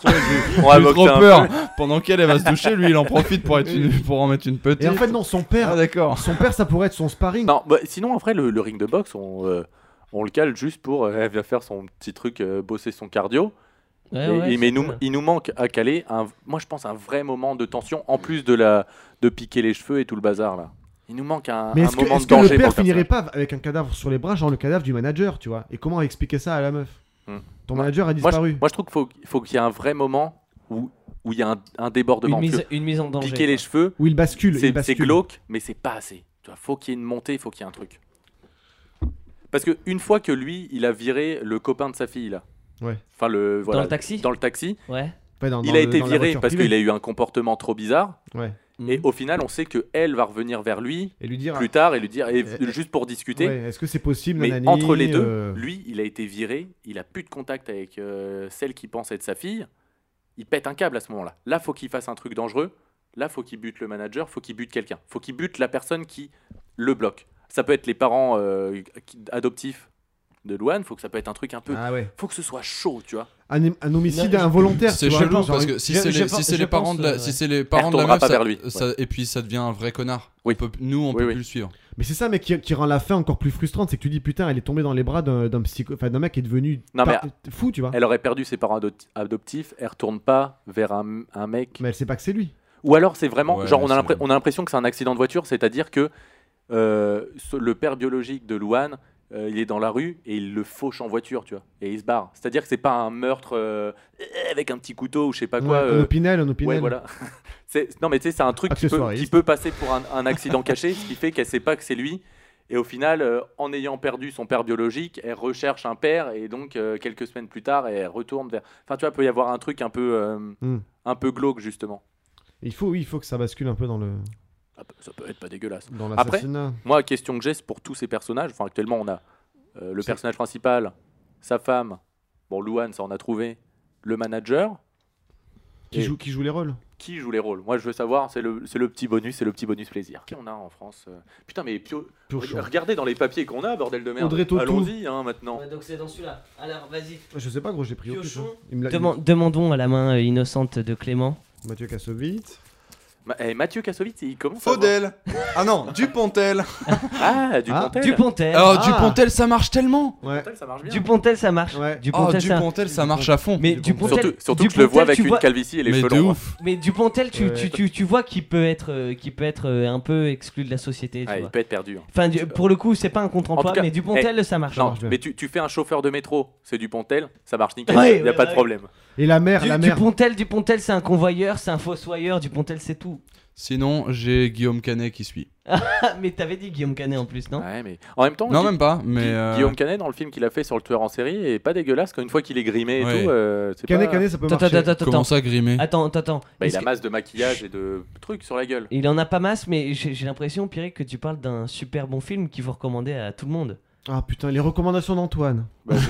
on va J'ai boxer trop un peur. peu. Pendant qu'elle elle va se doucher, lui il en profite pour, être [laughs] une- pour en mettre une petite. Et en fait, non, son père. Ah, d'accord. Son père, ça pourrait être son sparring. Non, bah, sinon, en vrai, le, le ring de boxe, on, euh, on le cale juste pour. euh, elle vient faire son petit truc, euh, bosser son cardio. Ouais, Et- ouais, et- mais c'est nous, cool. il nous manque à caler, un, moi je pense, un vrai moment de tension, en plus de, la, de piquer les cheveux et tout le bazar là. Il nous manque un, Mais un est-ce que, moment est-ce de que danger pour le père le personnage. finirait pas avec un cadavre sur les bras, genre le cadavre du manager, tu vois Et comment expliquer ça à la meuf Hmm. Ton manager a Moi je, disparu. moi, je trouve qu'il faut, faut qu'il y ait un vrai moment où où il y a un, un débordement. Une Parce mise- que une mise en danger, Piquer quoi. les cheveux. Où il bascule, C'est il c'est bascule. glauque, mais c'est pas assez. Tu vois, faut qu'il y ait une montée, il faut qu'il y ait un truc. Parce que une fois que lui, il a viré le copain de sa fille là. Ouais. Enfin le voilà, le taxi Dans le taxi. Ouais. Ouais, dans- il dans a le- été dans la viré voiture parce privée. qu'il a eu un comportement trop bizarre. Ouais. Et au final, on sait que elle va revenir vers lui, Et lui dire- plus tard et lui dire, et Euh, juste pour discuter. ouais, est-ce que c'est possible, Mais nanani, entre les deux, euh, lui, il a été viré, il a plus de contact avec euh, celle qui pense être sa fille. Il pète un câble à ce moment-là. Là, faut qu'il fasse un truc dangereux. Là, faut qu'il bute le manager, faut qu'il bute quelqu'un, faut qu'il bute la personne qui le bloque. Ça peut être les parents euh, qui- adoptifs de Luan, faut que ça peut être un truc un peu. Ah ouais. Faut que ce soit chaud, tu vois. Un, un homicide involontaire. C'est tu vois, chelou genre, parce genre, que si je- c'est je les, si pense- c'est je les parents pense, de la, euh, si c'est les parents de la retournera meuf, pas ça- vers lui, ça- et puis ça devient un vrai connard. On peut- nous, on Oui, peut oui. plus le suivre. Mais c'est ça, mec, qui, qui rend la fin encore plus frustrante. C'est que tu dis, putain, elle est tombée dans les bras d'un d'un psycho... enfin, d'un mec qui est devenu Non, par- mais- fou, tu vois. Elle aurait perdu ses parents adopti- adoptifs, elle retourne pas vers un, un mec. Mais elle sait pas que c'est lui. Ou alors c'est vraiment, Ouais, genre on a c'est- l'impre- on a l'impression que c'est un accident de voiture, c'est-à-dire que euh, ce- le père biologique de Louane, euh, il est dans la rue et il le fauche en voiture, tu vois, et il se barre. C'est-à-dire que c'est pas un meurtre euh, avec un petit couteau ou je sais pas quoi. Ouais, un euh, Opinel, un Opinel. Ouais, voilà. [laughs] C'est- non mais tu sais, c'est un truc qui peut, Accessoiriste. qui peut passer pour un, un accident caché, ce qui fait qu'elle sait pas que c'est lui. Et au final, euh, en ayant perdu son père biologique, elle recherche un père et donc euh, quelques semaines plus tard, elle retourne vers. Enfin, tu vois, peut y avoir un truc un peu, euh, Hmm. un peu glauque justement. Il faut, oui, il faut que ça bascule un peu dans le. Ah, Ça peut être pas dégueulasse. Dans Après, l'assassinat. moi, question que j'ai, c'est pour tous ces personnages. Enfin, actuellement, on a euh, le personnage principal, sa femme, bon, Louane, ça on a trouvé, le manager. Qui joue, qui joue les rôles Qui joue les rôles Moi, je veux savoir, c'est le, c'est le petit bonus, c'est le petit bonus plaisir. Qui on a en France euh Putain, mais Pio. Piochon. Regardez dans les papiers qu'on a, bordel de merde. Audrey Tautou. Allons-y, hein, maintenant. donc c'est dans celui-là. Alors vas-y. Je sais pas, gros, j'ai pris au pif, hein. Il me l'a- Deman- demandons à la main euh, innocente de Clément. Mathieu Kassovitz. Ma- eh, Mathieu Kassovitz, il commence. Faudel. [laughs] Ah non, Dupontel. Ah, Dupontel. Dupontel. Oh, Ah. Dupontel, ça marche tellement. ça marche bien. Dupontel, ça marche. Oh, Dupontel, ça marche à fond. Mais Dupontel, Surtout- surtout que je le vois avec une calvitie et les Mais cheveux de longs, ouf. Mais Dupontel, tu, Ouais. tu, tu, tu vois qu'il peut être, euh, qu'il peut être euh, un peu exclu de la société. tu Ah, il vois. peut être perdu, hein. Enfin, du- pour le coup, c'est pas un En tout contre-emploi, cas, mais Dupontel, eh, Ah, ça marche. Non, mais tu, tu fais un chauffeur de métro, c'est Dupontel, ça marche nickel, Ouais, il n'y a ouais, pas de ouais. problème. Et la mère, Du- la mère. Dupontel, Dupontel, c'est un convoyeur, c'est un fossoyeur. Dupontel, c'est tout. [laughs] Ah, Sinon, j'ai Guillaume Canet qui suit. mais t'avais dit Guillaume Canet en plus, non Ah, Ouais, mais en même temps. Non, Gui- même pas, mais, Gui- euh, Guillaume Canet, dans le film qu'il a fait sur le tueur en série, est pas dégueulasse. Quand une fois qu'il est grimé et Ouais. tout, euh, c'est Canet, pas- Canet, ça peut Attends, marcher. attends, attends, Comment attends. ça, grimé Attends, attends, attends. Bah, il Est-ce a que- masse de maquillage et de trucs sur la gueule. Il en a pas masse, mais j'ai j'ai l'impression, Pierre, que tu parles d'un super bon film qu'il faut recommander à tout le monde. Ah putain, les recommandations d'Antoine.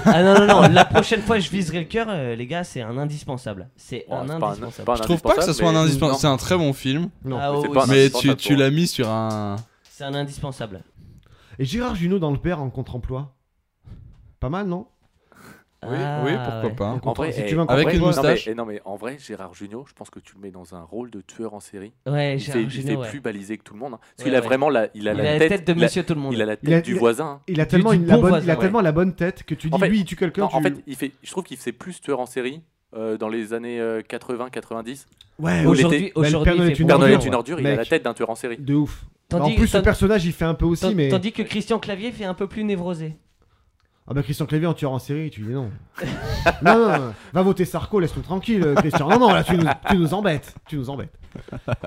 Ah non, non, non, la prochaine fois je viserai le cœur, euh, les gars, c'est un indispensable. C'est Oh, un c'est pas un- indispensable. pas un Je trouve pas que ça soit un indispensable. non. C'est un très bon film. Non. Ah, c'est oh, pas un Mais tu, indispensable tu pour- l'as mis sur un. C'est un indispensable. Et Gérard Junot dans Le Père en contre-emploi. Pas mal, non Oui, Ah, oui, pourquoi ouais. pas. En vrai, si eh, tu veux un en Avec vrai, une non, mais- moustache. eh, Non mais, en vrai, Gérard Junior, je pense que tu le mets dans un rôle de tueur en série. Ouais, il Eh, Gérard fait, il Jugnot, fait ouais. plus balisé que tout le monde. hein. Parce Ouais, qu'il a ouais. vraiment la, il a la, tête, de il a- Monsieur Tout le monde. Il a la tête Il a- du il a- voisin. hein. Il a Du- tellement, du une- la, bon bonne, il voisin, a ouais. tellement la bonne tête que tu dis En fait- lui, tu quelqu'un. Non, tu... En fait, il fait, je trouve qu'il fait plus tueur en série euh, dans les années 80-90. Ouais, Aujourd'hui, Bah, le aujourd'hui, Père Noël il est fait une Père bon Noël jour. est euh, une ordure, il a Mec. la tête d'un tueur en série. De ouf. Tandis- en plus, tandis- le personnage, il fait un peu aussi, Tan- mais. Tandis que Christian Clavier fait un peu [laughs] plus névrosé. Ah bah Christian Clavier en tueur en série, tu dis non. [laughs] non, non, non. va voter Sarko, laisse-nous tranquille, euh, Christian. Non, non, là, tu nous, tu nous embêtes. Tu nous embêtes.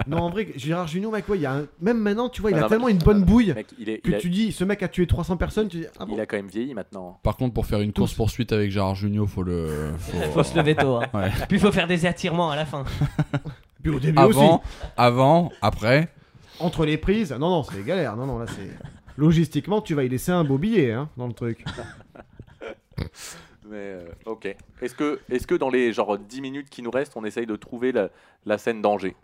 Non, en vrai, Gérard Junior, mec, ouais, il y a un- même maintenant, tu vois, il Ah a non, tellement mais- une bonne bouille Mec, il est- que il a- tu dis, ce mec a tué 300 personnes, tu dis, ah bon Il a quand même vieilli maintenant. Par contre, pour faire une course poursuite avec Gérard Junior, faut le. Faut, Faut se lever tôt. hein. Ouais. Puis faut faire des attirements à la fin. Puis au début Avant, aussi, avant, après. entre les prises, non, non, c'est galère. Non, non, là, c'est. Logistiquement, tu vas y laisser un beau billet hein, dans le truc. Mais euh, ok. Est-ce que, est que dans les genre 10 minutes qui nous restent, on essaye de trouver la, la scène danger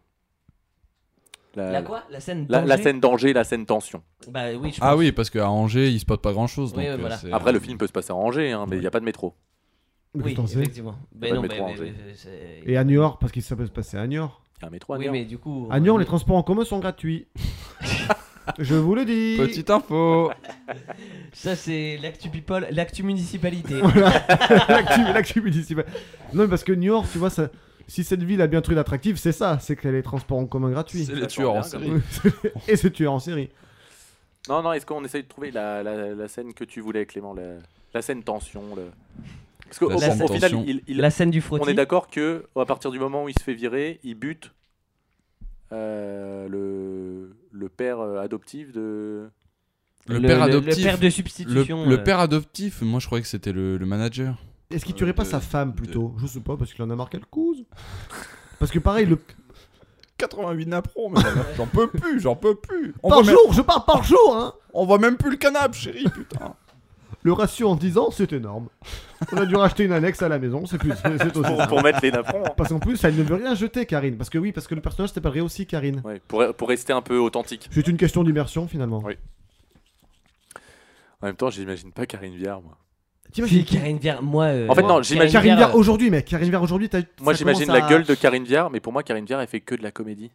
La quoi La scène Euh, la, la danger scène danger, la scène tension. Bah oui, je pense. Ah oui, parce qu'à Angers, il se passe pas euh, grand chose. Oui, oui, voilà. Après, le film peut se passer à Angers, hein, mais il n'y a pas de métro. Oui, Mais qu'est-ce que t'en sais effectivement. Il y Mais a pas non, de mais, métro à mais- Angers. mais- c'est- Et à Niort, parce que ça peut se passer à Niort. Il y a un métro à Oui, Niort. mais du coup. euh, À Niort, les transports en commun [laughs] sont gratuits. Je vous le dis. Petite info. Ça, c'est l'actu people, [laughs] l'actu municipalité. Voilà. [laughs] l'actu, l'actu municipale. Non, mais parce que New York, tu vois, ça- si cette ville a bien un truc d'attractif, c'est ça, c'est qu'elle est transports en commun gratuits. [laughs] C'est les tueurs en série. Et c'est tueur en série. Non, non, est-ce qu'on essaye de trouver la, la- la scène que tu voulais, Clément La, la scène tension le... Parce qu'au La scène au final, tension. il, il- La scène du on est frottis. d'accord que à partir du moment où il se fait virer, il bute euh, le, le père euh, adoptif de. Le, père adoptif. Le père de Le, substitution. le euh, père adoptif, moi je croyais que c'était le, le manager. Est-ce qu'il tuerait pas Euh, de- sa femme plutôt Je sais pas, parce qu'il en a marqué le cousin. Parce que pareil, le... 88 napperons, mais j'en peux plus, j'en peux plus. par jour, je pars par jour, hein on voit même plus le canapé, chérie, putain. Le ratio en 10 ans, c'est énorme. On a dû racheter une annexe à la maison, c'est plus. C'est c'est aussi Pour, ça. pour mettre les napperons. hein. Parce qu'en plus, elle ne veut rien jeter, Karine. Parce que oui, parce que le personnage s'appellerait aussi Karine. Ouais, pour, pour rester un peu authentique. C'est une question d'immersion finalement. Ouais. En même temps, j'imagine pas Karine Viard, moi. Puis T'imagines Karine Viard, moi. euh, En fait, non, Karine j'imagine- Viard, Karine Viard euh, aujourd'hui, mec. Karine Viard aujourd'hui, t'as. Moi, ça j'imagine commence la à- gueule de Karine Viard, mais pour moi, Karine Viard, elle fait que de la comédie.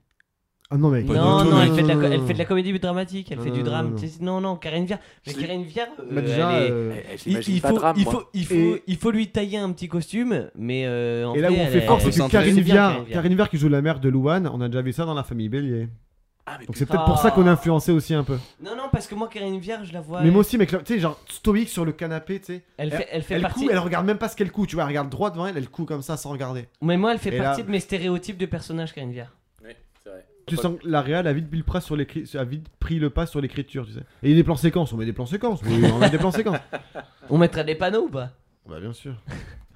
Ah non, mec. Pas du Non, non, tout, elle fait, de la, co- non, elle non, fait de la non. comédie dramatique, elle fait Non, du drame. non, non. Tu sais, Non, non, Karine Viard. Mais Je l'ai- Karine Viard. euh, Bah, déjà, elle est- euh, Eh, eh, je Il, l'imagine il pas faut, drame, il, moi. faut, il, faut, Et- il faut lui tailler un petit costume, mais euh, en Et là où vrai, on elle fait est- fort, elle c'est que est Karine bien, Viard, Karine Viard. Karine Viard qui joue la mère de Louane, on a déjà vu ça dans la famille Bélier. Ah, mais Donc putain, c'est peut-être pour ça Ah. qu'on a influencé aussi un peu. Non, non, parce que moi, Karine Viard, je la vois. Mais elle- moi aussi, mec, là, tu sais, genre stoïque sur le canapé, tu sais. elle, fait, elle fait Elle partie. coud, elle regarde même pas ce qu'elle coud, tu vois, elle regarde droit devant elle, elle coud comme ça sans regarder. Mais moi, elle fait Et là- partie de mes stéréotypes de personnages, Karine Viard. c'est vrai. Tu sens que la réal a vite pris le pas sur l'écri- a vite pris le pas sur l'écriture, tu sais. Et des plans séquences, on met des plans séquences, oui, on met des plans séquences. On mettra des panneaux ou pas Bah bien sûr.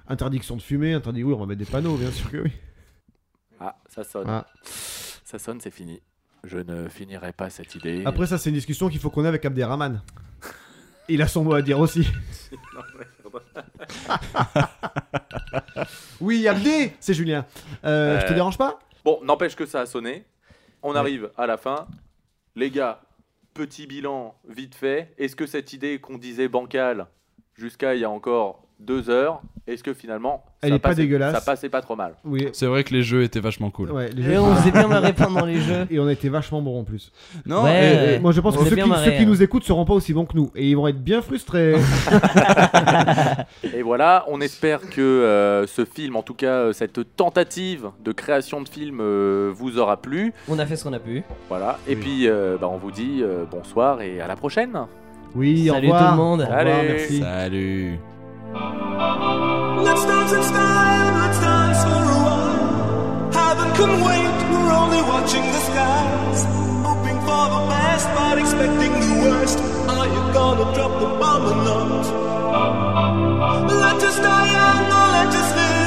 Interdiction de fumer, interdit, oui, on va mettre des panneaux, bien sûr que oui. Ah, ça sonne. Ah. Ça sonne, c'est fini. Je ne finirai pas cette idée. Après ça, c'est une discussion qu'il faut qu'on ait avec Abderrahman. Il a son mot à dire aussi. Oui, Abdé, c'est Julien. Euh, Je te Euh. dérange pas Bon, n'empêche que ça a sonné. On arrive à la fin. Les gars, petit bilan vite fait. Est-ce que cette idée qu'on disait bancale jusqu'à il y a encore deux heures, est-ce que finalement Elle ça est pas passait- dégueulasse. Ça passait pas trop mal. Oui. C'est vrai que les jeux étaient vachement cool. Ouais, les Et jeux- on faisait bien marrer pendant les jeux. Et on a été vachement bons en plus. Non, Ouais. euh, et- Et moi je pense on que s'est ceux qui, bien marré, ceux qui hein. nous écoutent seront pas aussi bons que nous. Et ils vont être [laughs] bien frustrés. Et voilà, on espère que euh, ce film, en tout cas euh, cette tentative de création de film, euh, vous aura plu. On a fait ce qu'on a pu. Voilà. Et Oui. puis, euh, bah, on vous dit euh, bonsoir et à la prochaine. oui, au Salut revoir. tout le monde. Au revoir, Allez. merci. Salut. Let's dance, let's dance, let's dance for a while. Heaven can wait, we're only watching the skies. Hoping for the best, but expecting the worst. Are you gonna drop the bomb or not? Let us die young or let us live. uh,